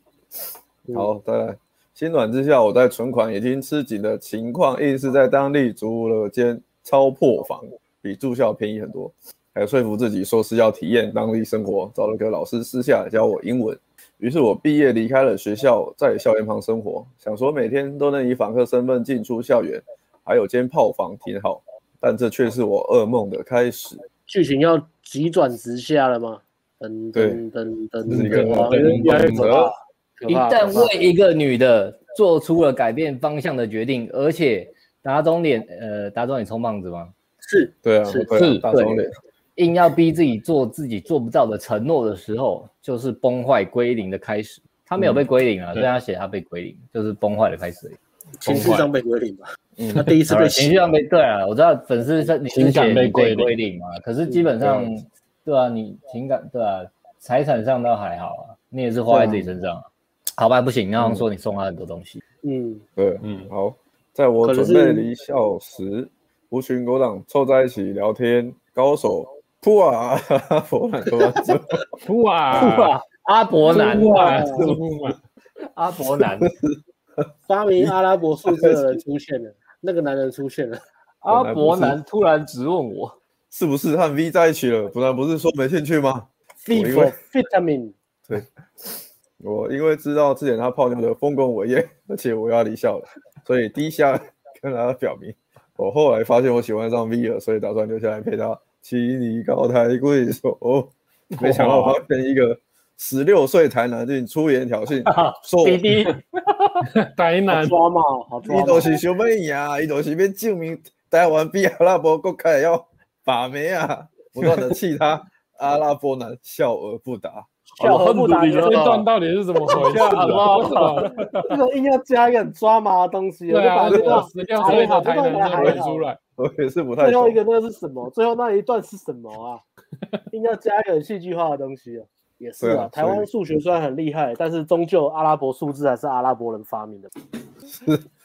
[SPEAKER 4] 嗯
[SPEAKER 3] 好，再来。心软之下，我在存款已经吃紧的情况，硬是在当地租了间超破房，比住校便宜很多。还说服自己说是要体验当地生活，找了个老师私下教我英文。于是我毕业离开了学校，在校园旁生活，想说每天都能以访客身份进出校园，还有间炮房挺好。但这却是我噩梦的开始。
[SPEAKER 4] 剧情要急转直下了吗？噔
[SPEAKER 3] 对
[SPEAKER 4] 噔噔
[SPEAKER 3] 这是一
[SPEAKER 4] 噔，
[SPEAKER 3] 个
[SPEAKER 4] 哇
[SPEAKER 3] 噔
[SPEAKER 4] 越来越可怕，可
[SPEAKER 5] 一
[SPEAKER 4] 怕
[SPEAKER 5] 旦
[SPEAKER 4] 可怕
[SPEAKER 5] 为一个女的做出了改变方向的决定，而且打肿脸，呃，打肿脸充胖子吗？
[SPEAKER 4] 是
[SPEAKER 3] 对啊，
[SPEAKER 4] 是
[SPEAKER 3] 对
[SPEAKER 2] 是
[SPEAKER 3] 啊，大
[SPEAKER 5] 对
[SPEAKER 3] 中脸，
[SPEAKER 5] 硬要逼自己做自己做不到的承诺的时候，就是崩坏归零的开始。他没有被归零啊，
[SPEAKER 2] 嗯
[SPEAKER 5] 所以他写他被归零，就是崩坏的开始而已。
[SPEAKER 4] 情绪上被归零吧？
[SPEAKER 3] 嗯
[SPEAKER 4] 他第一次
[SPEAKER 5] 好
[SPEAKER 4] 被
[SPEAKER 5] 了情绪上被对啊，我知道粉丝是你是
[SPEAKER 2] 情感
[SPEAKER 5] 写
[SPEAKER 2] 被
[SPEAKER 5] 你
[SPEAKER 2] 归
[SPEAKER 5] 被
[SPEAKER 2] 零
[SPEAKER 5] 归零嘛，可是基本上
[SPEAKER 3] 对
[SPEAKER 5] 对啊，你情感对啊，财产上倒还好啊，你也是花在自己身上啊。嗯好吧，不行，你好像说你送他很多东西，
[SPEAKER 4] 嗯，
[SPEAKER 3] 对，
[SPEAKER 2] 嗯
[SPEAKER 3] 好，在我
[SPEAKER 4] 可能
[SPEAKER 3] 准备
[SPEAKER 4] 是
[SPEAKER 3] 离校时，狐群狗党凑在一起聊天，高手扑啊，佛兰多拉之后
[SPEAKER 2] 哇啊
[SPEAKER 5] 哇，阿伯男
[SPEAKER 2] 哇，
[SPEAKER 5] 啊， 阿伯男，
[SPEAKER 4] 发明阿拉伯数字的人出现了，那个男人出 现了，
[SPEAKER 5] 阿伯男突然质问我，
[SPEAKER 3] 是不是和 V 在一起了？不然不是说没兴趣吗？
[SPEAKER 4] v
[SPEAKER 3] 以
[SPEAKER 4] for
[SPEAKER 3] 为
[SPEAKER 4] vitamin，
[SPEAKER 3] 我因为知道之前他泡妞的丰功伟业，而且我要离校了，所以低下跟他表明，我后来发现我喜欢上 V 了，所以打算留下来陪他骑你高抬贵哦手。 没想到发现一个十六岁台南竟出言挑 衅，
[SPEAKER 2] 哦
[SPEAKER 3] 说我
[SPEAKER 4] 滴滴
[SPEAKER 2] 台南
[SPEAKER 4] 抓嘛，好抓
[SPEAKER 3] 伊
[SPEAKER 4] 嘛，
[SPEAKER 3] 都是想要赢啊，伊都是要证明台湾比阿拉伯国家还要把妹 啊，不断的气他阿拉伯男笑而不答。
[SPEAKER 4] 小
[SPEAKER 2] 我
[SPEAKER 4] 河
[SPEAKER 2] 恨
[SPEAKER 4] 不
[SPEAKER 2] 不
[SPEAKER 4] 打
[SPEAKER 2] 哦得你
[SPEAKER 4] 人
[SPEAKER 2] 这段
[SPEAKER 4] 了，
[SPEAKER 2] 到底是怎么回 事啊？
[SPEAKER 4] 这个硬要加一个很抓马的东西，我
[SPEAKER 2] 对
[SPEAKER 4] 就
[SPEAKER 2] 啊，
[SPEAKER 4] 把
[SPEAKER 2] 这
[SPEAKER 4] 这
[SPEAKER 2] 个
[SPEAKER 4] 个
[SPEAKER 2] 十六岁的台南就认出来，
[SPEAKER 3] 我也是不太
[SPEAKER 4] 最后一
[SPEAKER 3] 懂，
[SPEAKER 4] 个那个是什么？最后那一段是什么 啊？硬要加一个很戏剧化的东西啊，也是
[SPEAKER 3] 对
[SPEAKER 4] 啊
[SPEAKER 3] 啊。
[SPEAKER 4] 台湾
[SPEAKER 3] 所以
[SPEAKER 4] 数学虽然很厉害，但是终究阿拉伯数字还是阿拉伯人发明的。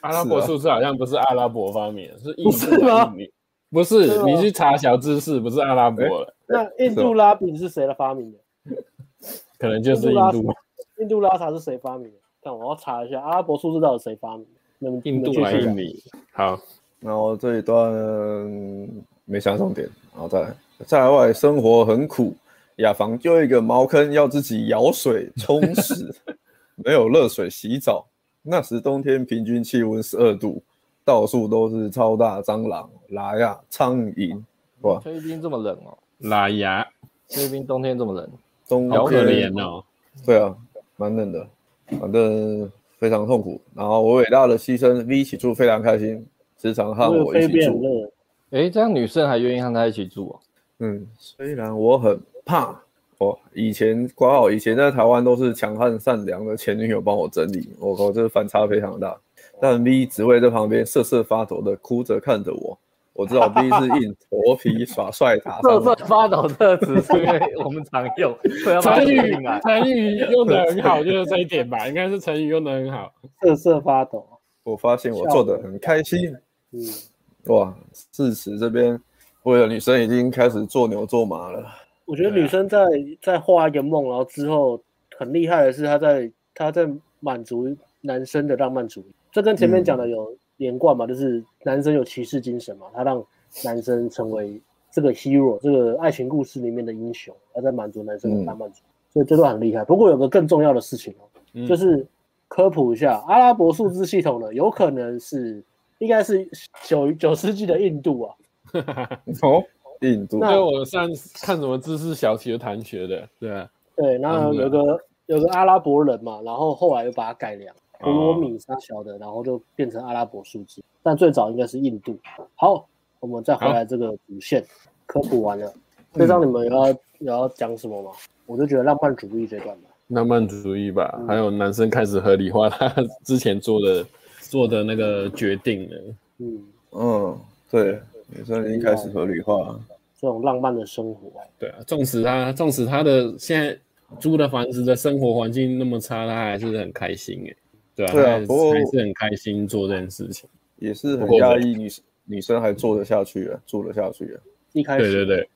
[SPEAKER 2] 阿拉伯数字好像不是阿拉伯发明的，是印
[SPEAKER 4] 不是
[SPEAKER 2] 度
[SPEAKER 4] 吗
[SPEAKER 2] 啊印尼。不是
[SPEAKER 4] 是，吗
[SPEAKER 2] 你去查小知识，不是啊阿拉伯了，
[SPEAKER 4] 那印度拉饼是谁的发明的？
[SPEAKER 2] 可能就是印度。
[SPEAKER 4] 印度拉茶是谁发明的？看我要查一下阿拉伯数字到底谁发明的？你们
[SPEAKER 2] 印度
[SPEAKER 4] 来
[SPEAKER 2] 来印尼，好，
[SPEAKER 3] 然后这一段嗯没想重点，然后再来，在外生活很苦，雅房就一个茅坑，要自己舀水冲 洗，没有热水洗澡。那时冬天平均气温十二度，到处都是超大蟑螂、拉呀、苍蝇，哇，
[SPEAKER 5] 菲律宾这么冷哦，
[SPEAKER 2] 拉牙，
[SPEAKER 5] 菲律宾冬天这么冷，
[SPEAKER 3] 中
[SPEAKER 2] 好可怜哦。
[SPEAKER 3] 对啊，蛮冷的，反正非常痛苦。然后我伟大的牺牲 V 一起住，非常开心，时常和
[SPEAKER 4] 因为
[SPEAKER 3] 我一
[SPEAKER 4] 菲律
[SPEAKER 3] 起
[SPEAKER 4] 宾很
[SPEAKER 3] 住。
[SPEAKER 4] 热，
[SPEAKER 5] 诶，这样女生还愿意和他一起住哦？
[SPEAKER 3] 嗯，虽然我很怕，我以前挂号，以前在台湾都是强悍善良的前女友帮我整理，我靠，这个反差非常大。但 V 只会在旁边瑟瑟发抖的哭着看着我，我知 道 V 是硬头皮耍帅打
[SPEAKER 5] 瑟
[SPEAKER 3] 伤
[SPEAKER 5] 瑟
[SPEAKER 3] 我。
[SPEAKER 5] 发抖这个词是因为我们常用， 所以要把它
[SPEAKER 2] 成
[SPEAKER 5] 写
[SPEAKER 2] 语
[SPEAKER 5] 进来。
[SPEAKER 2] 成语用的很好，就是这一点吧，应该是成语用的很 好。
[SPEAKER 4] 瑟瑟发抖。
[SPEAKER 3] 我发现我做的很开心，
[SPEAKER 4] 嗯，
[SPEAKER 3] 哇！智齿这边为了女生已经开始做牛做马了。
[SPEAKER 4] 我觉得女生在在画一个梦，然后之后很厉害的是，她在她在满足男生的浪漫主义。这跟前面讲的有连贯嘛，就是男生有骑士精神嘛，他让男生成为这个 hero，这个爱情故事里面的英雄，他在满足男生的浪漫主义，所以这都很厉害。不过有个更重要的事情哦，
[SPEAKER 2] 嗯
[SPEAKER 4] 就是科普一下，阿拉伯数字系统呢，有可能是应该是九九世纪的印度啊，
[SPEAKER 3] 哦，印度
[SPEAKER 2] 因为我上次看什么知识小题就谈学的，对啊，
[SPEAKER 4] 对，然后
[SPEAKER 2] 嗯
[SPEAKER 4] 有个有个阿拉伯人嘛，然后后来又把它改良，普罗
[SPEAKER 2] 哦
[SPEAKER 4] 米沙小的，然后就变成阿拉伯数字。但最早应该是印度。好，我们再回来这个主线，科普完
[SPEAKER 2] 嗯
[SPEAKER 4] 了，这张你们有要有要讲什么吗？我就觉得浪漫主义这段吧。
[SPEAKER 2] 浪漫主义吧，还有男生开始合理化他之前做的做的那个决定了。
[SPEAKER 4] 嗯，
[SPEAKER 3] 嗯，对，女生已经开始合理化了。
[SPEAKER 4] 这种浪漫的生活，
[SPEAKER 2] 对啊，纵使他纵使他的现在租的房子的生活环境那么差，他还是很开心哎、对啊，
[SPEAKER 3] 对啊
[SPEAKER 2] 他还是
[SPEAKER 3] 不过
[SPEAKER 2] 还是很开心做这件事情。
[SPEAKER 3] 也是
[SPEAKER 2] 不
[SPEAKER 3] 很
[SPEAKER 2] 过
[SPEAKER 3] 压
[SPEAKER 2] 我
[SPEAKER 3] 抑，女生女生还做得下去啊，做得下去啊，
[SPEAKER 4] 一开
[SPEAKER 2] 对
[SPEAKER 4] 始，
[SPEAKER 2] 对对，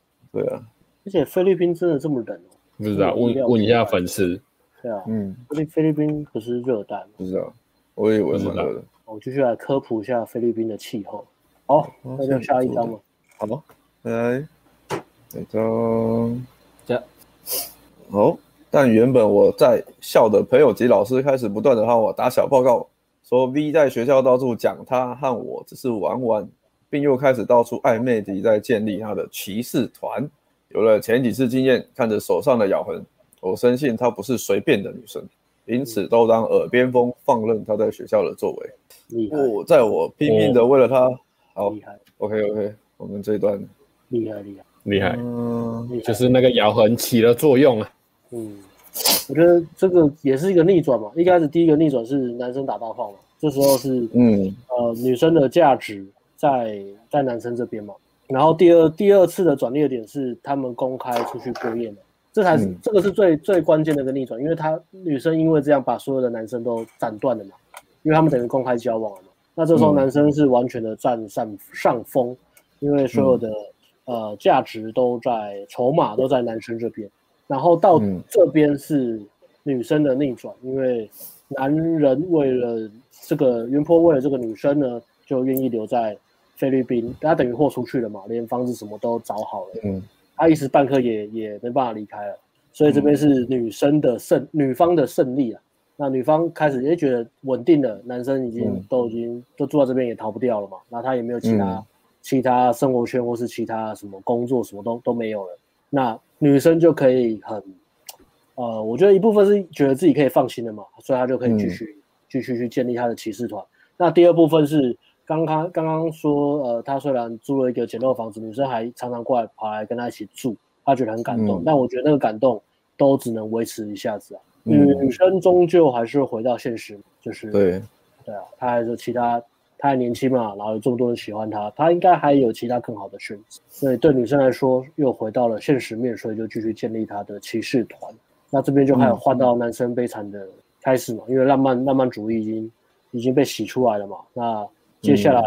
[SPEAKER 3] 对啊，
[SPEAKER 4] 而且菲律宾真的这么冷哦？
[SPEAKER 2] 不知道
[SPEAKER 4] 嗯
[SPEAKER 2] 问
[SPEAKER 4] 了解
[SPEAKER 2] 问一下粉丝，
[SPEAKER 4] 对啊，
[SPEAKER 3] 嗯，
[SPEAKER 4] 菲律菲律宾不是热带吗？
[SPEAKER 3] 不知道，我以为蛮多
[SPEAKER 2] 不
[SPEAKER 3] 的。
[SPEAKER 4] 我继续来科普一下菲律宾的气候。
[SPEAKER 2] 哦
[SPEAKER 4] 好，
[SPEAKER 3] 哦
[SPEAKER 4] 那就下一张吧。
[SPEAKER 3] 好吧，来，这张，
[SPEAKER 5] 这样
[SPEAKER 3] 好。但原本我在校的朋友及老师开始不断的和我打小报告，说 V 在学校到处讲他和我只是玩玩，并又开始到处暧昧地在建立他的骑士团。有了前几次经验，看着手上的咬痕，我深信她不是随便的女生，因此都当耳边风，放任她在学校的作为。
[SPEAKER 4] 厉害，哦
[SPEAKER 3] 我、在我拼命的为了她，
[SPEAKER 2] 哦
[SPEAKER 3] 好
[SPEAKER 4] 厉害，
[SPEAKER 3] ，OK OK，我们这一段，
[SPEAKER 4] 厉害，厉害，
[SPEAKER 2] 厉害，
[SPEAKER 3] 嗯，
[SPEAKER 4] 厉害。
[SPEAKER 2] 就是那个咬痕起了作用啊。
[SPEAKER 4] 嗯，我觉得这个也是一个逆转嘛。一开始第一个逆转是男生打大炮嘛，这时候是
[SPEAKER 3] 嗯，
[SPEAKER 4] 呃女生的价值在在男生这边嘛。然后第二第二次的转捩点是他们公开出去过夜嘛，这才是、
[SPEAKER 3] 嗯
[SPEAKER 4] 这个是最最关键的一个逆转，因为他女生因为这样把所有的男生都斩断了嘛，因为他们等于公开交往了嘛。那这时候
[SPEAKER 3] 嗯
[SPEAKER 4] 男生是完全的占上上风，因为所有的、
[SPEAKER 3] 嗯
[SPEAKER 4] 呃价值都在筹码都在男生这边，然后到
[SPEAKER 3] 嗯
[SPEAKER 4] 这边是女生的逆转，因为男人为了这个袁坡为了这个女生呢，就愿意留在菲律宾，他等于豁出去了嘛，连房子什么都找好了，
[SPEAKER 3] 嗯，
[SPEAKER 4] 他一时半刻也也没办法离开了，所以这边
[SPEAKER 3] 嗯
[SPEAKER 4] 是女生的胜，女方的胜利啊。那女方开始也觉得稳定了，男生已经、
[SPEAKER 3] 嗯
[SPEAKER 4] 都已经都住到这边也逃不掉了嘛，那他也没有其他、
[SPEAKER 3] 嗯
[SPEAKER 4] 其他生活圈或是其他什么工作什么都都没有了，那女生就可以很，呃，我觉得一部分是觉得自己可以放心了嘛，所以她就可以
[SPEAKER 3] 嗯
[SPEAKER 4] 继续、继续去建立她的骑士团。那第二部分是刚刚刚刚说，呃，她虽然租了一个简陋的房子，女生还常常过来跑来跟她一起住，她觉得很感动，
[SPEAKER 3] 嗯
[SPEAKER 4] 但我觉得那个感动都只能维持一下子啊，
[SPEAKER 3] 嗯
[SPEAKER 4] 女生终究还是回到现实，就是
[SPEAKER 3] 对，
[SPEAKER 4] 对啊，他还是其他，他还年轻嘛，然后有这么多人喜欢他，他应该还有其他更好的选择。所以对女生来说，又回到了现实面，所以就继续建立他的骑士团。那这边就还有换到男生悲惨的开始嘛，因为浪漫浪漫主义已经已经被洗出来了嘛。那接下来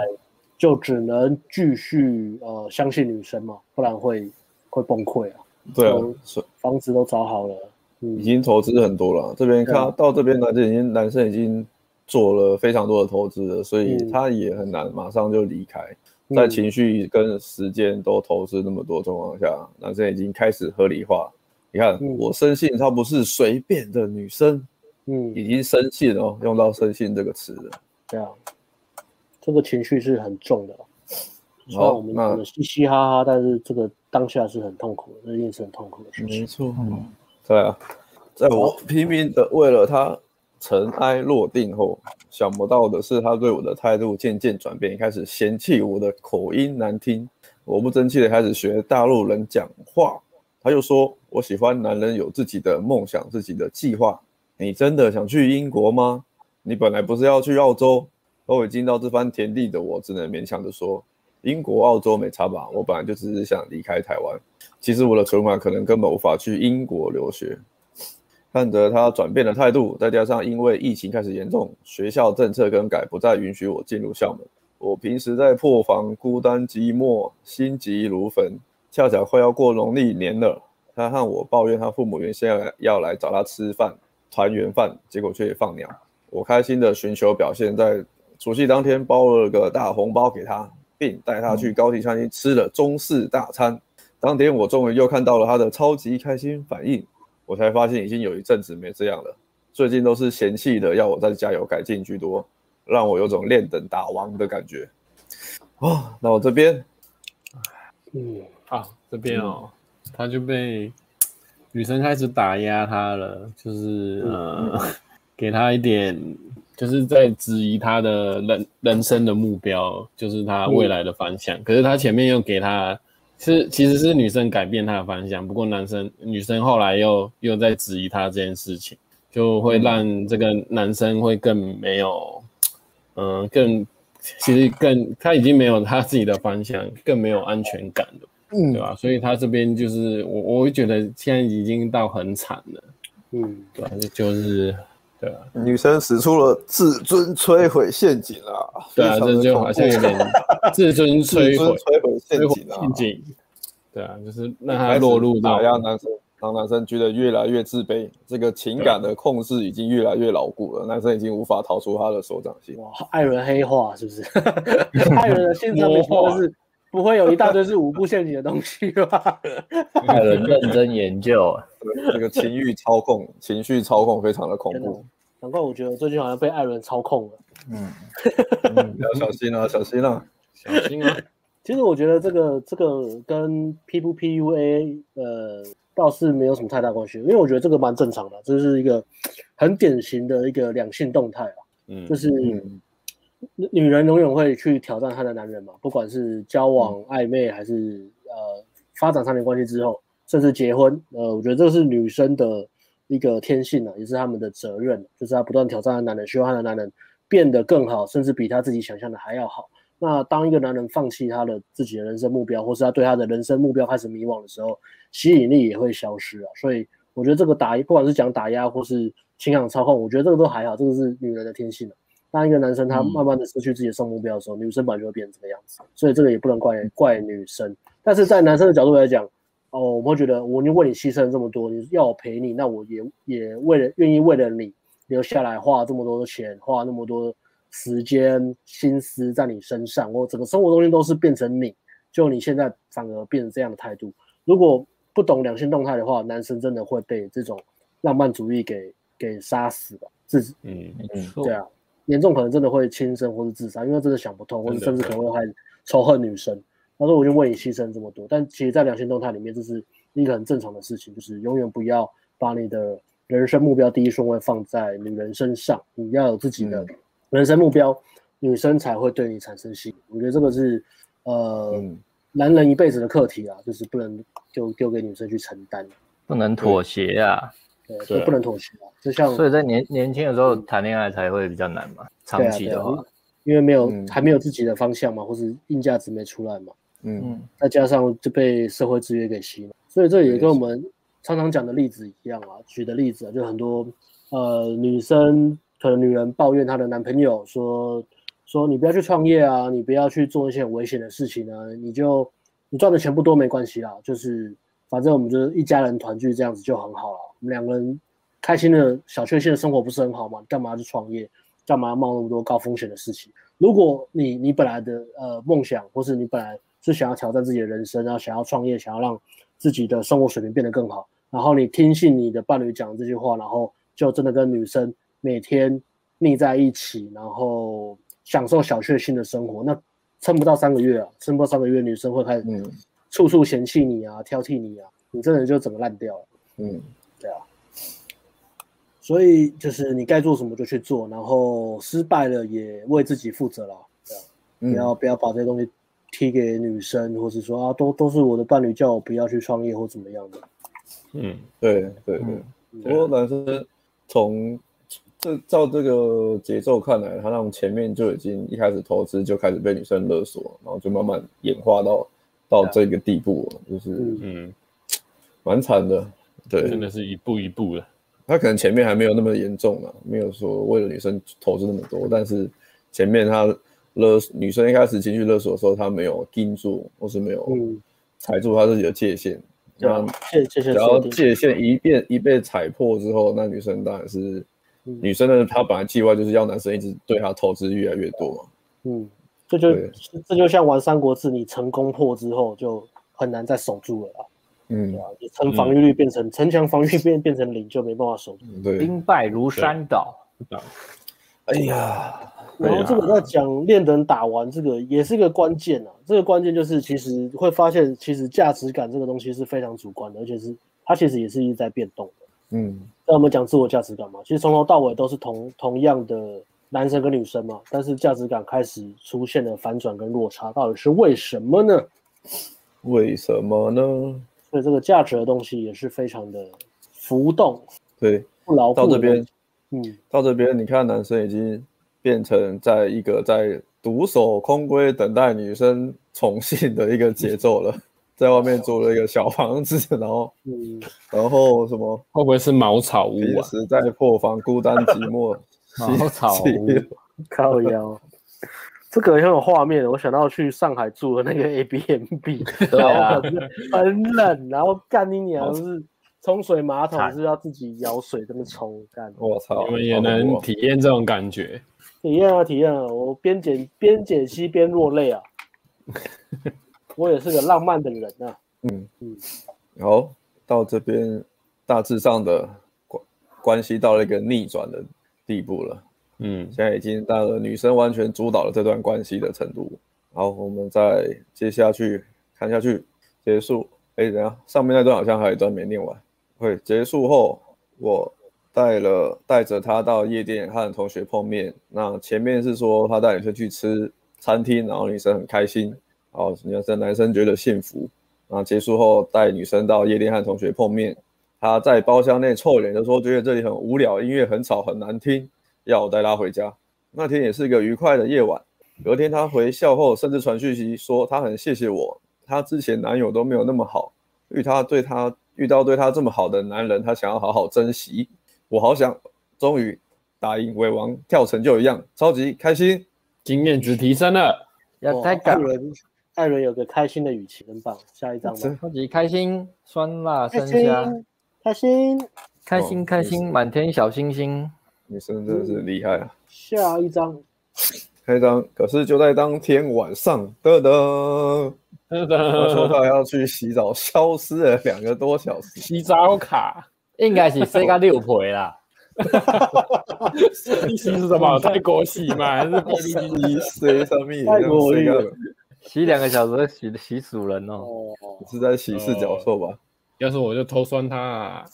[SPEAKER 4] 就只能继续呃相信女生嘛，不然会会崩溃啊。
[SPEAKER 3] 对啊
[SPEAKER 4] 就，
[SPEAKER 3] 所
[SPEAKER 4] 房子都找好了，
[SPEAKER 3] 以已
[SPEAKER 4] 嗯，
[SPEAKER 3] 经投资很多了。这边
[SPEAKER 4] 对啊
[SPEAKER 3] 看到这边呢，就已经男生已经做了非常多的投资了，所以
[SPEAKER 4] 嗯
[SPEAKER 3] 他也很难马上就离开。在情绪跟时间都投资那么多状况下，男生已经开始合理化。你看，
[SPEAKER 4] 嗯
[SPEAKER 3] 我深信她不是随便的女生，
[SPEAKER 4] 嗯，
[SPEAKER 3] 已经深信哦，用到深信这个词了。
[SPEAKER 4] 对啊，这个情绪是很重的。哦虽然我们
[SPEAKER 3] 那
[SPEAKER 4] 可能嘻嘻哈哈，但是这个当下是很痛苦的，这件事很痛苦的事情。
[SPEAKER 3] 错，对啊，在我拼命的为了他尘埃落定后，想不到的是他对我的态度渐渐转变，开始嫌弃我的口音难听，我不争气的开始学大陆人讲话。他又说我喜欢男人有自己的梦想，自己的计划。你真的想去英国吗？你本来不是要去澳洲？都已经到这番田地的我，只能勉强的说，英国、澳洲没差吧？我本来就只是想离开台湾。其实我的存款可能根本无法去英国留学。看着他转变的态度，再加上因为疫情开始严重，学校政策更改，不再允许我进入校门。我平时在破防、孤单、寂寞、心急如焚。恰巧快要过农历年了，他和我抱怨他父母原先要来要来找他吃饭，团圆饭，结果却放鸟。我开心的寻求表现，在除夕当天包了个大红包给他，并带他去高级餐厅吃了中式大餐。当天我终于又看到了他的超级开心反应，我才发现已经有一阵子没这样了。最近都是嫌弃的，要我再加油改进居多，让我有种练等打王的感觉。哦，那我这边
[SPEAKER 4] 嗯，
[SPEAKER 2] 啊，这边哦，他就被女生开始打压他了，就是呃，给他一点，就是在质疑他的人人生的目标，就是他未来的方向。可是他前面又给他是其实是女生改变他的方向，不过男生女生后来又又在质疑他这件事情，就会让这个男生会更没有，嗯、更其实更他已经没有他自己的方向，更没有安全感了。对吧、所以他这边就是我，我会觉得现在已经到很惨了，
[SPEAKER 4] 嗯，
[SPEAKER 2] 对吧、就就是，对吧、
[SPEAKER 3] 女生使出了自尊摧毁陷阱啊！
[SPEAKER 2] 对啊，
[SPEAKER 3] 非常的
[SPEAKER 2] 这就
[SPEAKER 3] 恐
[SPEAKER 2] 好
[SPEAKER 3] 怖
[SPEAKER 2] 像有点 自尊
[SPEAKER 3] 自尊
[SPEAKER 2] 摧毁，
[SPEAKER 3] 摧毁陷
[SPEAKER 2] 摧毁
[SPEAKER 3] 阱啊！
[SPEAKER 2] 陷阱，对啊，就是让他落入到
[SPEAKER 3] 打压男生，让男生觉得越来越自卑，这个情感的控制已经越来越牢固了，男生已经无法逃出他的手掌心。
[SPEAKER 4] 哇，艾伦黑化是不是？ 艾伦的现场里
[SPEAKER 2] 魔化
[SPEAKER 4] 就是不会有一大堆是五步陷阱的东西吧？
[SPEAKER 5] 艾伦认真研究，啊
[SPEAKER 3] 这个情欲操控， 情绪操控非常的恐
[SPEAKER 4] 天哪
[SPEAKER 3] 怖，
[SPEAKER 4] 难怪我觉得我最近好像被艾伦操控了。
[SPEAKER 3] 要小心啊，小心啊！
[SPEAKER 2] 小心
[SPEAKER 5] 哦
[SPEAKER 2] 啊，
[SPEAKER 4] 其实我觉得这个这个跟 P 不 PUA 呃倒是没有什么太大关系，因为我觉得这个蛮正常的，这是一个很典型的一个两性动态啊，
[SPEAKER 2] 嗯
[SPEAKER 4] 就，是女女人永远会去挑战她的男人嘛，不管是交往
[SPEAKER 2] 嗯
[SPEAKER 4] 暧昧还是呃发展三年关系之后，甚至结婚，呃，我觉得这是女生的一个天性啊，也是她们的责任，啊就是她不断挑战她的男人，希望她的男人变得更好，甚至比她自己想象的还要好。那当一个男人放弃他的自己的人生目标，或是他对他的人生目标开始迷惘的时候，吸引力也会消失啊。所以我觉得这个打，不管是讲打压或是情感操控，我觉得这个都还好，这个是女人的天性啊。当一个男生他慢慢的失去自己的生目标的时候，女生本来就会变成这个样子，所以这个也不能怪怪女生。但是在男生的角度来讲，哦，我们会觉得我已经为你牺牲了这么多，你要我陪你，那我也也为了愿意为了你留下来花这么多的钱，花那么多时间心思在你身上，我整个生活中间都是变成你，就你现在反而变成这样的态度。如果不懂两性动态的话，男生真的会被这种浪漫主义给给杀死吧，自己
[SPEAKER 2] 嗯，
[SPEAKER 4] 对啊，严重可能真的会轻生或是自杀，因为真的想不通，或者甚至可能会还仇恨女生。他说我就为你牺牲这么多，但其实，在良性动态里面，这是一个很正常的事情，就是永远不要把你的人生目标第一顺位放在女人身上，你要有自己的人生目标，女生才会对你产生吸引。我觉得这个是呃、
[SPEAKER 3] 嗯
[SPEAKER 4] 男人一辈子的课题啊，就是不能丢丢给女生去承担，
[SPEAKER 5] 不能妥协啊。
[SPEAKER 4] 对，
[SPEAKER 5] 对
[SPEAKER 4] 就不能妥协啊。就像
[SPEAKER 5] 所以在年年轻的
[SPEAKER 1] 嗯
[SPEAKER 5] 时候谈恋爱才会比较难嘛，长期的
[SPEAKER 4] 对啊对
[SPEAKER 5] 话
[SPEAKER 4] 啊，因为没有、
[SPEAKER 3] 嗯
[SPEAKER 4] 还没有自己的方向嘛，或是硬价值没出来嘛，
[SPEAKER 3] 嗯，
[SPEAKER 4] 再加上就被社会制约给洗脑，所以这也跟我们常常讲的例子一样啊，举的例子啊，就很多呃女生可能女人抱怨她的男朋友说说你不要去创业啊，你不要去做一些很危险的事情啊，你就你赚的钱不多没关系啦，就是反正我们就是一家人团聚这样子就很好了，我们两个人开心的小确幸的生活不是很好吗？你干嘛要去创业？干嘛要冒那么多高风险的事情？如果你你本来的呃梦想，或是你本来是想要挑战自己的人生，然后想要创业，想要让自己的生活水平变得更好，然后你听信你的伴侣讲这句话，然后就真的跟女生每天腻在一起，然后
[SPEAKER 6] 享受小确幸的生活。那撑不到三个月啊，撑不到三个月，女生会开始
[SPEAKER 3] 嗯
[SPEAKER 6] 处处嫌弃你啊，挑剔你啊，你这人就整个烂掉了。
[SPEAKER 3] 嗯，
[SPEAKER 6] 所以就是你该做什么就去做，然后失败了也为自己负责啦。对啊
[SPEAKER 3] 嗯
[SPEAKER 6] 不要不要把这些东西踢给女生，或者说啊，都都是我的伴侣叫我不要去创业或怎么样的。
[SPEAKER 2] 嗯，
[SPEAKER 3] 对对对。不过男生从这照这个节奏看来，他从前面就已经一开始投资就开始被女生勒索，然后就慢慢演化到到这个地步了，就是
[SPEAKER 6] 嗯
[SPEAKER 2] 嗯，
[SPEAKER 3] 蛮惨的。
[SPEAKER 2] 真
[SPEAKER 3] 对
[SPEAKER 2] 的是一步一步的，
[SPEAKER 3] 他可能前面还没有那么严重啊，没有说为了女生投资那么多，但是前面他勒女生一开始情绪勒索的时候，他没有盯住，或是没有
[SPEAKER 6] 嗯，
[SPEAKER 3] 踩住他自己的界限，
[SPEAKER 4] 对
[SPEAKER 3] 那
[SPEAKER 4] 啊，谢谢谢
[SPEAKER 3] 只要
[SPEAKER 4] 设定。
[SPEAKER 3] 界限一变一被踩破之后，那女生当然是，
[SPEAKER 6] 嗯
[SPEAKER 3] 女生的她本来计划就是要男生一直对她投资越来越多嘛。
[SPEAKER 6] 嗯，
[SPEAKER 4] 这就
[SPEAKER 3] 对
[SPEAKER 4] 这就像玩三国志，你成功破之后就很难再守住了啦，
[SPEAKER 3] 嗯
[SPEAKER 4] 对，啊吧、你城防御率变成城墙防御变变成零，就没办法守住。
[SPEAKER 3] 嗯对。
[SPEAKER 5] 兵败如山倒，
[SPEAKER 3] 哎呀，
[SPEAKER 2] 对啊
[SPEAKER 4] 然后这个在讲练等打完，这个也是一个关键啊。这个关键就是，其实会发现，其实价值感这个东西是非常主观的，而且是它其实也是一直在变动的。
[SPEAKER 3] 嗯
[SPEAKER 4] 那我们讲自我价值感嘛，其实从头到尾都是同同样的男生跟女生嘛，但是价值感开始出现了反转跟落差，到底是为什么呢？
[SPEAKER 3] 为什么呢？
[SPEAKER 4] 所以这个价值的东西也是非常的浮动、
[SPEAKER 3] 对，
[SPEAKER 4] 不牢固
[SPEAKER 3] 到
[SPEAKER 4] 的。
[SPEAKER 3] 这边，
[SPEAKER 4] 嗯，
[SPEAKER 3] 到这边，你看男生已经变成在一个在独守空闺等待女生宠幸的一个节奏了，在外面租了一个小房子，然后
[SPEAKER 4] 嗯，
[SPEAKER 3] 然后什么
[SPEAKER 2] 会不会是茅草屋
[SPEAKER 3] 平
[SPEAKER 2] 啊？
[SPEAKER 3] 时在破防孤单寂 寞，
[SPEAKER 5] 茅
[SPEAKER 2] 哦
[SPEAKER 5] 草屋
[SPEAKER 3] 是
[SPEAKER 4] 靠腰。这个很有画面，我想到去上海住的那个 A B M B，然后很很冷，然后干你娘就是冲水马桶是要自己舀水这么冲干。
[SPEAKER 3] 我操，
[SPEAKER 2] 你们也
[SPEAKER 3] 好恐怖
[SPEAKER 2] 能
[SPEAKER 3] 哦
[SPEAKER 2] 体验这种感觉，
[SPEAKER 4] 体验啊体验啊，我边解边解析边落泪啊。我也是个浪漫的人啊，
[SPEAKER 3] 好，到这边大致上的关关系到了一个逆转的地步了，
[SPEAKER 2] 嗯，
[SPEAKER 3] 现在已经到了女生完全主导了这段关系的程度。好，我们再接下去看下去，结束。哎，等一下，上面那段好像还有一段没念完。会结束后，我带了带着她到夜店和同学碰面。那前面是说他带女生去吃餐厅，然后女生很开心，然后女生男生觉得幸福。啊，结束后带女生到夜店和同学碰面，他在包厢内臭脸的说，觉得这里很无聊，音乐很吵，很难听，要我带他回家。那天也是一个愉快的夜晚。隔天他回校后，甚至传讯息说他很谢谢我，他之前男友都没有那么好，遇他对他遇到对他这么好的男人，他想要好好珍惜。我好想终于打赢尾王跳绳就一样，超级开心。
[SPEAKER 2] 经验值提升了，
[SPEAKER 5] 要
[SPEAKER 4] 哇
[SPEAKER 5] 再
[SPEAKER 4] 艾
[SPEAKER 5] 搞，
[SPEAKER 4] 伦，艾伦有个开心的语气，真棒。下一张吧。
[SPEAKER 5] 超级开心，酸辣
[SPEAKER 4] 开
[SPEAKER 5] 生虾，
[SPEAKER 1] 哦
[SPEAKER 4] 心，开心。
[SPEAKER 5] 开心开心，满天小星星，
[SPEAKER 3] 女生真的是厉害啊！
[SPEAKER 4] 下一张，
[SPEAKER 3] 开张，可是就在当天晚上，噔噔，他说他要去洗澡，消失了两个多小 时。
[SPEAKER 2] 洗澡 卡，
[SPEAKER 5] 应该是世界六陪啦。
[SPEAKER 2] 你洗是什么？泰国洗吗？还是 菲律宾
[SPEAKER 3] 一 C 上面也
[SPEAKER 4] 泰国
[SPEAKER 3] 这
[SPEAKER 4] 语
[SPEAKER 3] 样，
[SPEAKER 5] 洗两个小时会洗洗死人哦。
[SPEAKER 3] 是在洗四
[SPEAKER 4] 哦
[SPEAKER 3] 角兽吧？
[SPEAKER 2] 要是我就偷酸他、啊，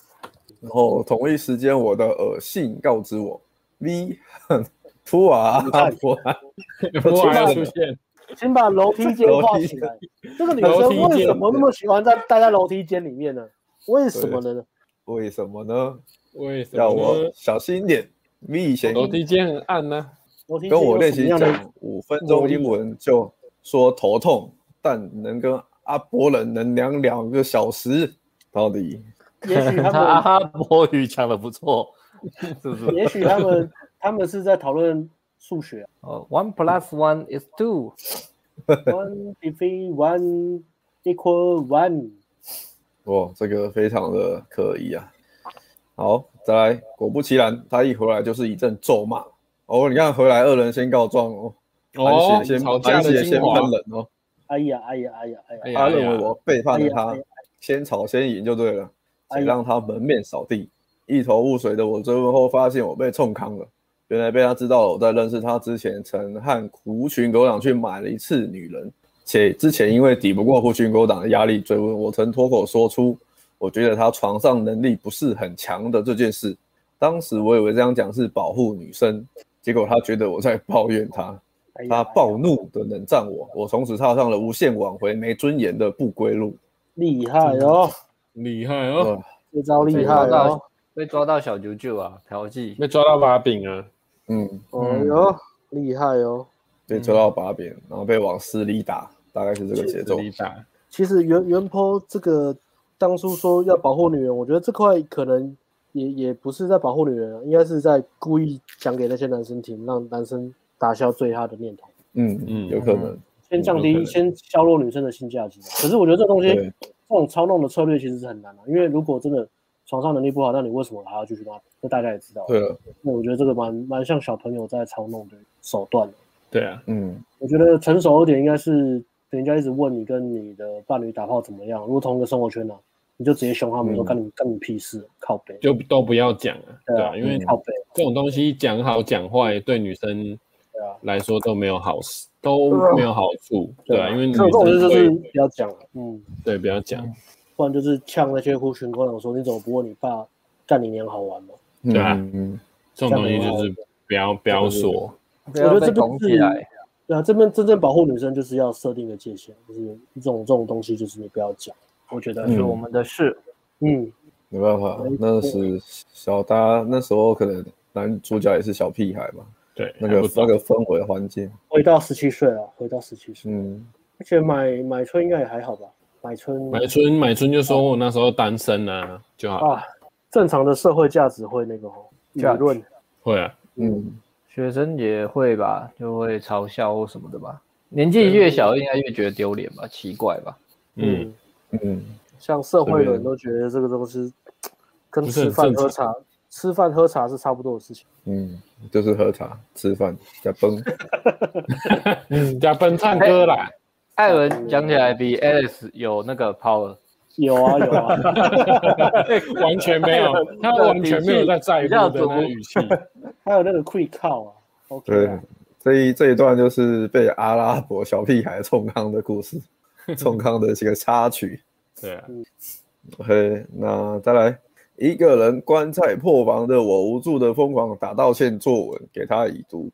[SPEAKER 3] 然后同一时间，我的耳信告知我，V 啊图瓦我
[SPEAKER 2] 突然出现，
[SPEAKER 4] 请把楼梯间画起来。这个女生为什么那么喜欢在待在楼梯间里面呢？为什么呢？
[SPEAKER 3] 为什么呢？
[SPEAKER 2] 为什
[SPEAKER 3] 要
[SPEAKER 2] 么
[SPEAKER 3] 我
[SPEAKER 2] 呢？
[SPEAKER 3] 小心一点。V 以前
[SPEAKER 2] 楼梯间很暗呢、
[SPEAKER 4] 楼梯间
[SPEAKER 3] 跟我
[SPEAKER 4] 有
[SPEAKER 3] 练
[SPEAKER 4] 什
[SPEAKER 3] 习
[SPEAKER 4] 么样的？
[SPEAKER 3] 讲五分钟英文就说头痛，但能跟阿波人能聊两个小时，到底
[SPEAKER 4] 也许
[SPEAKER 5] 他
[SPEAKER 4] 他
[SPEAKER 5] 阿拉伯语讲的 不错，是不
[SPEAKER 4] 们，
[SPEAKER 5] 是？
[SPEAKER 4] 也许他们，他们是在讨论数学。
[SPEAKER 5] 哦，one plus one is two。
[SPEAKER 4] One defeat one equal one。
[SPEAKER 3] 哇，这个非常的可疑啊！好，再来，果不其然，他一回来就是一阵咒骂。哦，你看回来二人先告状哦，
[SPEAKER 2] 哦
[SPEAKER 3] 韩，雪
[SPEAKER 2] 吵
[SPEAKER 3] 先
[SPEAKER 2] 架
[SPEAKER 3] 韩
[SPEAKER 2] 的
[SPEAKER 3] 雪先
[SPEAKER 2] 精
[SPEAKER 3] 喷
[SPEAKER 2] 华，
[SPEAKER 3] 人哦，
[SPEAKER 4] 哎呀，哎呀，哎呀，哎
[SPEAKER 2] 哎
[SPEAKER 4] 呀！
[SPEAKER 2] 呀
[SPEAKER 3] 他认为我背叛了
[SPEAKER 4] 哎
[SPEAKER 3] 他
[SPEAKER 4] 呀，
[SPEAKER 3] 先吵先赢就对了，
[SPEAKER 4] 哎
[SPEAKER 3] 谁
[SPEAKER 4] 呀
[SPEAKER 3] 让他门面扫地？一头雾水的我追问后发现我被冲康了，原来被他知道我在认识他之前，曾和狐群狗党去买了一次女人，且之前因为抵不过狐群狗党的压力追问，我曾脱口说出我觉得他床上能力不是很强的这件事。当时我以为这样讲是保护女生，结果他觉得我在抱怨他，
[SPEAKER 6] 哎呀
[SPEAKER 3] 他暴怒的冷战我，我从此踏上了无限挽回没尊严的不归路。
[SPEAKER 4] 厉害哦，
[SPEAKER 2] 厉害哦，
[SPEAKER 3] 哇
[SPEAKER 4] 这招
[SPEAKER 5] 啊
[SPEAKER 4] 厉害
[SPEAKER 1] 抓
[SPEAKER 4] 哦
[SPEAKER 1] 到，被抓到小九九啊，调剂。
[SPEAKER 2] 被抓到把柄啊，
[SPEAKER 3] 嗯，
[SPEAKER 4] 哎呦，厉害哦。
[SPEAKER 3] 被抓到把柄，然后被往死里打，大概是这个节奏。
[SPEAKER 2] 力大，
[SPEAKER 4] 其实原原坡这个当初说要保护女人，我觉得这块可能也也不是在保护女人啊，应该是在故意讲给那些男生听，让男生打消对她的念头，
[SPEAKER 3] 嗯
[SPEAKER 2] 嗯
[SPEAKER 3] 嗯，有可能。
[SPEAKER 4] 先降
[SPEAKER 2] 有可
[SPEAKER 4] 低，
[SPEAKER 2] 能
[SPEAKER 4] 先削弱女生的性价值啊。可是我觉得这东西，
[SPEAKER 3] 对
[SPEAKER 4] 这种操弄的策略其实是很难的、啊因为如果真的床上能力不好，那你为什么还要继续跟他？这大家也知道。啊
[SPEAKER 3] 对了，
[SPEAKER 4] 那我觉得这个蛮蛮像小朋友在操弄的手段的。
[SPEAKER 2] 对啊，
[SPEAKER 3] 嗯
[SPEAKER 4] 我觉得成熟一点应该是人家一直问你跟你的伴侣打炮怎么样，如果同一个生活圈呢、啊，你就直接凶他们说
[SPEAKER 3] 嗯
[SPEAKER 4] 干你干你屁事，靠背，
[SPEAKER 2] 就都不要讲啊，
[SPEAKER 4] 对啊
[SPEAKER 2] 对啊，因为
[SPEAKER 4] 靠背，
[SPEAKER 2] 这种东西讲好讲坏，对女生
[SPEAKER 4] 对啊，
[SPEAKER 2] 来说都没有好事，都没有好处，对啊，因为女
[SPEAKER 4] 这种东西
[SPEAKER 2] 生
[SPEAKER 4] 就是
[SPEAKER 2] 会
[SPEAKER 4] 不要讲了，嗯，
[SPEAKER 2] 对不要讲，
[SPEAKER 4] 不然就是呛那些狐群狗党说你怎么不问你爸干你娘好玩吗？
[SPEAKER 3] 嗯
[SPEAKER 2] 对啊
[SPEAKER 3] 嗯
[SPEAKER 2] 这种东西就是不要不要说，
[SPEAKER 1] 不要被拱起来，
[SPEAKER 4] 对啊，这边真正保护女生就是要设定一个界限，就是这种这种东西就是你不要讲，我觉得，
[SPEAKER 2] 嗯
[SPEAKER 1] 是我们的事。
[SPEAKER 4] 嗯，
[SPEAKER 3] 没办法，那是小大家那时候可能男主角也是小屁孩嘛，
[SPEAKER 2] 对，
[SPEAKER 3] 那
[SPEAKER 2] 还
[SPEAKER 3] 个
[SPEAKER 2] 不
[SPEAKER 3] 那
[SPEAKER 2] 懂
[SPEAKER 3] 个氛围环境，
[SPEAKER 4] 回到十七岁了，回到十七岁，
[SPEAKER 3] 嗯，
[SPEAKER 4] 而且买买春应该也还好吧，买春
[SPEAKER 2] 买春买春就说我那时候单身啊，就好，
[SPEAKER 4] 啊，正常的社会价值会那个哦，理
[SPEAKER 1] 价值
[SPEAKER 4] 论
[SPEAKER 2] 会啊，
[SPEAKER 3] 嗯，
[SPEAKER 1] 学生也会吧，就会嘲笑或什么的吧。年纪越小，应该越觉得丢脸吧，奇怪吧？
[SPEAKER 2] 嗯。
[SPEAKER 4] 嗯，
[SPEAKER 3] 嗯，
[SPEAKER 4] 像社会
[SPEAKER 3] 对
[SPEAKER 4] 人都觉得这个东西跟
[SPEAKER 2] 不是
[SPEAKER 4] 吃
[SPEAKER 2] 很
[SPEAKER 4] 饭
[SPEAKER 2] 正
[SPEAKER 4] 喝茶、吃饭喝茶是差不多的事情。
[SPEAKER 3] 嗯，就是喝茶、吃饭、加崩，
[SPEAKER 2] 加分唱歌啦，
[SPEAKER 1] 艾文讲起来比 Alice 有那个 power，
[SPEAKER 4] 有啊有啊，
[SPEAKER 2] 完全没有，他完全没有在在乎的那个语气，
[SPEAKER 4] 还有那个 quick call 啊，OK
[SPEAKER 3] 对
[SPEAKER 4] 啊，，
[SPEAKER 3] 这一这一段就是被阿拉伯小屁孩冲康的故事，冲康的这个插曲。
[SPEAKER 2] 对啊，
[SPEAKER 3] OK，那再来一个人棺材破防的我，无助的疯狂打道歉作文给他已读，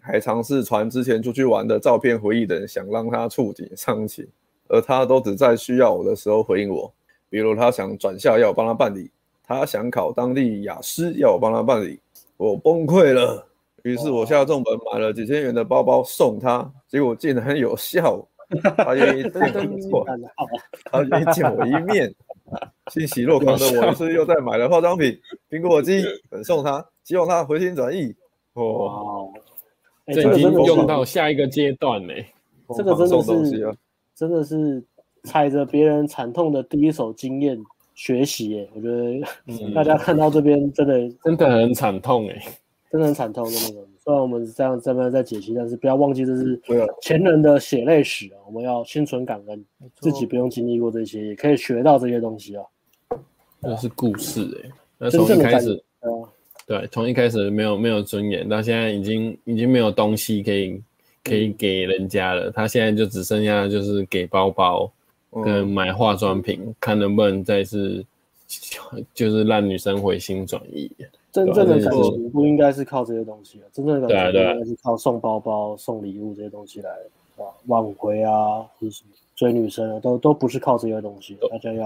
[SPEAKER 3] 还尝试传之前出去玩的照片回忆等，想让他触景伤情，而他都只在需要我的时候回应我，比如他想转校要我帮他办理，他想考当地雅思要我帮他办理，我崩溃了。于是我下重本买了几千元的包包送他，结果竟然有效，他愿意
[SPEAKER 4] 噔
[SPEAKER 3] 见
[SPEAKER 4] 噔
[SPEAKER 3] 我。
[SPEAKER 4] 啊干得好，
[SPEAKER 3] 他愿意见我一面。 欣喜若狂的我，于是又再买了化妆品、苹果肌等送他，希望他回心转意。
[SPEAKER 4] 哇
[SPEAKER 3] 哦，
[SPEAKER 4] 哦，哎，这
[SPEAKER 2] 这
[SPEAKER 4] 个
[SPEAKER 2] 已经
[SPEAKER 4] 真的
[SPEAKER 2] 用
[SPEAKER 4] 是
[SPEAKER 2] 到下一个阶段欸嘞、
[SPEAKER 4] 这个真的
[SPEAKER 3] 送东西
[SPEAKER 4] 是
[SPEAKER 3] 啊
[SPEAKER 4] 真的是踩着别人惨痛的第一手经验学习耶，我觉得大家看到这边真的
[SPEAKER 2] 真的很惨痛哎、
[SPEAKER 4] 真的很惨痛，真的很。虽然我们这样这边在解析，但是不要忘记这是
[SPEAKER 3] 对啊
[SPEAKER 4] 前人的血泪史啊！我们要心存感恩，自己不用经历过这些，也可以学到这些东西啊。
[SPEAKER 2] 那是故事哎、那
[SPEAKER 4] 真
[SPEAKER 2] 从
[SPEAKER 4] 正
[SPEAKER 2] 一
[SPEAKER 4] 的
[SPEAKER 2] 开
[SPEAKER 4] 感
[SPEAKER 2] 始，
[SPEAKER 4] 对啊，
[SPEAKER 2] 对，从一开始没有没有尊严，到现在已经已经没有东西可以可以给人家了，他现在就只剩下就是给包包跟
[SPEAKER 3] 嗯，
[SPEAKER 2] 买化妆品，看能不能再是就是让女生回心转意。
[SPEAKER 4] 真正的
[SPEAKER 2] 对啊
[SPEAKER 4] 感
[SPEAKER 2] 这是
[SPEAKER 4] 情不应该是靠这些东西啊，真正的感情
[SPEAKER 2] 对啊对啊
[SPEAKER 4] 应该是靠送包包、送礼物这些东西来啊挽回啊，或者什么追女生啊，都都不是靠这些东西，大家要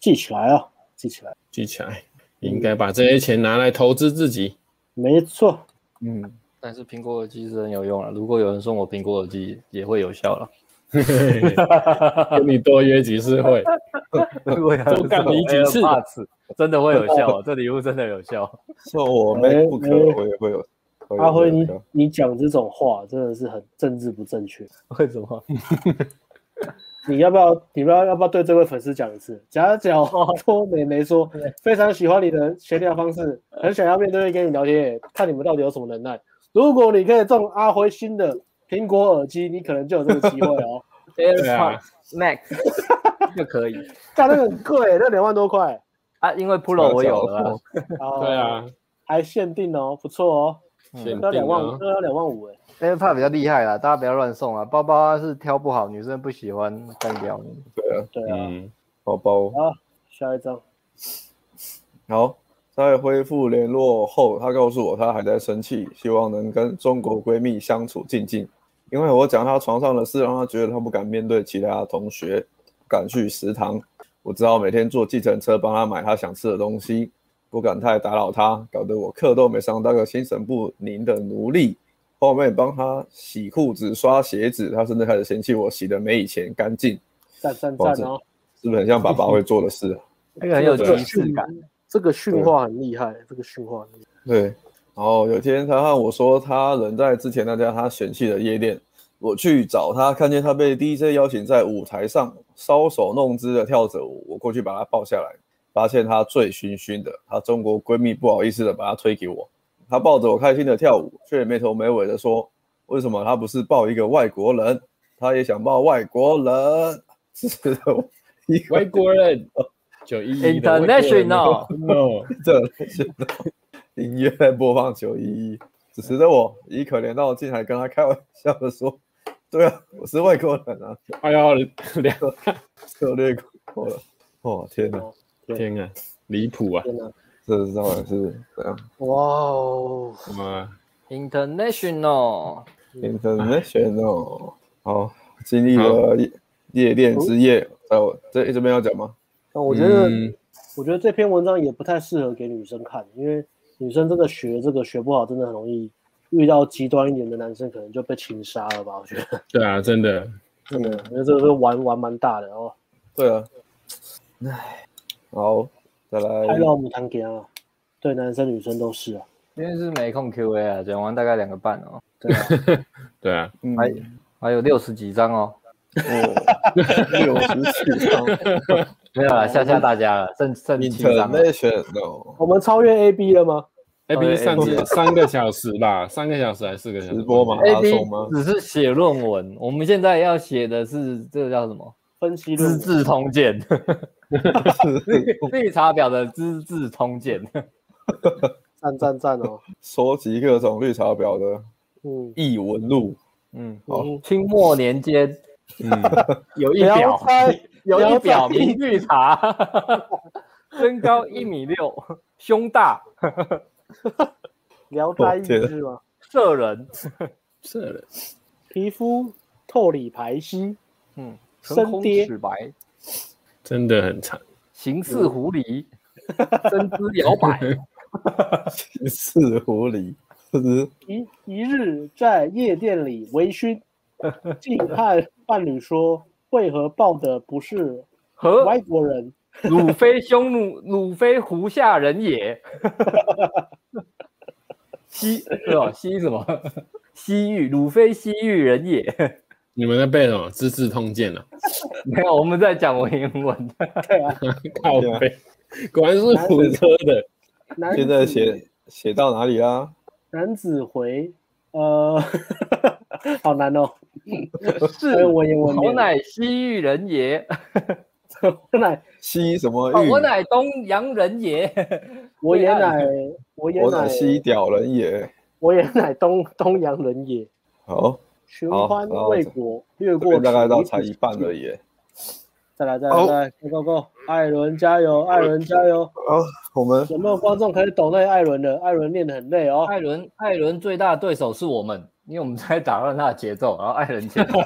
[SPEAKER 4] 记起来啊，记起来。
[SPEAKER 2] 记起来，应该把这些钱拿来投资自己。
[SPEAKER 4] 没错，
[SPEAKER 3] 嗯，
[SPEAKER 1] 但是苹果耳机是很有用了。啊如果有人送我苹果耳机，也会有效了。
[SPEAKER 2] 跟你多约几次会，
[SPEAKER 1] 如 果有人
[SPEAKER 2] 多干
[SPEAKER 1] 送
[SPEAKER 2] 你几次
[SPEAKER 1] AirPods，真的会有效、啊，这礼物真的有效。
[SPEAKER 3] 送我
[SPEAKER 4] 哎
[SPEAKER 3] MacBook，
[SPEAKER 4] 哎
[SPEAKER 3] 我也会有。我也
[SPEAKER 4] 阿
[SPEAKER 3] 会
[SPEAKER 4] 辉，你
[SPEAKER 2] 啊
[SPEAKER 3] 有
[SPEAKER 4] 你讲这种话真的是很政治不正确。
[SPEAKER 1] 为什 么？
[SPEAKER 4] 你要不要？你们要要不要对这位粉丝讲一次？假角托美眉说， 非常喜欢你的闲聊方式，很想要面对面跟你聊天，看你们到底有什么能耐。如果你可以中阿辉新的苹果耳机，你可能就有这个机会 哦。
[SPEAKER 2] 啊
[SPEAKER 1] AirPods Max 就可以
[SPEAKER 4] 但那个很贵，那两万多块，
[SPEAKER 1] 啊，因为 Pro 我有了啊、
[SPEAKER 4] 哦
[SPEAKER 2] 对，啊，
[SPEAKER 4] 还限定哦，不错哦。
[SPEAKER 2] 限
[SPEAKER 4] 要两
[SPEAKER 2] 定
[SPEAKER 4] 万五，
[SPEAKER 2] 啊，
[SPEAKER 4] 要两万五哎，
[SPEAKER 5] AirPod 比较厉害啦，大家不要乱送啊，包包它是挑不好，女生不喜欢干掉你。
[SPEAKER 3] 对啊，
[SPEAKER 4] 对啊。
[SPEAKER 2] 嗯，
[SPEAKER 3] 包包。
[SPEAKER 4] 下一张，
[SPEAKER 3] 好，在恢复联络后，她告诉我她还在生气，希望能跟中国闺蜜相处静静，因为我讲她床上的事，让她觉得她不敢面对其他同学，不敢去食堂。我只好每天坐计程车帮她买她想吃的东西，不敢太打扰她，搞得我课都没上，当个心神不宁的奴隶。后面帮她洗裤子、刷鞋子，她甚至开始嫌弃我洗的没以前干净，
[SPEAKER 4] 赞赞
[SPEAKER 3] 哇
[SPEAKER 4] 赞
[SPEAKER 3] 这
[SPEAKER 4] 哦！
[SPEAKER 3] 是不是很像爸爸会做的事啊？
[SPEAKER 5] 那个很有
[SPEAKER 4] 这个
[SPEAKER 5] 仪式感，
[SPEAKER 4] 这个训话很厉害，这个训话很厉害。
[SPEAKER 3] 对，然后有天他和我说，他人在之前那家他嫌弃的夜店，我去找他，看见他被 DJ 邀请在舞台上搔首弄姿的跳着舞，我过去把他抱下来，发现他醉醺醺的，她中国闺蜜不好意思的把他推给我，他抱着我开心的跳舞，却没头没尾的说，为什么他不是抱一个外国人，他也想抱外国人， 是的，我一
[SPEAKER 2] 外国人九一一
[SPEAKER 5] International
[SPEAKER 2] no，
[SPEAKER 3] 这是音乐在播放九一一，此时的我已可怜到竟还跟他开玩笑的说：“对啊，我是外国人啊，
[SPEAKER 2] 哎呦，两
[SPEAKER 3] 策略过了。”哦天哪，
[SPEAKER 2] 天啊，离谱啊，
[SPEAKER 4] 天哪，
[SPEAKER 3] 这是当然是怎样
[SPEAKER 4] 哇哦！
[SPEAKER 2] 什么
[SPEAKER 5] International，
[SPEAKER 3] international 哦好，经历了夜夜店之夜，在我这这边要讲吗？
[SPEAKER 4] 那我觉得，
[SPEAKER 2] 嗯
[SPEAKER 4] 我觉得这篇文章也不太适合给女生看，因为女生真的学这个学不好，真的很容易遇到极端一点的男生，可能就被情杀了吧？我觉得，
[SPEAKER 2] 对啊，真的，
[SPEAKER 4] 真 的，因为这个是玩玩蛮大的哦。
[SPEAKER 3] 对啊，唉，好，再来
[SPEAKER 4] 拍到母堂给啊，对男生女生都是啊。
[SPEAKER 5] 今天是没空 Q&A 啊，讲完大概两个半哦，
[SPEAKER 4] 对啊，
[SPEAKER 2] 对啊，
[SPEAKER 3] 嗯
[SPEAKER 5] 还还有六十几张哦，
[SPEAKER 3] 哦，六十七张
[SPEAKER 5] 没有啦，吓吓大家了，剩剩七张了。
[SPEAKER 3] international
[SPEAKER 4] 我们超越 AB 了吗？
[SPEAKER 2] A B
[SPEAKER 5] 哎
[SPEAKER 2] 上次三个小时吧，三个小时还是四个小时
[SPEAKER 3] 直播嘛，
[SPEAKER 5] A
[SPEAKER 3] 马拉
[SPEAKER 5] B
[SPEAKER 3] 松吗？
[SPEAKER 5] 只是写论文，我们现在要写的是这个叫什么？
[SPEAKER 4] 分析
[SPEAKER 5] 《
[SPEAKER 4] 论
[SPEAKER 5] 资
[SPEAKER 4] 文
[SPEAKER 5] 治通鉴》绿茶婊的《资治通鉴》，
[SPEAKER 4] 赞赞赞哦。
[SPEAKER 3] 收集各种绿茶婊的
[SPEAKER 4] 嗯，
[SPEAKER 3] 异闻录。
[SPEAKER 5] 嗯，
[SPEAKER 3] 好
[SPEAKER 4] 嗯
[SPEAKER 5] 清末年间
[SPEAKER 2] 嗯，
[SPEAKER 5] 有一
[SPEAKER 4] 聊
[SPEAKER 5] 表
[SPEAKER 4] 斋
[SPEAKER 5] 有一
[SPEAKER 4] 聊表
[SPEAKER 5] 表名绿茶， 身高一米六， 胸大，
[SPEAKER 4] 聊斋
[SPEAKER 3] 哦天
[SPEAKER 4] 志
[SPEAKER 3] 啊
[SPEAKER 4] 异吗？
[SPEAKER 5] 射人，
[SPEAKER 2] 是啊的，
[SPEAKER 4] 皮肤透里排稀，
[SPEAKER 5] 嗯，
[SPEAKER 4] 深
[SPEAKER 5] 唇红
[SPEAKER 4] 跌
[SPEAKER 5] 齿白，
[SPEAKER 2] 真的很惨，
[SPEAKER 5] 形似狐狸， 身姿摇摆，
[SPEAKER 3] 是狐狸，就是
[SPEAKER 4] 一一日在夜店里微醺，竟和伴侣说为何抱的不是
[SPEAKER 5] 和
[SPEAKER 4] 外国人？
[SPEAKER 5] 鲁非匈奴，鲁非胡夏人也。西是吧？西什么？西域，鲁非西域人也。
[SPEAKER 2] 你们在背什么《资治通鉴》啊？
[SPEAKER 5] 没有，我们在讲文言文的。
[SPEAKER 4] 对啊，
[SPEAKER 2] 靠背，果然是虎车的，
[SPEAKER 4] 男
[SPEAKER 3] 现在
[SPEAKER 4] 子
[SPEAKER 3] 写写到哪里啦？
[SPEAKER 4] 男子回，呃， 好难哦。
[SPEAKER 5] 是
[SPEAKER 4] 还有文言文
[SPEAKER 5] 我
[SPEAKER 4] 念
[SPEAKER 5] 乃西域人也，
[SPEAKER 4] 我乃
[SPEAKER 3] 西什么
[SPEAKER 5] 哦
[SPEAKER 3] 玉？
[SPEAKER 5] 我乃东洋人也。
[SPEAKER 4] 我也
[SPEAKER 5] 对啊岸
[SPEAKER 4] 乃我也
[SPEAKER 3] 我乃
[SPEAKER 4] 乃
[SPEAKER 3] 西屌人也。
[SPEAKER 4] 我也乃东东洋人也。
[SPEAKER 3] 好，
[SPEAKER 4] 寻
[SPEAKER 3] 好
[SPEAKER 4] 欢
[SPEAKER 3] 然后
[SPEAKER 4] 未
[SPEAKER 3] 这
[SPEAKER 4] 果，越
[SPEAKER 3] 这边
[SPEAKER 4] 过
[SPEAKER 3] 大概到
[SPEAKER 4] 楚
[SPEAKER 3] 才
[SPEAKER 4] 夷
[SPEAKER 3] 一半而已。
[SPEAKER 4] 再来，再
[SPEAKER 3] 好
[SPEAKER 4] 来，
[SPEAKER 5] 哦
[SPEAKER 4] 再来，Go Go Go！艾伦加油，艾伦加油！
[SPEAKER 3] 好，我们
[SPEAKER 4] 有没有观众可以抖那艾伦的？艾伦练得很累哦。
[SPEAKER 5] 艾伦，艾伦最大的对手是我们，因为我们在打乱他的节奏，然后艾伦前进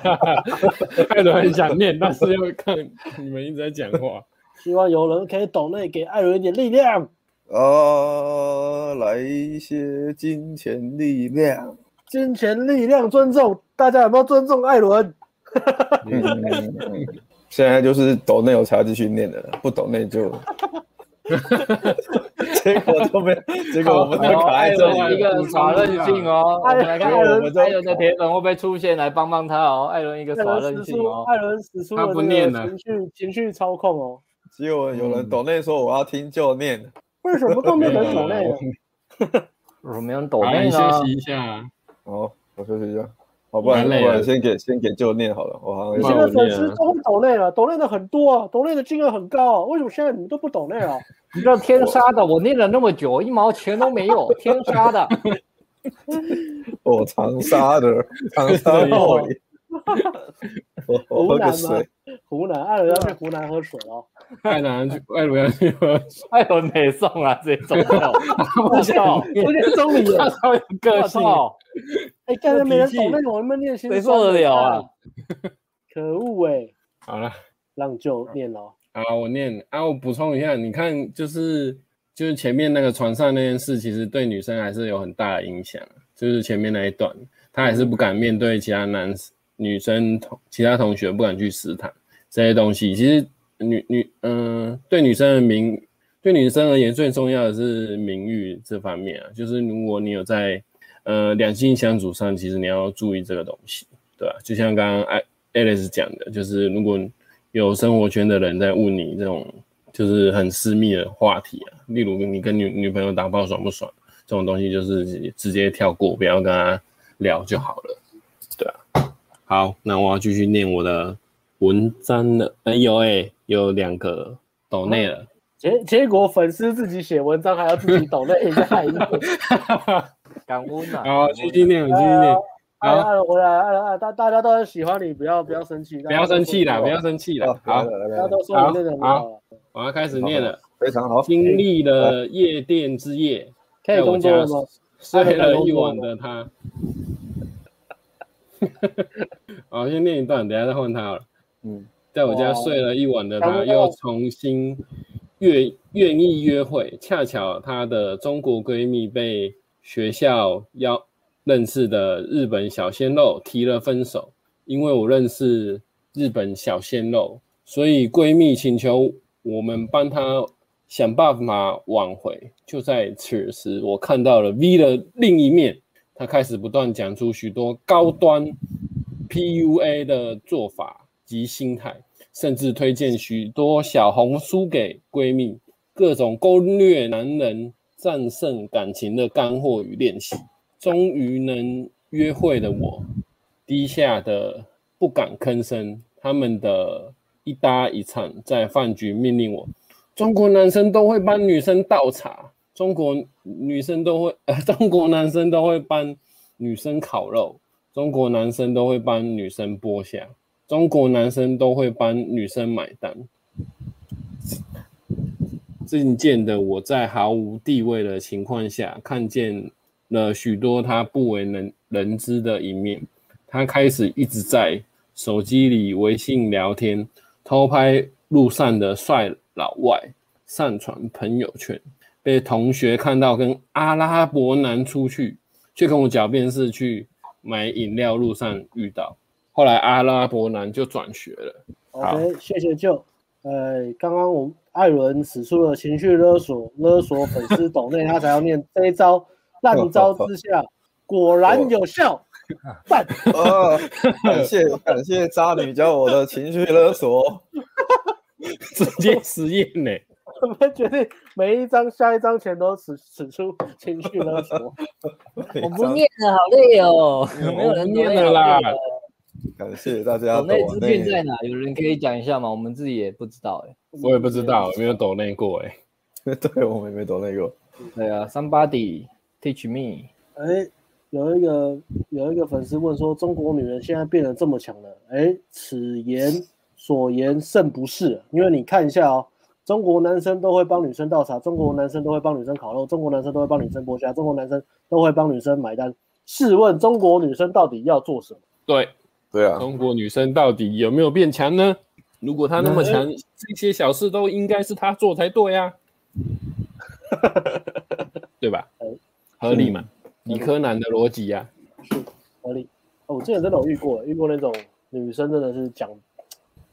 [SPEAKER 2] 艾伦很想念，但是又看你们一直在讲话，
[SPEAKER 4] 希望有人可以抖那给艾伦一点力量。
[SPEAKER 3] 啊，来一些金钱力量。
[SPEAKER 4] 金钱、力量、尊重，大家有没有尊重艾伦？
[SPEAKER 3] 嗯，现在就是抖内有才要继续念的了，不抖内 就。结果都没有，结果我们都
[SPEAKER 5] 好
[SPEAKER 3] 卡
[SPEAKER 5] 艾
[SPEAKER 3] 在这
[SPEAKER 5] 伦一
[SPEAKER 3] 里了。
[SPEAKER 5] 个耍任性哦，我
[SPEAKER 4] 艾
[SPEAKER 5] 们来看
[SPEAKER 4] 艾
[SPEAKER 5] 艾
[SPEAKER 4] 伦
[SPEAKER 5] 伦艾伦的铁粉会不会出现来帮帮他哦？艾伦一个
[SPEAKER 4] 艾
[SPEAKER 5] 耍
[SPEAKER 4] 伦
[SPEAKER 5] 任
[SPEAKER 4] 使
[SPEAKER 5] 性
[SPEAKER 4] 出，
[SPEAKER 5] 哦，
[SPEAKER 4] 艾伦使出
[SPEAKER 2] 他
[SPEAKER 4] 了
[SPEAKER 2] 不
[SPEAKER 4] 这
[SPEAKER 2] 念
[SPEAKER 4] 个
[SPEAKER 2] 了
[SPEAKER 4] 情绪情绪操控哦。
[SPEAKER 3] 结果有人抖内说我要听就念，
[SPEAKER 4] 为什么都没有人抖那
[SPEAKER 2] 对
[SPEAKER 4] 个
[SPEAKER 2] 啊？
[SPEAKER 5] 我没有啊抖
[SPEAKER 2] 好，
[SPEAKER 5] 内哦
[SPEAKER 2] 你
[SPEAKER 5] 呢
[SPEAKER 2] 休息一下，啊
[SPEAKER 3] 好，我休息一下。好，不然
[SPEAKER 2] 蛮
[SPEAKER 3] 不
[SPEAKER 2] 累
[SPEAKER 3] 然
[SPEAKER 2] 的
[SPEAKER 3] 先给先给旧念好了，我好像
[SPEAKER 4] 以
[SPEAKER 3] 有
[SPEAKER 4] 前的
[SPEAKER 2] 那我
[SPEAKER 4] 粉
[SPEAKER 2] 念
[SPEAKER 4] 丝
[SPEAKER 2] 啊
[SPEAKER 4] 都会抖内了，抖内的很多啊，抖内的金额很高啊。为什么现在你们都不抖内啊？
[SPEAKER 5] 你知道天杀的，我念了那么久，一毛钱都没有，天杀的，
[SPEAKER 3] 哦，长沙的长沙料理，我我喝个水，
[SPEAKER 4] 湖南，艾伦要去湖南喝水 哦。
[SPEAKER 2] 艾伦去，艾伦要去喝，
[SPEAKER 5] 还有美送啊这种的，
[SPEAKER 2] 不
[SPEAKER 5] 我操，
[SPEAKER 4] 有点中 理
[SPEAKER 2] 他超有个
[SPEAKER 5] 我
[SPEAKER 2] 性，
[SPEAKER 5] 操，
[SPEAKER 4] 哎，刚才没人
[SPEAKER 5] 脾气
[SPEAKER 4] 懂那个，我们念心
[SPEAKER 5] 谁
[SPEAKER 4] 酸
[SPEAKER 5] 受得了啊？？
[SPEAKER 4] 可恶哎，
[SPEAKER 2] 好了。
[SPEAKER 4] 让就念喽。
[SPEAKER 2] 好，我念啊，我补充一下，你看，就是就是前面那个船上那件事，其实对女生还是有很大的影响，就是前面那一段，她还是不敢面对其他男女生同其他同学，不敢去试探这些东西。其实女女嗯、对女生的名，对女生而言最重要的是名誉这方面啊，就是如果你有在呃两性相处上，其实你要注意这个东西，对吧、就像刚刚艾 Alice 讲的，就是如果有生活圈的人在问你这种就是很私密的话题啊，例如你跟女女朋友打炮爽不爽这种东西，就是直直接跳过，不要跟她聊就好了。对啊，好，那我要继续念我的文章了。哎、有哎、有两个抖内了，
[SPEAKER 4] 结结果粉丝自己写文章还要自己抖那一下，
[SPEAKER 5] 感恩啊！
[SPEAKER 2] 好，继续念，继续念，
[SPEAKER 4] 艾伦
[SPEAKER 2] 好，
[SPEAKER 4] 艾伦回哎来，艾伦艾伦大大家都很喜欢你，不要不要生气，
[SPEAKER 2] 不要生气啦，不
[SPEAKER 4] 大家
[SPEAKER 2] 要生气
[SPEAKER 3] 哦
[SPEAKER 2] 啦。好，
[SPEAKER 3] 来来
[SPEAKER 4] 大家
[SPEAKER 3] 来来
[SPEAKER 4] 都说你那个哦很好了，
[SPEAKER 2] 我要开始念了。
[SPEAKER 3] 非常好，
[SPEAKER 2] 经历了夜店之夜，
[SPEAKER 4] 可以工作了吗？
[SPEAKER 2] 睡了一晚的他。 好，先念一段，等一下再换他好了。
[SPEAKER 3] 嗯，
[SPEAKER 2] 在我家睡了一晚的他，
[SPEAKER 4] 哇
[SPEAKER 2] 又重新愿愿意约会。恰巧她的中国闺蜜被学校邀认识的日本小鲜肉提了分手，因为我认识日本小鲜肉，所以闺蜜请求我们帮她想办法挽回。就在此时，我看到了 V 的另一面，她开始不断讲出许多高端 PUA 的做法及心态，甚至推荐许多小红书给闺蜜，各种攻略男人战胜感情的干货与练习。终于能约会的我，低下的不敢吭声。他们的一搭一唱在饭局命令我：中国男生都会帮女生倒茶，中国女生都会，呃，中国男生都会帮女生烤肉，中国男生都会帮女生剥虾，中国男生都会帮女生买单。渐渐的，我在毫无地位的情况下，看见了许多他不为人人知的一面。他开始一直在手机里微信聊天，偷拍路上的帅老外，上传朋友圈，被同学看到跟阿拉伯男出去，却跟我狡辩是去买饮料路上遇到。后来阿拉伯男就转学了，
[SPEAKER 4] OK，谢谢舅。呃，刚刚我们艾伦使出了情绪勒索，勒索粉丝抖内，他才要念这一招烂招之下，果然有效。 赞，
[SPEAKER 3] 啊，感谢感谢渣女教我的情绪勒索，
[SPEAKER 2] 直接实验呢、
[SPEAKER 4] 我们决定每一张、下一张前都使使出情绪勒索。
[SPEAKER 5] 我不念了，好累哦，没有人
[SPEAKER 2] 嗯我不念
[SPEAKER 5] 抖内
[SPEAKER 2] 了啦
[SPEAKER 5] 好累哦
[SPEAKER 3] 感谢大家
[SPEAKER 5] 抖
[SPEAKER 3] 抖内
[SPEAKER 5] 内资讯在哪？有人可以讲一下吗？我们自己也不知道哎。
[SPEAKER 2] 我也不知道，没有抖内过哎、
[SPEAKER 3] 对我们也没抖那个，
[SPEAKER 5] 对啊，Somebody teach me。
[SPEAKER 4] 哎，有一个有一个粉丝问说，中国女人现在变得这么强了？哎，此言所言甚不是，啊因为你看一下哦，中国男生都会帮女生倒茶，中国男生都会帮女生烤肉，中国男生都会帮女生剥虾，中国男生都会帮女生买单。试问中国女生到底要做什么？
[SPEAKER 2] 对，
[SPEAKER 3] 对啊，
[SPEAKER 2] 中国女生到底有没有变强呢？如果她那么强，这些小事都应该是她做才对呀、对吧？合理嘛？理科男的逻辑啊呀、
[SPEAKER 4] 合理。哦我之前真的有遇过，遇过那种女生真的是讲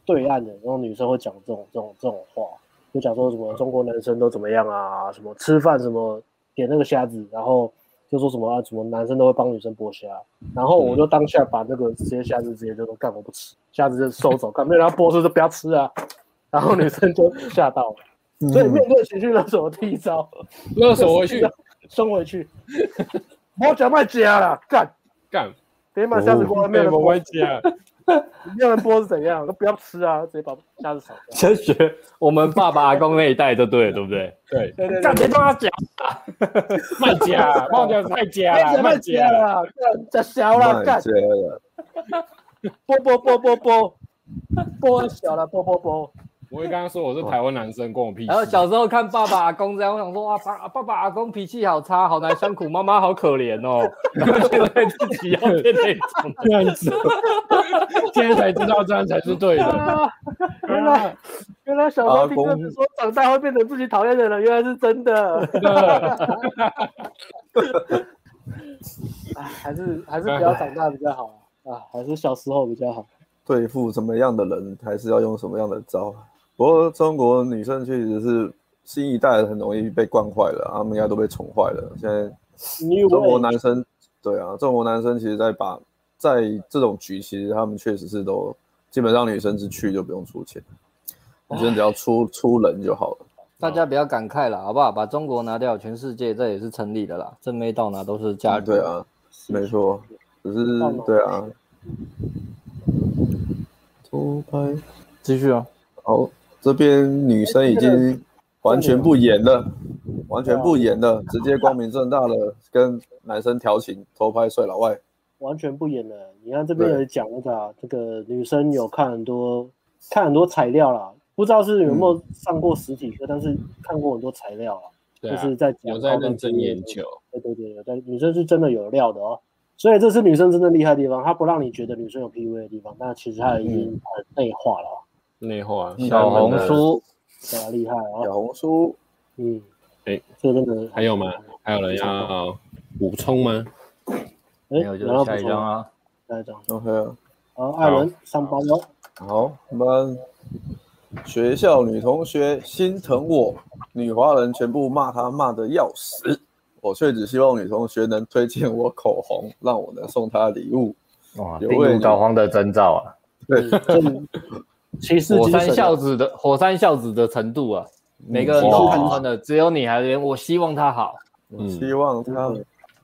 [SPEAKER 4] 对岸的，然后女生会讲这种这种这种话，就讲说什么中国男生都怎么样啊，什么吃饭什么点那个虾子，然后就说什么啊，什么男生都会帮女生剥虾，然后我就当下把那个直接虾子直接就说干我不吃，虾子就收走，干没有人要剥是就不要吃啊，然后女生就吓到了，
[SPEAKER 3] 嗯
[SPEAKER 4] 所以面对情绪勒索的第一招，
[SPEAKER 2] 勒索回
[SPEAKER 4] 嗯
[SPEAKER 2] 去，
[SPEAKER 4] 收回去，莫讲卖家了，干
[SPEAKER 2] 干，
[SPEAKER 4] 别买虾子过来，没有人
[SPEAKER 2] 哎我
[SPEAKER 4] 剥
[SPEAKER 2] 回家，
[SPEAKER 4] 你要人剥是怎样？都不要吃啊，直接把虾子炒掉。
[SPEAKER 5] 先学我们爸爸阿公那一代就对了，对不 对？对，
[SPEAKER 4] 对对对
[SPEAKER 7] 干谁帮他夹？卖夹，帮我夹卖夹
[SPEAKER 4] 哎
[SPEAKER 3] 哎
[SPEAKER 7] 啦，卖夹啦。
[SPEAKER 3] 啊
[SPEAKER 4] 啦，啊这小啦，
[SPEAKER 3] 卖家
[SPEAKER 4] 干
[SPEAKER 3] 了，
[SPEAKER 4] 剥剥剥剥剥，剥小了，剥剥剥。
[SPEAKER 7] 我会跟他说我是台湾男生，关我屁事。
[SPEAKER 5] 然后小时候看爸爸阿公这样，我想说哇，爸爸爸阿公脾气好差，好难相处，妈妈好可怜 哦。现在自己要变那种，
[SPEAKER 7] 这样子，现在才知道这样才是对 的。
[SPEAKER 4] 啊，原来原来小时候听哥子说长大会变成自己讨厌的人，原来是真的。
[SPEAKER 2] 啊
[SPEAKER 4] 哎，还是还是不要长大比较好啊，啊还是小时候比较好。
[SPEAKER 3] 对付什么样的人，还是要用什么样的招。不过中国女生确实是新一代很容易被惯坏了，他们应该都被宠坏了。现在
[SPEAKER 4] 你以
[SPEAKER 3] 中国
[SPEAKER 4] 为
[SPEAKER 3] 男生，对啊，中国男生其实在把在这种局，其实他们确实是都基本上女生是去就不用出钱，女生只要出出人就好了。
[SPEAKER 1] 大家不要感慨了，好不好？把中国拿掉，全世界这也是成立的啦。正妹到哪都是家人。
[SPEAKER 3] 对，啊，没错，只是
[SPEAKER 4] 到哪
[SPEAKER 3] 对啊。偷拍，
[SPEAKER 1] 继续啊。
[SPEAKER 3] 好，这边女生已经完全不演了，完全不演了，直接光明正大的跟男生调情偷拍睡老外。
[SPEAKER 6] 完全不演了。你看这边
[SPEAKER 3] 对
[SPEAKER 6] 有讲那个、啊，这个女生有看很多看很多材料啦，不知道是有没
[SPEAKER 3] 嗯
[SPEAKER 6] 有上过实体课，但是看过很多材料啦，
[SPEAKER 2] 对
[SPEAKER 6] 就
[SPEAKER 2] 啊，
[SPEAKER 6] 是在讲
[SPEAKER 2] 有在
[SPEAKER 6] 他们
[SPEAKER 2] 认真研究，
[SPEAKER 6] 对对对，有在女生是真的有料的哦。所以这是女生真正厉害的地方，她不让你觉得女生有 PUA 的地方，那其实她已经
[SPEAKER 2] 嗯
[SPEAKER 6] 很内化了哦，
[SPEAKER 2] 内化
[SPEAKER 3] 嗯
[SPEAKER 1] 小红
[SPEAKER 5] 呃
[SPEAKER 1] 书，
[SPEAKER 6] 对啊，厉害哦，
[SPEAKER 3] 小红书
[SPEAKER 6] 嗯，
[SPEAKER 2] 哎
[SPEAKER 6] 这真的
[SPEAKER 2] 还有吗？还有人要补充吗？
[SPEAKER 6] 哎，
[SPEAKER 5] 没
[SPEAKER 6] 然
[SPEAKER 5] 有就
[SPEAKER 6] 后
[SPEAKER 5] 是下一张，啊。
[SPEAKER 6] 下一张，
[SPEAKER 3] ，OK 啊。
[SPEAKER 6] 然后艾伦上班喽，
[SPEAKER 3] 好，我们学校女同学心疼我，女华人全部骂她骂的要死，我却只希望女同学能推荐我口红，让我能送她礼物。
[SPEAKER 5] 哇，
[SPEAKER 3] 有
[SPEAKER 5] 病
[SPEAKER 3] 味
[SPEAKER 5] 入
[SPEAKER 3] 道
[SPEAKER 5] 膏肓的征兆啊！
[SPEAKER 6] 嗯骑士
[SPEAKER 5] 火
[SPEAKER 6] 精
[SPEAKER 5] 山
[SPEAKER 6] 神啊
[SPEAKER 5] 孝子的火山孝子的程度啊，
[SPEAKER 3] 嗯
[SPEAKER 1] 嗯
[SPEAKER 5] 每个人都看穿了，只有你还连我希望他好。
[SPEAKER 2] 嗯
[SPEAKER 3] 希望她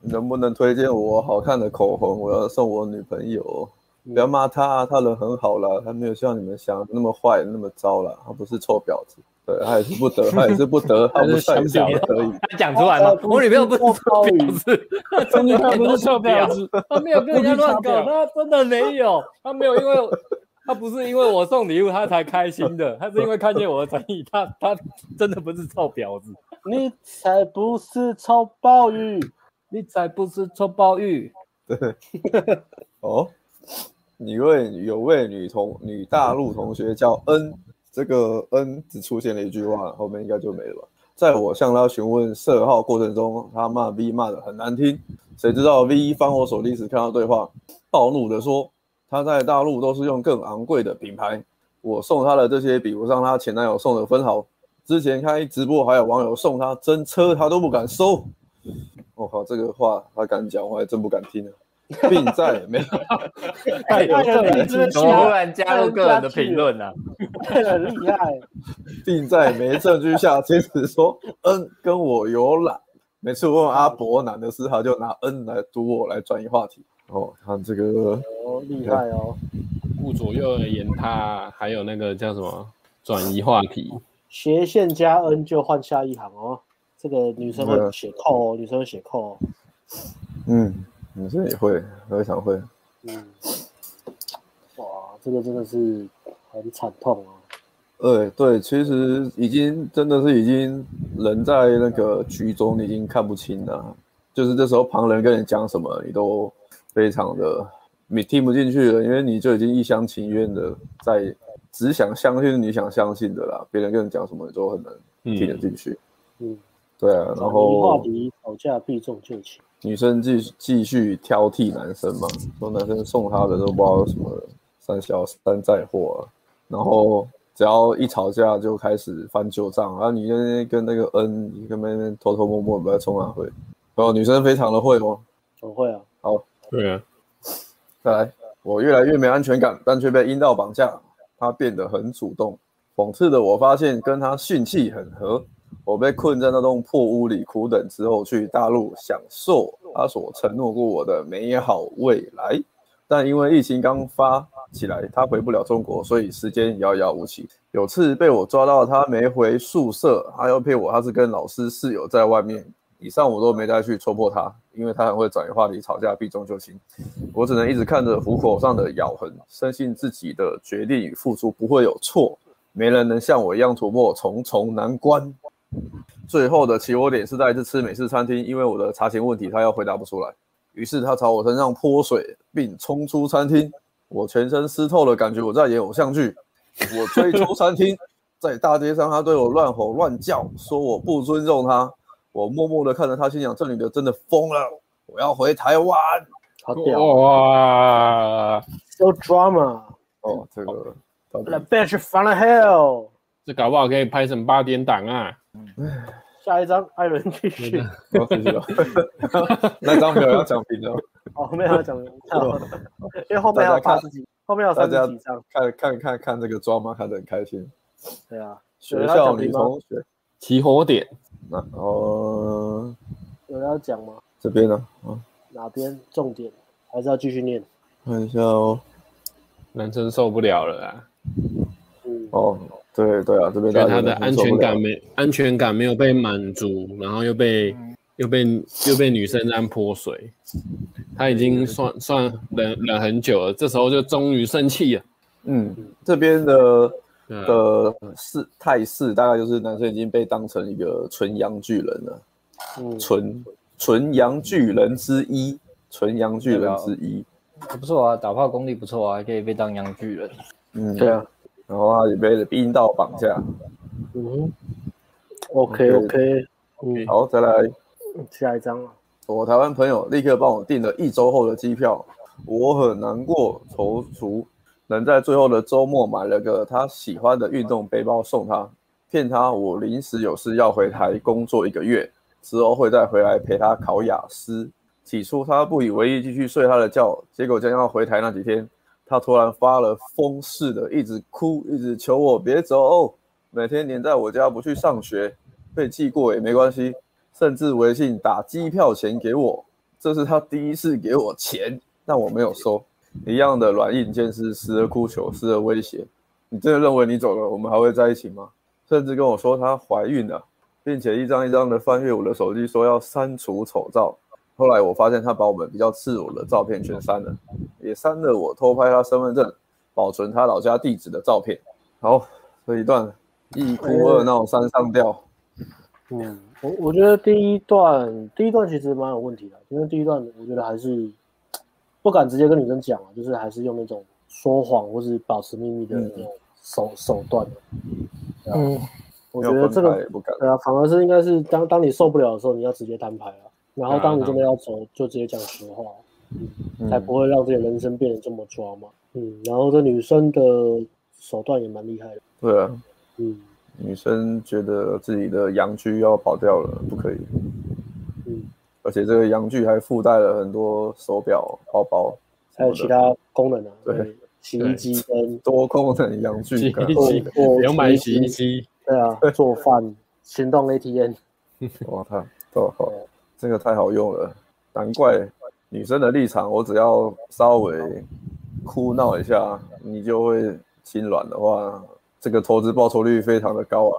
[SPEAKER 3] 能不能推荐我好看的口红，我要送我女朋友。不要骂她啊，她人很好啦，她没有像你们想的那么坏那么糟啦，她不是臭婊子。对，她也是不得，她也是不得，她不善良而已。
[SPEAKER 5] 他讲出来
[SPEAKER 1] 哦
[SPEAKER 5] 吗？我女朋友不是臭婊子，
[SPEAKER 7] 真的
[SPEAKER 5] 哎
[SPEAKER 7] 他不是臭婊子，
[SPEAKER 5] 她没有跟人家乱搞，
[SPEAKER 7] 不
[SPEAKER 5] 她真的没有，她没有因为我。她不是因为我送礼物她才开心的，她是因为看见我的诚意，她她真的不是臭婊子，
[SPEAKER 6] 你才不是超暴雨，
[SPEAKER 5] 你才不是臭包玉。
[SPEAKER 3] 哦，你位有位女同女大陆同学叫恩，这个恩只出现了一句话，后面应该就没了吧？在我向她询问色号过程中，她骂 V 骂的很难听，谁知道 V 翻我手机时看到对话，暴怒的说她在大陆都是用更昂贵的品牌，我送她的这些比不上她前男友送的分毫。之前开直播还有网友送她真车，她都不敢收。我、靠，这个话她敢讲，我还真不敢听啊，并在没有。
[SPEAKER 6] 艾
[SPEAKER 5] 哎
[SPEAKER 6] 伦真的
[SPEAKER 5] 怎么忽然加入个人的评论啊呢？
[SPEAKER 6] 很厉害，
[SPEAKER 3] 并在没证据下坚持说 N 嗯跟我有染。每次我问阿伯男的事，他就拿 N 来堵我，来转移话题。哦，看这个
[SPEAKER 6] 哦，厉害哦，
[SPEAKER 2] 顾左右而言他，还有那个叫什么转移话题，
[SPEAKER 6] 斜线加 n 就换下一行哦。这个女生会写扣哦，女生会写扣哦。
[SPEAKER 3] 嗯，女生也会，非常会。
[SPEAKER 6] 嗯，哇，这个真的是很惨痛哦。
[SPEAKER 3] 对对，其实已经真的是已经人在那个局中，你已经看不清了。就是这时候旁人跟你讲什么，你都非常的你听不进去了，因为你就已经一厢情愿的在只想相信你想相信的啦。别人跟你讲什么，你都很难听得
[SPEAKER 2] 嗯，
[SPEAKER 3] 进去。
[SPEAKER 6] 嗯，
[SPEAKER 3] 对啊，然
[SPEAKER 4] 嗯
[SPEAKER 3] 后
[SPEAKER 6] 话题吵架避重就轻。
[SPEAKER 3] 女生继续继续挑剔男生嘛，说男生送她的都不知道什么三小三载货啊，然后只要一吵架就开始翻旧账，然后你那边跟那个恩，你跟那边偷偷摸摸不要冲哪会，然后女生非常的会哦，
[SPEAKER 6] 很会啊，
[SPEAKER 2] 对啊，
[SPEAKER 3] 再来，我越来越没安全感，但却被阴道绑架。他变得很主动，讽刺的我发现跟他性气很合。我被困在那栋破屋里苦等之后，去大陆享受他所承诺过我的美好未来。但因为疫情刚发起来，他回不了中国，所以时间遥遥无期。有次被我抓到，他没回宿舍，他要陪我，他是跟老师室友在外面。以上我都没再去戳破他，因为他很会转移话题、吵架、避重就轻。我只能一直看着虎口上的咬痕，深信自己的决定与付出不会有错，没人能像我一样突破重重难关。最后的起火点是在一次吃美式餐厅，因为我的查询问题他又回答不出来，于是他朝我身上泼水，并冲出餐厅。我全身湿透了，感觉我在演偶像剧。我追出餐厅，在大街上他对我乱吼乱叫，说我不尊重他。我默默的看着他，心想：这女的真的疯了，我要回台湾。
[SPEAKER 4] 好屌哦
[SPEAKER 7] 哇，
[SPEAKER 4] ，so drama。
[SPEAKER 3] 哦，这个到底
[SPEAKER 4] The bitch from the hell。
[SPEAKER 2] 这搞不好可以拍成八点档啊！
[SPEAKER 4] 下一张，艾伦继续。
[SPEAKER 3] 我自己了。哦 那张没有要讲评的，
[SPEAKER 4] 哦，没有要讲了，因为后面还有八十几，后面还有三十几张。
[SPEAKER 3] 看看看看这个抓吗？看得很开心。
[SPEAKER 4] 对啊，有
[SPEAKER 3] 学
[SPEAKER 4] 人要
[SPEAKER 3] 校
[SPEAKER 4] 讲
[SPEAKER 3] 女
[SPEAKER 4] 评吗
[SPEAKER 3] 同学，
[SPEAKER 2] 起火点，
[SPEAKER 3] 那哦
[SPEAKER 4] 有人要讲吗？
[SPEAKER 3] 这边呢？嗯，
[SPEAKER 4] 哪边重点？还是要继续念？
[SPEAKER 3] 看一下哦。
[SPEAKER 2] 男生受不了了啊！
[SPEAKER 4] 嗯，
[SPEAKER 3] 哦，对对啊，这边
[SPEAKER 2] 觉
[SPEAKER 3] 大家
[SPEAKER 2] 得他
[SPEAKER 3] 有
[SPEAKER 2] 的
[SPEAKER 3] 点
[SPEAKER 2] 安
[SPEAKER 3] 受不
[SPEAKER 2] 全
[SPEAKER 3] 了
[SPEAKER 2] 感没安全感没有被满足，然后又被又被又被女生这样泼水，他已经算算忍忍很久了，这时候就终于生气了。
[SPEAKER 3] 嗯，这边的
[SPEAKER 2] 对啊
[SPEAKER 3] 的势态势大概就是男生已经被当成一个纯阳巨人了，
[SPEAKER 4] 嗯
[SPEAKER 3] 纯纯阳巨人之一，纯阳巨
[SPEAKER 4] 啊
[SPEAKER 3] 人之一。
[SPEAKER 5] 不错啊，打炮功力不错啊，还可以被当洋巨 人。
[SPEAKER 3] 嗯，
[SPEAKER 4] 对。啊，
[SPEAKER 3] 然后他也被阴道绑架。
[SPEAKER 4] 嗯哼，OK OK，嗯，
[SPEAKER 3] 好，再来，
[SPEAKER 4] 下一张了。
[SPEAKER 3] 我台湾朋友立刻帮我订了一周后的机票，我很难过踌躇，能在最后的周末买了个他喜欢的运动背包送他，骗他我临时有事要回台工作一个月，之后会再回来陪他考雅思。起初他不以为意，继续睡他的觉，结果将要回台那几天，他突然发了疯似的，一直哭，一直求我别走、每天黏在我家不去上学，被记过也没关系，甚至微信打机票钱给我，这是他第一次给我钱，但我没有收。一样的软硬兼施，时而哭求，时而威胁。你真的认为你走了，我们还会在一起吗？甚至跟我说她怀孕了，并且一张一张的翻阅我的手机，说要删除丑照。后来我发现她把我们比较赤裸的照片全删了，也删了我偷拍她身份证、保存她老家地址的照片。好，这一段一哭二闹三上吊。
[SPEAKER 4] 嗯，我我觉得第一段第一段其实蛮有问题的，因为第一段我觉得还是不敢直接跟女生讲啊，就是还是用那种说谎或是保持秘密的那种手、手段。嗯，我觉得
[SPEAKER 3] 要
[SPEAKER 4] 这
[SPEAKER 3] 分
[SPEAKER 4] 个
[SPEAKER 3] 开也不敢。
[SPEAKER 4] 对啊，反而是应该是当当你受不了的时候，你要直接摊牌了，然后当你真的要走，就直接讲实话，才不会让自己人生变得这么抓嘛。嗯，然后这女生的手段也蛮厉害的，
[SPEAKER 3] 对啊，
[SPEAKER 4] 嗯
[SPEAKER 3] 女生觉得自己的阳具要跑掉了，不可以。
[SPEAKER 4] 嗯，
[SPEAKER 3] 而且这个阳具还附带了很多手表、包包，
[SPEAKER 4] 还有其他功能啊，
[SPEAKER 3] 对，
[SPEAKER 4] 洗衣机跟
[SPEAKER 3] 多功能阳具。
[SPEAKER 2] 洗衣
[SPEAKER 4] 做
[SPEAKER 2] 机
[SPEAKER 4] 做
[SPEAKER 2] 有买洗衣，机，
[SPEAKER 4] 对啊，做饭、行动 ATM，
[SPEAKER 3] 哇，太太好，这个太好用了，难怪女生的立场，我只要稍微哭闹一下，你就会心软的话，这个投资报酬率非常的高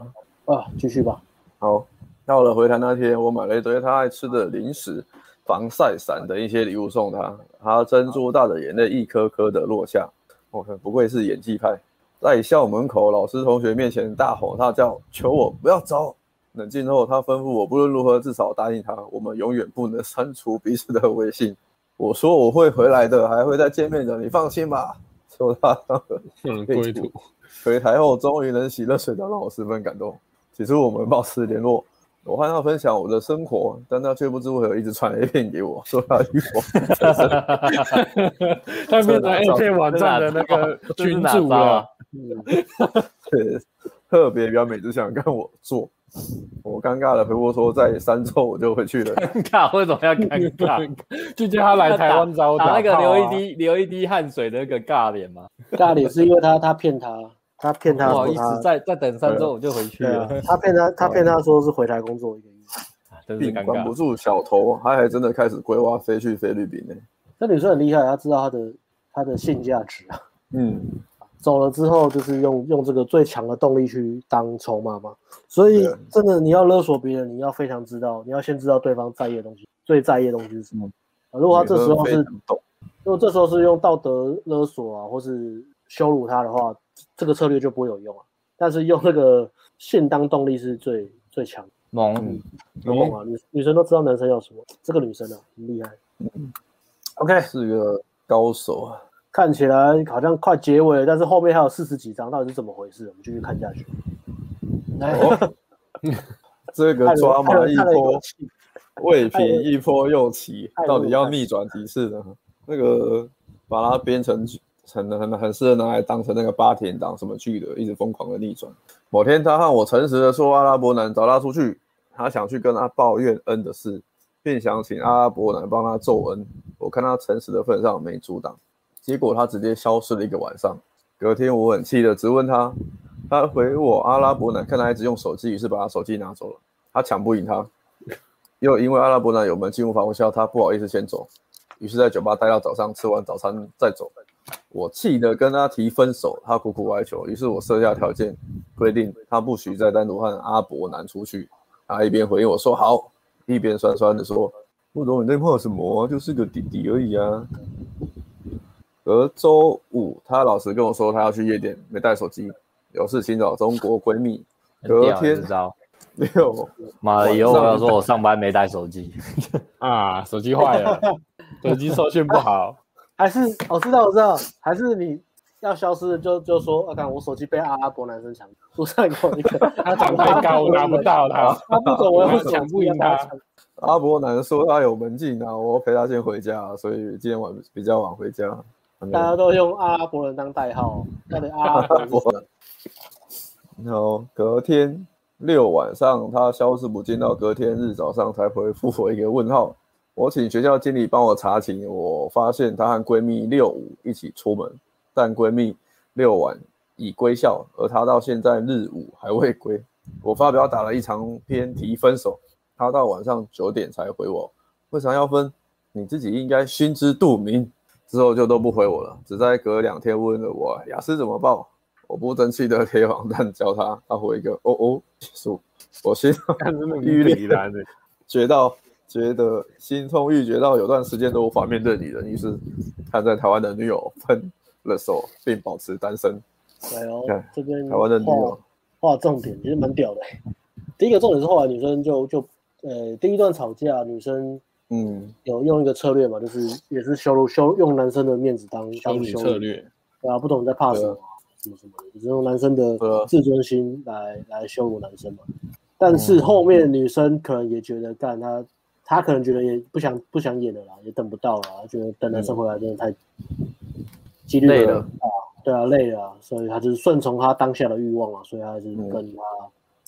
[SPEAKER 3] 啊。
[SPEAKER 4] 啊，继续吧，
[SPEAKER 3] 好，到了回台那天，我买了一堆他爱吃的零食、防晒伞等一些礼物送他。他珍珠大的眼泪一颗颗的落下，我看不愧是演技派，在校门口老师同学面前大吼大叫，求我不要走。冷静后，他吩咐我不论如何至少答应他，我们永远不能删除彼此的微信。我说我会回来的，还会再见面的，你放心吧。求他
[SPEAKER 2] 嗯，归途。
[SPEAKER 3] 回台后，终于能洗热水澡，让我十分感动。起初我们保持联络，我和他分享我的生活，但他却不知为何一直传 A 片给我，说他与我产生
[SPEAKER 7] 他变成 A 片网站的那 个群主
[SPEAKER 5] 啊
[SPEAKER 7] 了。
[SPEAKER 3] 对，特别表每只想跟我做。我尴尬的回复说，在三周我就回去了。
[SPEAKER 5] 尴尬，为什么要尴 尬？
[SPEAKER 7] 就叫他来台湾找我
[SPEAKER 5] 打那个
[SPEAKER 7] 炮啊
[SPEAKER 5] 流一，滴流一滴汗水的那个尬脸嘛。
[SPEAKER 4] 大理是因为他他骗他，他骗
[SPEAKER 5] 不
[SPEAKER 4] 他
[SPEAKER 5] 好
[SPEAKER 4] 说
[SPEAKER 5] 意
[SPEAKER 4] 他
[SPEAKER 5] 思，。再再等三周我就回去
[SPEAKER 4] 啊对
[SPEAKER 5] 了
[SPEAKER 4] 啊，，他骗他，他骗他说是回台工作一个月。
[SPEAKER 5] 真是
[SPEAKER 3] 并
[SPEAKER 5] 尴
[SPEAKER 3] 管不
[SPEAKER 5] 尬。
[SPEAKER 3] 住小头，他还真的开始规划飞去菲律宾呢、
[SPEAKER 4] 这女生很厉害，她知道她的她的性价值啊。
[SPEAKER 3] 嗯，
[SPEAKER 4] 走了之后就是用用这个最强的动力去当筹码嘛。所以真的你要勒索别人，你要非常知道，你要先知道对方在意的东西，最在意的东西是什么。啊如果他这时候是，如果这时候是用道德勒索啊，或是羞辱他的话，这个策略就不会有用啊。但是用那个现当动力是最最强的。
[SPEAKER 5] 萌，
[SPEAKER 4] 懂啊，女女生都知道男生要什么，这个女生啊很厉害。OK，
[SPEAKER 3] 是个高手啊。
[SPEAKER 4] 看起来好像快结尾了，但是后面还有四十几章，到底是怎么回事？我们继续看下去。
[SPEAKER 3] 哦，这个抓马一波 未平一波又起
[SPEAKER 4] 艾，伦
[SPEAKER 3] 到底要逆转几次呢？那个把它编成成很很适合拿来当成那个八点档什么剧的，一直疯狂的逆转。某天他和我诚实的说，阿拉伯男找他出去，他想去跟他抱怨恩的事，便想请阿拉伯男帮他奏恩。我看他诚实的份上没阻挡，结果他直接消失了一个晚上。隔天我很气的质问他，他回我阿拉伯男看他一直用手机，于是把他手机拿走了。他抢不赢他，又因为阿拉伯男有门禁无法无效，他不好意思先走，于是在酒吧待到早上，吃完早餐再走。我气得跟他提分手，他苦苦哀求，于是我设下条件，规定他不许再单独和阿伯男出去。他一边回应我说好，一边酸酸的说：“不懂你在怕什么啊、就是个弟弟而已啊。”而周五，他老实跟我说他要去夜店，没带手机，有事请找中国闺蜜。
[SPEAKER 5] 很屌
[SPEAKER 3] 隔天
[SPEAKER 5] 这 招，
[SPEAKER 3] 六，
[SPEAKER 5] 妈的，以后我要说我上班没带手机，
[SPEAKER 7] 啊，手机坏了，手机收讯不好，
[SPEAKER 4] 还是我、哦知道我知道，还是你要消失的就就说，啊，看我手机被阿拉伯男生抢，路上有一个，
[SPEAKER 7] 他长太高，我拿不到他。
[SPEAKER 4] 他不走，我要手机
[SPEAKER 7] 抢不赢他
[SPEAKER 4] 要抢
[SPEAKER 3] 阿伯男说他有门禁啊，我陪他先回家，啊所以今天晚比较晚回家。
[SPEAKER 4] 大家都用阿拉伯人当代 号，那得阿拉伯人
[SPEAKER 3] 我，然后隔天六晚上他消失不见，到隔天日早上才回复我一个问号。我请学校经理帮我查寝，我发现她和闺蜜六五一起出门，但闺蜜六晚已归校，而她到现在日五还未归。我发表打了一长篇提分手，她到晚上九点才回我，为啥要分？你自己应该心知肚明。之后就都不回我了，只在隔两天问了我雅思怎么报。我不争气的铁网蛋教他，他回一个哦哦结束。我心
[SPEAKER 7] 看真的
[SPEAKER 3] 玉立
[SPEAKER 7] 然的，
[SPEAKER 3] 觉到觉得心痛欲绝到有段时间都无法面对女人，于是他在台湾的女友分了手，并保持单身。
[SPEAKER 4] 哎呦
[SPEAKER 3] 看，
[SPEAKER 4] 这边
[SPEAKER 3] 台湾的女友
[SPEAKER 4] 画画重点，其实蛮屌的、第一个重点是后来女生就就呃第一段吵架，女生
[SPEAKER 3] 嗯，
[SPEAKER 4] 有用一个策略嘛，就是也是羞辱羞用男生的面子当
[SPEAKER 2] 修
[SPEAKER 4] 当
[SPEAKER 2] 女
[SPEAKER 4] 羞
[SPEAKER 2] 策
[SPEAKER 4] 辱，
[SPEAKER 2] 略，
[SPEAKER 4] 对啊，不懂你在怕什么、
[SPEAKER 3] 对
[SPEAKER 4] 什么什么的，就是用男生的
[SPEAKER 3] 对啊
[SPEAKER 4] 自尊心来来羞辱男生嘛。但
[SPEAKER 5] 嗯
[SPEAKER 4] 是后面女生可能也觉得干他，他可能觉得也不想不想演了啦，也等不到了啦，觉得等男生回来真的太几率
[SPEAKER 5] 累
[SPEAKER 4] 很
[SPEAKER 5] 了
[SPEAKER 4] 大对啊，累了啊、所以他就是顺从他当下的欲望啊，所以他还是
[SPEAKER 3] 嗯
[SPEAKER 4] 跟他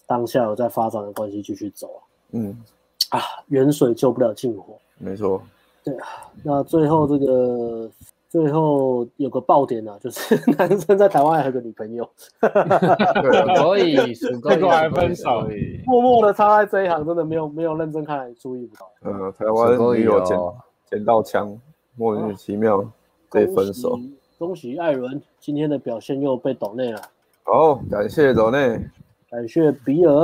[SPEAKER 4] 当下有在发展的关系继续走啊。
[SPEAKER 3] 嗯，
[SPEAKER 4] 啊，远水救不了近火。
[SPEAKER 3] 没错，
[SPEAKER 4] 那最后这个最后有个爆点啊，就是 男生在台湾还有个女朋友，
[SPEAKER 5] 所以十个
[SPEAKER 7] 结果还分手，
[SPEAKER 4] 默默的插在这一行，真的没有没有认真看来注意不到。
[SPEAKER 3] 呃，台
[SPEAKER 5] 十
[SPEAKER 3] 湾
[SPEAKER 5] 个
[SPEAKER 3] 女友捡
[SPEAKER 5] 有，
[SPEAKER 3] 捡到枪，莫名其妙被分手。
[SPEAKER 4] 哦恭喜，恭喜艾伦今天的表现又被抖内了，
[SPEAKER 3] 好，感谢走内，
[SPEAKER 4] 感谢比尔，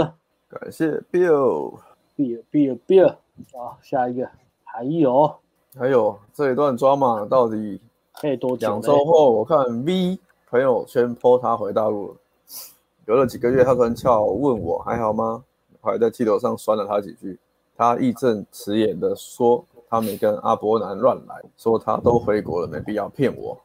[SPEAKER 3] 感谢 Bill。
[SPEAKER 4] 比尔，比尔，比尔啊，下一个还有
[SPEAKER 3] 还有这一段抓马到底
[SPEAKER 4] 可以多讲
[SPEAKER 3] 两
[SPEAKER 4] 嘞
[SPEAKER 3] 周后，我看 V 朋友圈 po 他回大陆了，隔了几个月，他突然翘问我还好吗？我还在气头上酸了他几句。他义正辞严的说他没跟阿伯南乱来，说他都回国了，没必要骗我。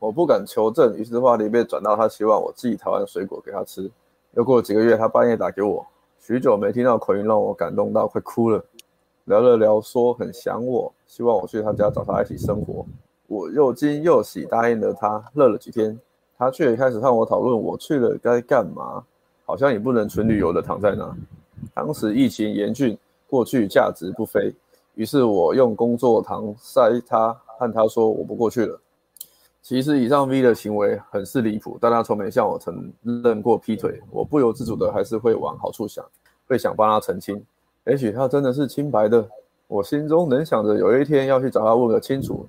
[SPEAKER 3] 我不敢求证，于是话题被转到他希望我寄台湾水果给他吃。又过了几个月，他半夜打给我，许久没听到口音，让我感动到快哭了。聊了聊，说很想我，希望我去他家找他一起生活。我又惊又喜答应了他，乐了几天，他却开始和我讨论我去了该干嘛，好像也不能纯旅游的躺在那。当时疫情严峻，过去价值不菲，于是我用工作搪塞他，和他说我不过去了。其实以上 V 的行为很是离谱，但他从没向我承认过劈腿，我不由自主的还是会往好处想，会想帮他澄清，也许他真的是清白的。我心中能想着有一天要去找他问个清楚，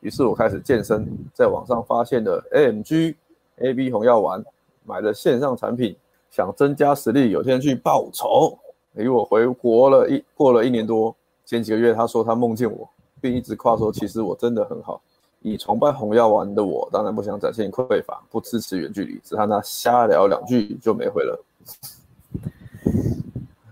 [SPEAKER 3] 于是我开始健身，在网上发现了 AMG、AB 红药丸，买了线上产品，想增加实力，有天去报仇。离我回国了一过了一年多，前几个月他说他梦见我，并一直夸说其实我真的很好。以崇拜红药丸的我，当然不想展现匮乏，不支持远距离，只和他瞎聊两句就没回了。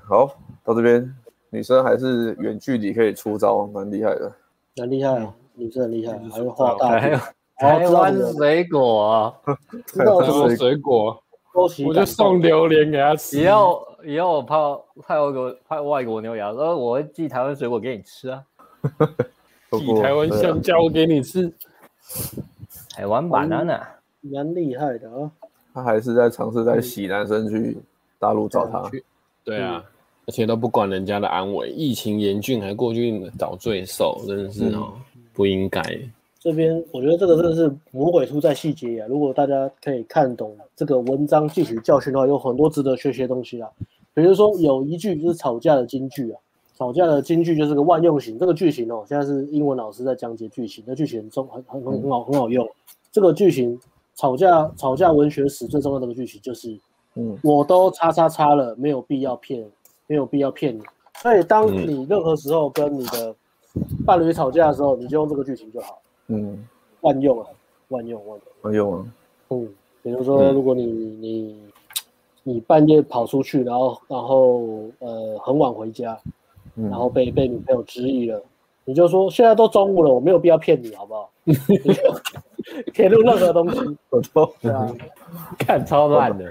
[SPEAKER 3] 好，到这边，女生还是远距离可以出招，蛮厉害的。
[SPEAKER 4] 蛮厉害啊，女生很厉害，还会画大
[SPEAKER 5] 嗯 还
[SPEAKER 4] 饼，
[SPEAKER 5] 有台湾水果啊，
[SPEAKER 4] 知道
[SPEAKER 8] 这
[SPEAKER 4] 怎
[SPEAKER 8] 种
[SPEAKER 4] 么
[SPEAKER 8] 水果，
[SPEAKER 4] 勾起
[SPEAKER 8] 我
[SPEAKER 4] 感
[SPEAKER 8] 就
[SPEAKER 4] 动
[SPEAKER 8] 送榴莲给他吃。
[SPEAKER 5] 以后以后我怕派外国派外国牛羊，呃，我会寄台湾水果给你吃啊，
[SPEAKER 3] 不
[SPEAKER 8] 寄
[SPEAKER 3] 过
[SPEAKER 8] 台湾
[SPEAKER 3] 对啊
[SPEAKER 8] 香蕉给你吃，
[SPEAKER 5] 台湾版啊呢，
[SPEAKER 4] 蛮厉害的啊。
[SPEAKER 3] 他还是在尝试在洗男生去大陆找他。
[SPEAKER 2] 对啊，而且都不管人家的安危，疫情严峻还过去找罪受，真的是哦，不应该。
[SPEAKER 4] 这边我觉得这个真的是魔鬼出在细节啊！如果大家可以看懂这个文章汲取教训的话，有很多值得学习的东西啊。比如说有一句就是吵架的金句啊，吵架的金句就是个万用型，这个句型哦，现在是英文老师在讲解句型，那句型很重很很很很好很好用。这个句型吵架吵架文学史最重要的一个句型就是，
[SPEAKER 3] 嗯，
[SPEAKER 4] 我都叉叉叉了，没有必要骗，没有必要骗你。所以当你任何时候跟你的伴侣吵架的时候，你就用这个句型就好。
[SPEAKER 3] 嗯，
[SPEAKER 4] 万用啊，万用万用。
[SPEAKER 3] 哎呦，
[SPEAKER 4] 嗯，比如说，如果你、你你半夜跑出去，然后然后呃很晚回家，
[SPEAKER 3] 嗯
[SPEAKER 4] 然后被被女朋友质疑了，你就说现在都中午了，我没有必要骗你，好不好？ 你就铁路任何东西，
[SPEAKER 3] 我都
[SPEAKER 4] 对啊，
[SPEAKER 5] 看超烂的，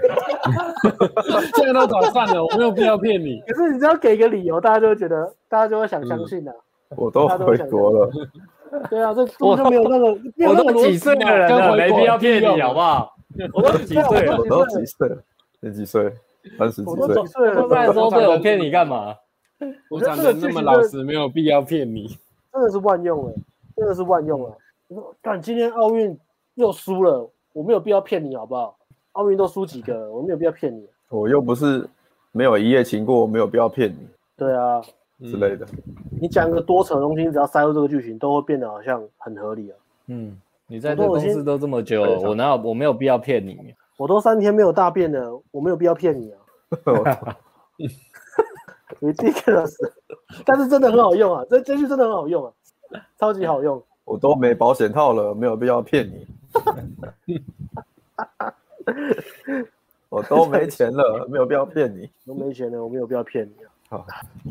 [SPEAKER 8] 现在都早上了，我没有必要骗 你。
[SPEAKER 4] 可是你只要给一个理由，大家就会觉得，大家就会想相信的、
[SPEAKER 3] 我都回国了，
[SPEAKER 4] 对啊，这根本就没有那个，没有
[SPEAKER 5] 我
[SPEAKER 4] 那个
[SPEAKER 5] 都
[SPEAKER 4] 逻
[SPEAKER 5] 几
[SPEAKER 4] 辑
[SPEAKER 5] 岁
[SPEAKER 4] 啊
[SPEAKER 5] 的人
[SPEAKER 8] 跟
[SPEAKER 5] 了，
[SPEAKER 8] 回
[SPEAKER 5] 没
[SPEAKER 8] 国
[SPEAKER 5] 必要骗
[SPEAKER 8] 一
[SPEAKER 5] 你
[SPEAKER 8] 样
[SPEAKER 5] 好不好？我都几岁了，
[SPEAKER 3] 我都几岁了？你几岁？三十几
[SPEAKER 4] 我都几
[SPEAKER 3] 岁？
[SPEAKER 4] 岁了，
[SPEAKER 5] 不然说对我骗你干嘛？
[SPEAKER 2] 我长得那么老实，没有必要骗你。
[SPEAKER 4] 真的是万用了，真的是万用了。你说，干，今天奥运又输了，我没有必要骗你，好不好？奥运都输几个了，我没有必要骗你。
[SPEAKER 3] 我又不是没有一夜情过，我没有必要骗你
[SPEAKER 4] 对啊，
[SPEAKER 2] 嗯
[SPEAKER 3] 之类的。
[SPEAKER 4] 你讲一个多扯的东西，你只要塞入这个剧情，都会变得好像很合理啊。
[SPEAKER 5] 嗯，你在这公司都这么久了，我哪有我没有必要骗你？
[SPEAKER 4] 我都三天没有大便了，我没有必要骗你啊。ridiculous，但是真的很好用啊，这这句真的很好用啊，超级好用。
[SPEAKER 3] 我都没保险套了，没有必要骗你。我都没钱了，没有必要骗你。
[SPEAKER 4] 我没钱了，我没有必要骗你啊。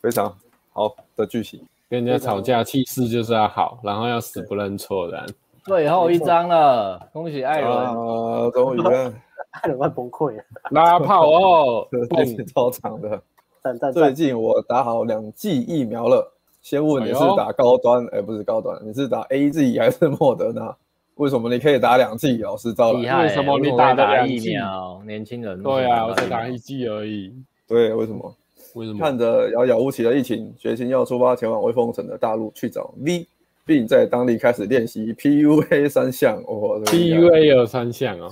[SPEAKER 3] 非常好的剧情，
[SPEAKER 2] 跟人家吵架气势就是要好，然后要死不认错的。
[SPEAKER 5] 最后一张了，恭喜艾伦，
[SPEAKER 3] 啊，终于啊，
[SPEAKER 4] 看了快崩溃了，
[SPEAKER 2] 拉炮哦，
[SPEAKER 3] 这是超长的。
[SPEAKER 4] 赞赞
[SPEAKER 3] 最
[SPEAKER 4] 赞！
[SPEAKER 3] 近我打好两剂疫苗了。先问你是
[SPEAKER 2] 哎呦
[SPEAKER 3] 打高端，哎、不是高端，你是打 A Z 还是莫德纳？为什么你可以打两剂？老师招
[SPEAKER 5] 厉
[SPEAKER 3] 了，
[SPEAKER 5] 害！
[SPEAKER 2] 为什么你
[SPEAKER 5] 我
[SPEAKER 2] 打得
[SPEAKER 5] 打
[SPEAKER 2] 两
[SPEAKER 5] 疫
[SPEAKER 2] 剂
[SPEAKER 5] 苗？哦年轻人
[SPEAKER 2] 对啊，我
[SPEAKER 5] 为什
[SPEAKER 2] 才
[SPEAKER 5] 么
[SPEAKER 2] 打
[SPEAKER 5] 疫
[SPEAKER 2] 一季而已，
[SPEAKER 3] 对，为什么？
[SPEAKER 2] 为什么？
[SPEAKER 3] 看着遥遥无期的疫情，决心要出发前往未封城的大陆去找 V，并在当地开始练习 P U A 三项。哦、这个
[SPEAKER 2] P
[SPEAKER 3] 厉害
[SPEAKER 2] U A 有三项哦。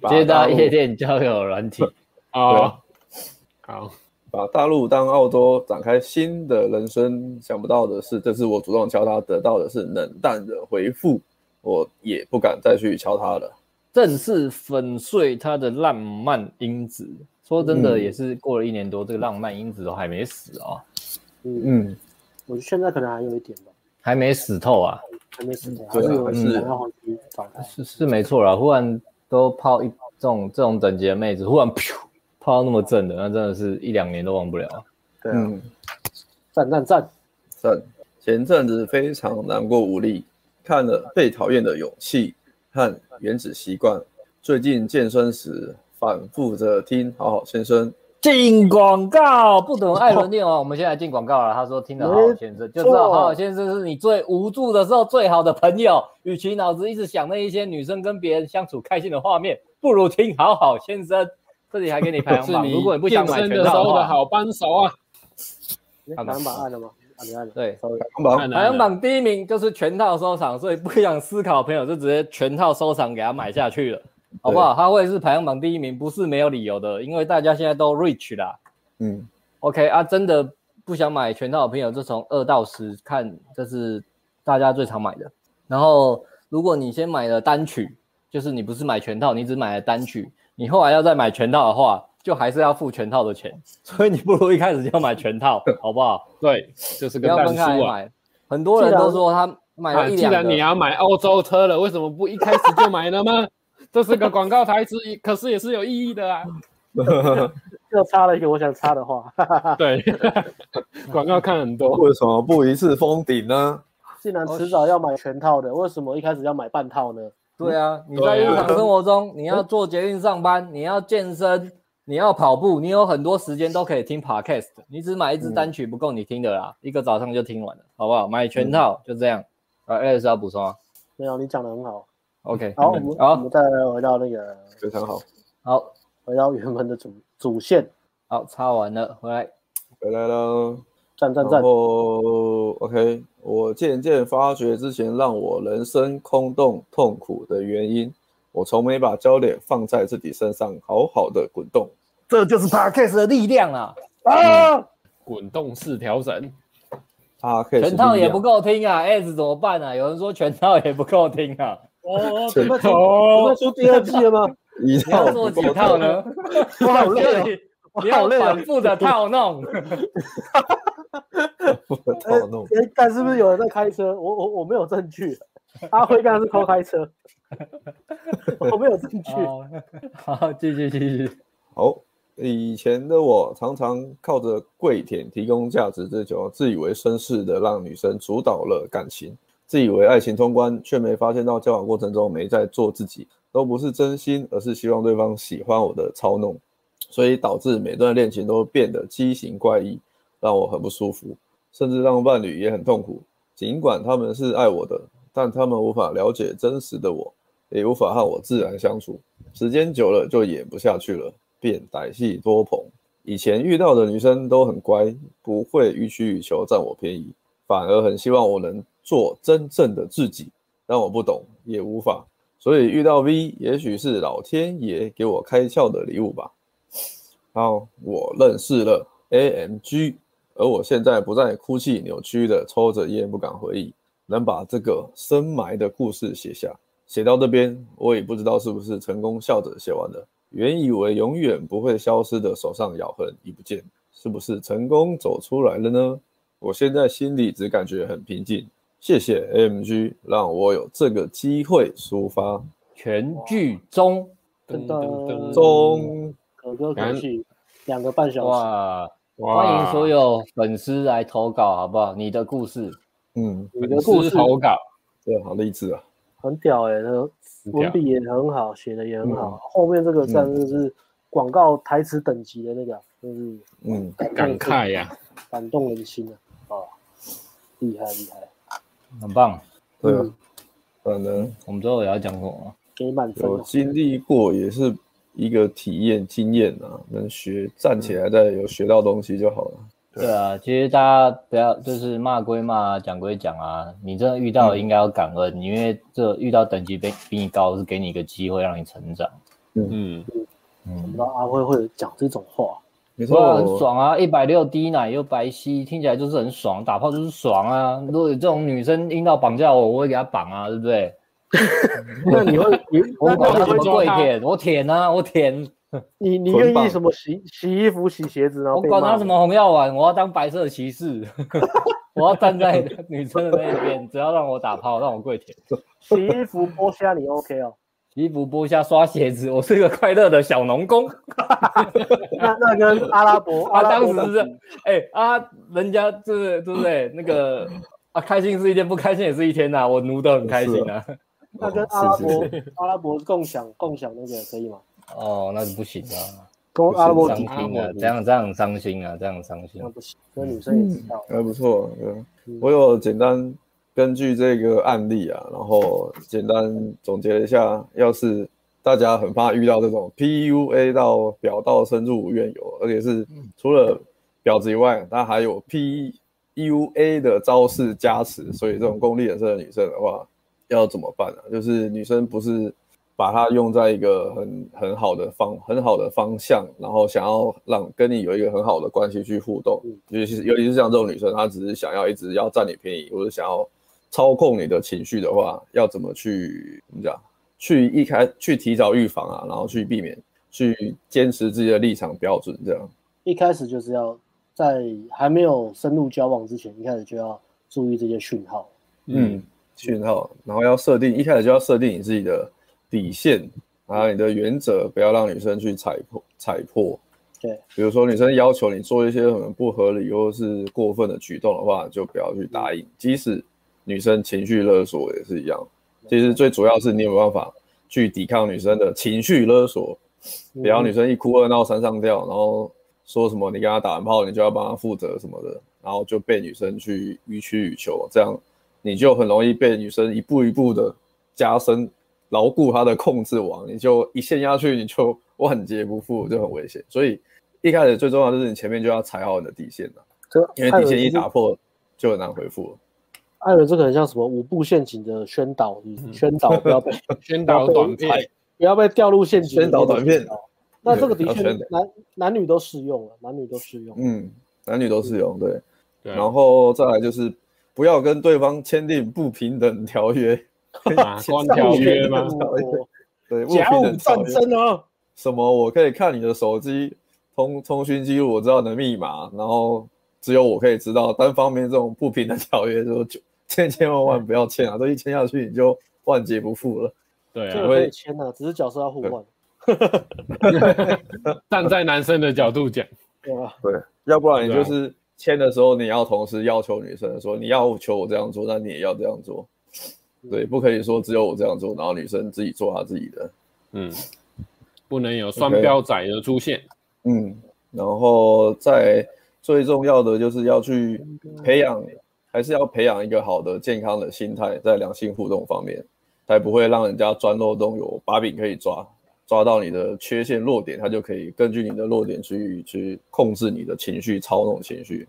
[SPEAKER 3] 把
[SPEAKER 5] 接
[SPEAKER 3] 大
[SPEAKER 5] 到
[SPEAKER 3] 陆
[SPEAKER 5] 夜店交友软体，
[SPEAKER 2] 哦，好，
[SPEAKER 3] 把大陆当澳洲，展开新的人生。想不到的是，这次我主动敲他，得到的是冷淡的回复，我也不敢再去敲他了。
[SPEAKER 5] 正式粉碎他的浪漫因子。说真的，
[SPEAKER 3] 嗯
[SPEAKER 5] 也是过了一年多，这个浪漫因子都还没死哦，
[SPEAKER 3] 嗯，
[SPEAKER 4] 我现在可能还有一点吧，
[SPEAKER 5] 还没死透啊，
[SPEAKER 4] 还没死掉，还
[SPEAKER 3] 对啊
[SPEAKER 4] 是有
[SPEAKER 3] 还是
[SPEAKER 4] 人想要回去找他。
[SPEAKER 5] 是是没错啦。忽然都泡一这种这种等级的妹子，忽然噗泡到那么正的，那真的是一两年都忘不了啊。
[SPEAKER 4] 对啊，
[SPEAKER 3] 嗯，
[SPEAKER 4] 赞赞赞！
[SPEAKER 3] 赞。前阵子非常难过无力，看了《被讨厌的勇气》和《原子习惯》，最近健身时反复着听《好好先生》。
[SPEAKER 5] 进广告，哦 不
[SPEAKER 2] 哦
[SPEAKER 5] 懂艾伦念完，我们现在进广告了。他说听了好好先生，就知道好好先生是你最无助的时候最好的朋友。与其脑子一直想那一些女生跟别人相处开心的画面，不如听好好先生。这里还给你排 行
[SPEAKER 2] 是
[SPEAKER 5] 榜，
[SPEAKER 2] 你
[SPEAKER 5] 如果你不想
[SPEAKER 2] 健
[SPEAKER 5] 买
[SPEAKER 2] 身
[SPEAKER 5] 全
[SPEAKER 2] 的时
[SPEAKER 5] 套
[SPEAKER 2] 候的
[SPEAKER 5] 话，
[SPEAKER 2] 好帮手啊。
[SPEAKER 4] 你
[SPEAKER 5] 好
[SPEAKER 4] 看
[SPEAKER 5] 吧
[SPEAKER 4] 板板按了吗？按了按了。
[SPEAKER 5] 对，
[SPEAKER 4] Sorry
[SPEAKER 3] 看吧，
[SPEAKER 2] 看来
[SPEAKER 5] 排行榜第一名就是全套收藏，所以不想思考的朋友就直接全套收藏给他买下去了，好不好？他会是排行榜第一名，不是没有理由的，因为大家现在都 rich 啦。
[SPEAKER 3] 嗯，
[SPEAKER 5] OK 啊，真的不想买全套的朋友，就从二到十看，这是大家最常买的。然后如果你先买了单曲，就是你不是买全套，你只买了单曲，你后来要再买全套的话，就还是要付全套的钱， 所以你不如一开始就买全套，好 不好？
[SPEAKER 2] 对，就是
[SPEAKER 5] 不
[SPEAKER 2] 个
[SPEAKER 5] 要
[SPEAKER 2] 蛋
[SPEAKER 5] 分开来
[SPEAKER 2] 叔啊。
[SPEAKER 5] 买。很多人都说他买
[SPEAKER 2] 啊，
[SPEAKER 5] 了一
[SPEAKER 2] 既
[SPEAKER 5] 两
[SPEAKER 2] 然
[SPEAKER 5] 个
[SPEAKER 2] 你，要买欧洲车了，为什么不一开始就买了吗？ 这是个广告台词，可是也是有意义的啊。
[SPEAKER 6] 又插了一个我想插的话，
[SPEAKER 2] 对，啊 广告看很多。
[SPEAKER 3] 为什么不一次封顶呢？
[SPEAKER 6] 既然迟早要买全套的，为什么一开始要买半套呢？
[SPEAKER 5] 对啊，你
[SPEAKER 2] 对
[SPEAKER 5] 在日
[SPEAKER 2] 啊
[SPEAKER 5] 常生活中，你要做捷运上班，你要健身，你要跑步，你有很多时间都可以听 podcast。你只买一支单曲不够你听的啦，一个早上就听完了，好不好？买全套就这样。啊，Alex 要补充啊
[SPEAKER 6] 没有，你讲的很好。
[SPEAKER 5] ，OK，
[SPEAKER 6] 好，我们我
[SPEAKER 5] 嗯好
[SPEAKER 6] 们再回到那个
[SPEAKER 3] 非常好，
[SPEAKER 5] 好
[SPEAKER 6] 回到原本的主主线，
[SPEAKER 5] 好，擦完了，回来
[SPEAKER 3] 回来了。
[SPEAKER 6] 赞赞
[SPEAKER 3] 然
[SPEAKER 6] 赞，
[SPEAKER 3] 后 OK，我渐渐发觉之前让我人生空洞痛苦的原因，我从没把焦点放在自己身上，好好的滚动。
[SPEAKER 5] 这就是 podcast 的力量啊！
[SPEAKER 2] 滚动式调整，
[SPEAKER 3] 他可以
[SPEAKER 5] 全套也不够听啊，S 怎么办啊？有人说全套也不够听啊，
[SPEAKER 6] 哦，准备出准备
[SPEAKER 2] 哦，
[SPEAKER 6] 出第二季了吗？
[SPEAKER 3] 一
[SPEAKER 5] 你要
[SPEAKER 3] 套
[SPEAKER 5] 做
[SPEAKER 3] 不
[SPEAKER 5] 几
[SPEAKER 3] 够
[SPEAKER 5] 套呢？
[SPEAKER 6] 我好累哦，
[SPEAKER 5] 你你要反复的套弄，
[SPEAKER 3] 多套弄。
[SPEAKER 6] 哎，但是不是有人在开车？我我我没有证据，阿辉刚刚是偷开车，我没有证据。
[SPEAKER 5] 哦好，好，继续继续。
[SPEAKER 3] 好，以前的我常常靠着跪舔提供价值之求，自以为绅士的让女生主导了感情，自以为爱情通关，却没发现到交往过程中没在做自己，都不是真心，而是希望对方喜欢我的操弄，所以导致每段恋情都变得畸形怪异，让我很不舒服，甚至让伴侣也很痛苦。尽管他们是爱我的，但他们无法了解真实的我，也无法和我自然相处。时间久了就演不下去了，便歹戏多捧。以前遇到的女生都很乖，不会予取予求占我便宜，反而很希望我能做真正的自己，但我不懂也无法，所以遇到 V 也许是老天爷给我开窍的礼物吧。好，我认识了 AMG，而我现在不再哭泣扭曲的抽着烟不敢回忆，能把这个深埋的故事写下。写到这边，我也不知道是不是成功笑着写完了。原以为永远不会消失的手上咬痕已不见，是不是成功走出来了呢？我现在心里只感觉很平静。谢谢 AMG，让我有这个机会抒发。
[SPEAKER 5] 全剧终
[SPEAKER 6] 真的
[SPEAKER 3] 中，
[SPEAKER 6] 可歌可泣，两个半小时，
[SPEAKER 5] 哇！
[SPEAKER 2] 哇
[SPEAKER 5] 欢迎所有粉丝来投稿，好不好？你的故事，
[SPEAKER 3] 嗯，
[SPEAKER 6] 你的
[SPEAKER 2] 粉
[SPEAKER 6] 故
[SPEAKER 2] 丝
[SPEAKER 6] 事
[SPEAKER 2] 投稿，
[SPEAKER 3] 对，好励志啊！
[SPEAKER 6] 很屌哎，那文笔也很好，写的也很好。后面这个算是广告台词等级的那个，啊就是
[SPEAKER 3] 嗯，
[SPEAKER 2] 感慨呀、
[SPEAKER 6] 感动人心啊！哦，厉害厉害，
[SPEAKER 5] 很棒。
[SPEAKER 3] 对啊
[SPEAKER 6] 嗯，
[SPEAKER 3] 可能
[SPEAKER 5] 我们最后也要讲什么？
[SPEAKER 6] 给满分
[SPEAKER 3] 有
[SPEAKER 6] 哦。
[SPEAKER 3] 经历过，也是一个体验经验啊，能学站起来，再有学到东西就好了。
[SPEAKER 5] 对啊，其实大家不要就是骂归骂，讲归讲啊。你真的遇到了应该要感恩，因为这遇到等级比比你高是给你一个机会让你成长。
[SPEAKER 2] 嗯，
[SPEAKER 6] 不
[SPEAKER 5] 嗯
[SPEAKER 6] 知，道阿辉会讲这种话，
[SPEAKER 3] 没
[SPEAKER 5] 对
[SPEAKER 3] 错，
[SPEAKER 5] 啊，很爽啊！一百六低奶又白皙，听起来就是很爽，打炮就是爽啊！如果有这种女生硬要绑架我，我会给她绑啊，对不对？
[SPEAKER 6] 那你会你
[SPEAKER 5] 我
[SPEAKER 6] 那
[SPEAKER 5] 管
[SPEAKER 6] 那
[SPEAKER 5] 他
[SPEAKER 6] 你
[SPEAKER 5] 怎
[SPEAKER 6] 会
[SPEAKER 5] 么跪舔，我舔啊，我舔，
[SPEAKER 6] 你你愿意什么洗洗衣服、洗鞋子，然后
[SPEAKER 5] 我
[SPEAKER 6] 被
[SPEAKER 5] 管他
[SPEAKER 6] 骂
[SPEAKER 5] 什？么红药丸，我要当白色骑士， 我要站在女生的那一边，只要让我打炮，让我跪舔，
[SPEAKER 6] 洗衣服剥虾你 OK 哦？
[SPEAKER 5] 衣服剥下刷鞋子，我是一个快乐的小农工。
[SPEAKER 6] 那那跟阿拉伯 阿
[SPEAKER 5] 啊，
[SPEAKER 6] 拉
[SPEAKER 5] 当
[SPEAKER 6] 伯
[SPEAKER 5] 时是哎、啊，人家就是对不对？那个啊，开心是一天，不开心也是一天呐、我奴得很开心啊。
[SPEAKER 6] 那跟阿拉伯阿拉伯共享共享那个可以吗？
[SPEAKER 5] 哦，那是不行啊，
[SPEAKER 6] 跟阿拉伯嗯
[SPEAKER 5] 伤
[SPEAKER 6] 抵
[SPEAKER 5] 心
[SPEAKER 6] 触
[SPEAKER 5] 啊，这样这样很伤心啊，这样很伤心
[SPEAKER 6] 那。不行，
[SPEAKER 3] 嗯
[SPEAKER 6] 那女生也知道。
[SPEAKER 3] 还不错。嗯我有简单根据这个案例啊，然后简单总结一下，要是大家很怕遇到这种 PUA 到表到深入无怨尤，而且是除了婊子以外，它还有 PUA 的招式加持，所以这种功利人生的女生的话，要怎么办啊？就是女生不是把它用在一个很很好的方很好的方向，然后想要让跟你有一个很好的关系去互动，尤其是尤其是像这种女生，她只是想要一直要占你便宜，或者想要操控你的情绪的话，要怎么去怎么讲？去一开去提早预防啊，然后去避免，去坚持自己的立场标准，这样。
[SPEAKER 4] 一开始就是要在还没有深入交往之前，一开始就要注意这些讯号。
[SPEAKER 3] 嗯，讯号，然后要设定，一开始就要设定你自己的底线，然后你的原则，不要让女生去踩破踩破。
[SPEAKER 4] 对，
[SPEAKER 3] 比如说女生要求你做一些很不合理或是过分的举动的话，就不要去答应。即使女生情绪勒索也是一样，其实最主要是你有没有办法去抵抗女生的情绪勒索，不
[SPEAKER 4] 嗯
[SPEAKER 3] 要女生一哭二闹三上吊，然后说什么你跟她打完炮你就要帮她负责什么的，然后就被女生去予取予求，这样你就很容易被女生一步一步的加深牢固她的控制网，你就一陷下去你就万劫不复，就很危险。所以一开始最重要就是你前面就要踩好你的底线了，因为底线一打破就很难回复了。
[SPEAKER 4] 艾伦这个很像什么五步陷阱的宣导，
[SPEAKER 3] 嗯
[SPEAKER 4] 宣导不 要被
[SPEAKER 9] 宣导短片，
[SPEAKER 4] 不要被掉入陷阱。
[SPEAKER 3] 宣导短片，
[SPEAKER 4] 那这个的确
[SPEAKER 3] 对要宣导
[SPEAKER 4] 男男女都适用了，男女都适用。
[SPEAKER 3] 嗯，男女都适用，对。
[SPEAKER 2] 对啊
[SPEAKER 3] 然后再来就是不要跟对方签订不平等条约，
[SPEAKER 2] 马关条约 吗？
[SPEAKER 4] 我
[SPEAKER 3] 对， 不平
[SPEAKER 9] 甲午
[SPEAKER 3] 等条
[SPEAKER 9] 战
[SPEAKER 3] 约
[SPEAKER 9] 争啊，
[SPEAKER 3] 什么？我可以看你的手机通通讯记录，我知道你的密码，然后只有我可以知道。单方面这种不平等条约就就千千万万不要签啊！这一签下去你就万劫不复了。
[SPEAKER 2] 对
[SPEAKER 4] 这
[SPEAKER 2] 啊
[SPEAKER 4] 个，可以签啊，只是角色要互换，
[SPEAKER 2] 站在男生的角度讲，
[SPEAKER 4] 对吧？
[SPEAKER 3] 对，要不然你
[SPEAKER 2] 对
[SPEAKER 3] 就
[SPEAKER 2] 啊
[SPEAKER 3] 是签的时候，你要同时要求女生说，你要求我这样做，那你也要这样做。对，不可以说只有我这样做，然后女生自己做她自己的。
[SPEAKER 2] 嗯，不能有双标仔的出现。
[SPEAKER 3] 嗯，然后再最重要的就是要去培养，还是要培养一个好的健康的心态，在两性互动方面，才不会让人家钻漏洞，有把柄可以抓，抓到你的缺陷弱点，他就可以根据你的弱点去去控制你的情绪，操弄情绪。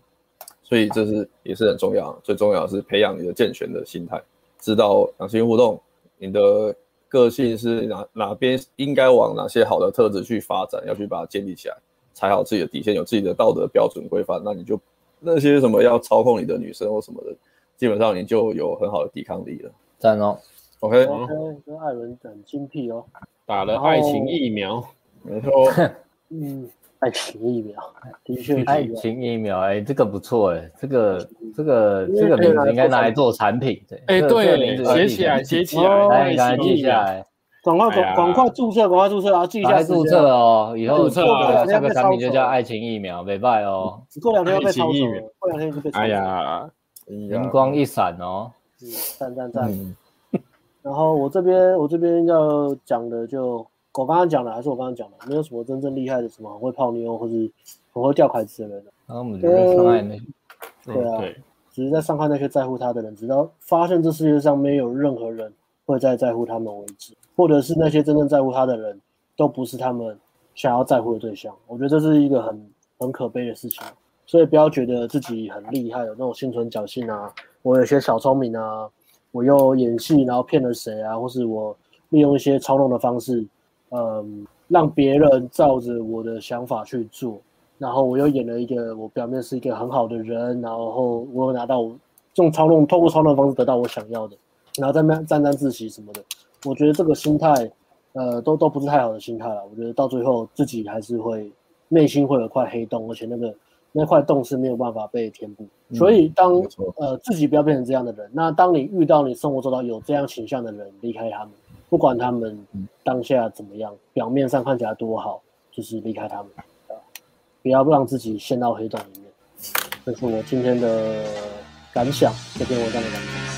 [SPEAKER 3] 所以这是也是很重要，最重要的是培养你的健全的心态，知道两性互动，你的个性是哪哪边应该往哪些好的特质去发展，要去把它建立起来。踩好自己的底线，有自己的道德标准规范，那你就那些什么要操控你的女生或什么的，基本上你就有很好的抵抗力了。
[SPEAKER 5] 赞哦，
[SPEAKER 3] OK，
[SPEAKER 4] OK，跟艾伦很精辟哦。
[SPEAKER 2] 打了爱情疫苗，
[SPEAKER 3] 没
[SPEAKER 5] 哦
[SPEAKER 3] 错，
[SPEAKER 4] 嗯，哎爱情疫
[SPEAKER 5] 啊
[SPEAKER 4] 苗的确是
[SPEAKER 5] 爱
[SPEAKER 4] 有
[SPEAKER 5] 情疫苗，哎，这个不错哎，这个这个
[SPEAKER 4] 因为
[SPEAKER 5] 这个
[SPEAKER 4] 可以
[SPEAKER 5] 名
[SPEAKER 4] 拿来
[SPEAKER 5] 字应该拿来
[SPEAKER 4] 做
[SPEAKER 5] 做产品，对，
[SPEAKER 2] 哎，
[SPEAKER 5] 这个这个
[SPEAKER 2] 对
[SPEAKER 5] 名，字
[SPEAKER 2] 写
[SPEAKER 5] 可以
[SPEAKER 2] 起来，
[SPEAKER 5] 的
[SPEAKER 2] 写起
[SPEAKER 4] 哦
[SPEAKER 2] 来，爱
[SPEAKER 5] 来，赶快
[SPEAKER 2] 情
[SPEAKER 5] 记
[SPEAKER 2] 疫
[SPEAKER 5] 下
[SPEAKER 2] 苗，
[SPEAKER 5] 来，
[SPEAKER 4] 赶快
[SPEAKER 2] 哎呀
[SPEAKER 4] 赶赶快注册，赶快注册，然啊后记一
[SPEAKER 5] 赶
[SPEAKER 4] 下
[SPEAKER 5] 快
[SPEAKER 4] 时
[SPEAKER 5] 注
[SPEAKER 4] 间
[SPEAKER 5] 册哦，以后
[SPEAKER 2] 注册啊
[SPEAKER 5] 对下个
[SPEAKER 4] 现在被
[SPEAKER 5] 产品就
[SPEAKER 4] 抄走
[SPEAKER 5] 叫
[SPEAKER 4] 了
[SPEAKER 5] 爱情疫苗，没拜哦，
[SPEAKER 4] 过两天要被抄
[SPEAKER 2] 爱情
[SPEAKER 4] 走
[SPEAKER 2] 疫苗
[SPEAKER 4] 了，过两天就被抄走了。
[SPEAKER 2] 哎呀，
[SPEAKER 5] 灵
[SPEAKER 2] 啊
[SPEAKER 3] 灵
[SPEAKER 5] 光一闪哦，
[SPEAKER 4] 嗯，赞赞赞。
[SPEAKER 3] 嗯
[SPEAKER 4] 然后我这边我这边要讲的就我刚刚讲的，还是我刚刚讲的，没有什么真正厉害的，什么很会泡妞或是很会钓凯子的人，
[SPEAKER 5] 然后我们
[SPEAKER 4] 啊
[SPEAKER 5] 就是上海那
[SPEAKER 2] 嗯
[SPEAKER 4] 对啊
[SPEAKER 2] 对，
[SPEAKER 4] 只是在伤害那些在乎他的人，直到发现这世界上没有任何人会再在乎他们为止，或者是那些真正在乎他的人都不是他们想要在乎的对象。我觉得这是一个很很可悲的事情，所以不要觉得自己很厉害，有那种心存侥幸啊，我有些小聪明啊，我又演戏然后骗了谁啊，或是我利用一些操弄的方式，嗯，让别人照着我的想法去做。然后我又演了一个我表面是一个很好的人，然后我又拿到我用操弄，透过操弄的方式得到我想要的，然后在那边沾沾自喜什么的，我觉得这个心态，呃，都都不是太好的心态了。我觉得到最后自己还是会内心会有一块黑洞，而且那个那块洞是没有办法被填补。所以当、
[SPEAKER 3] 没错
[SPEAKER 4] 呃自己不要变成这样的人，那当你遇到你生活周遭有这样倾向的人，离开他们，不管他们当下怎么样，表面上看起来多好，就是离开他们。啊不要让自己陷到黑洞里面。这是我今天的感想，这篇文章的感想。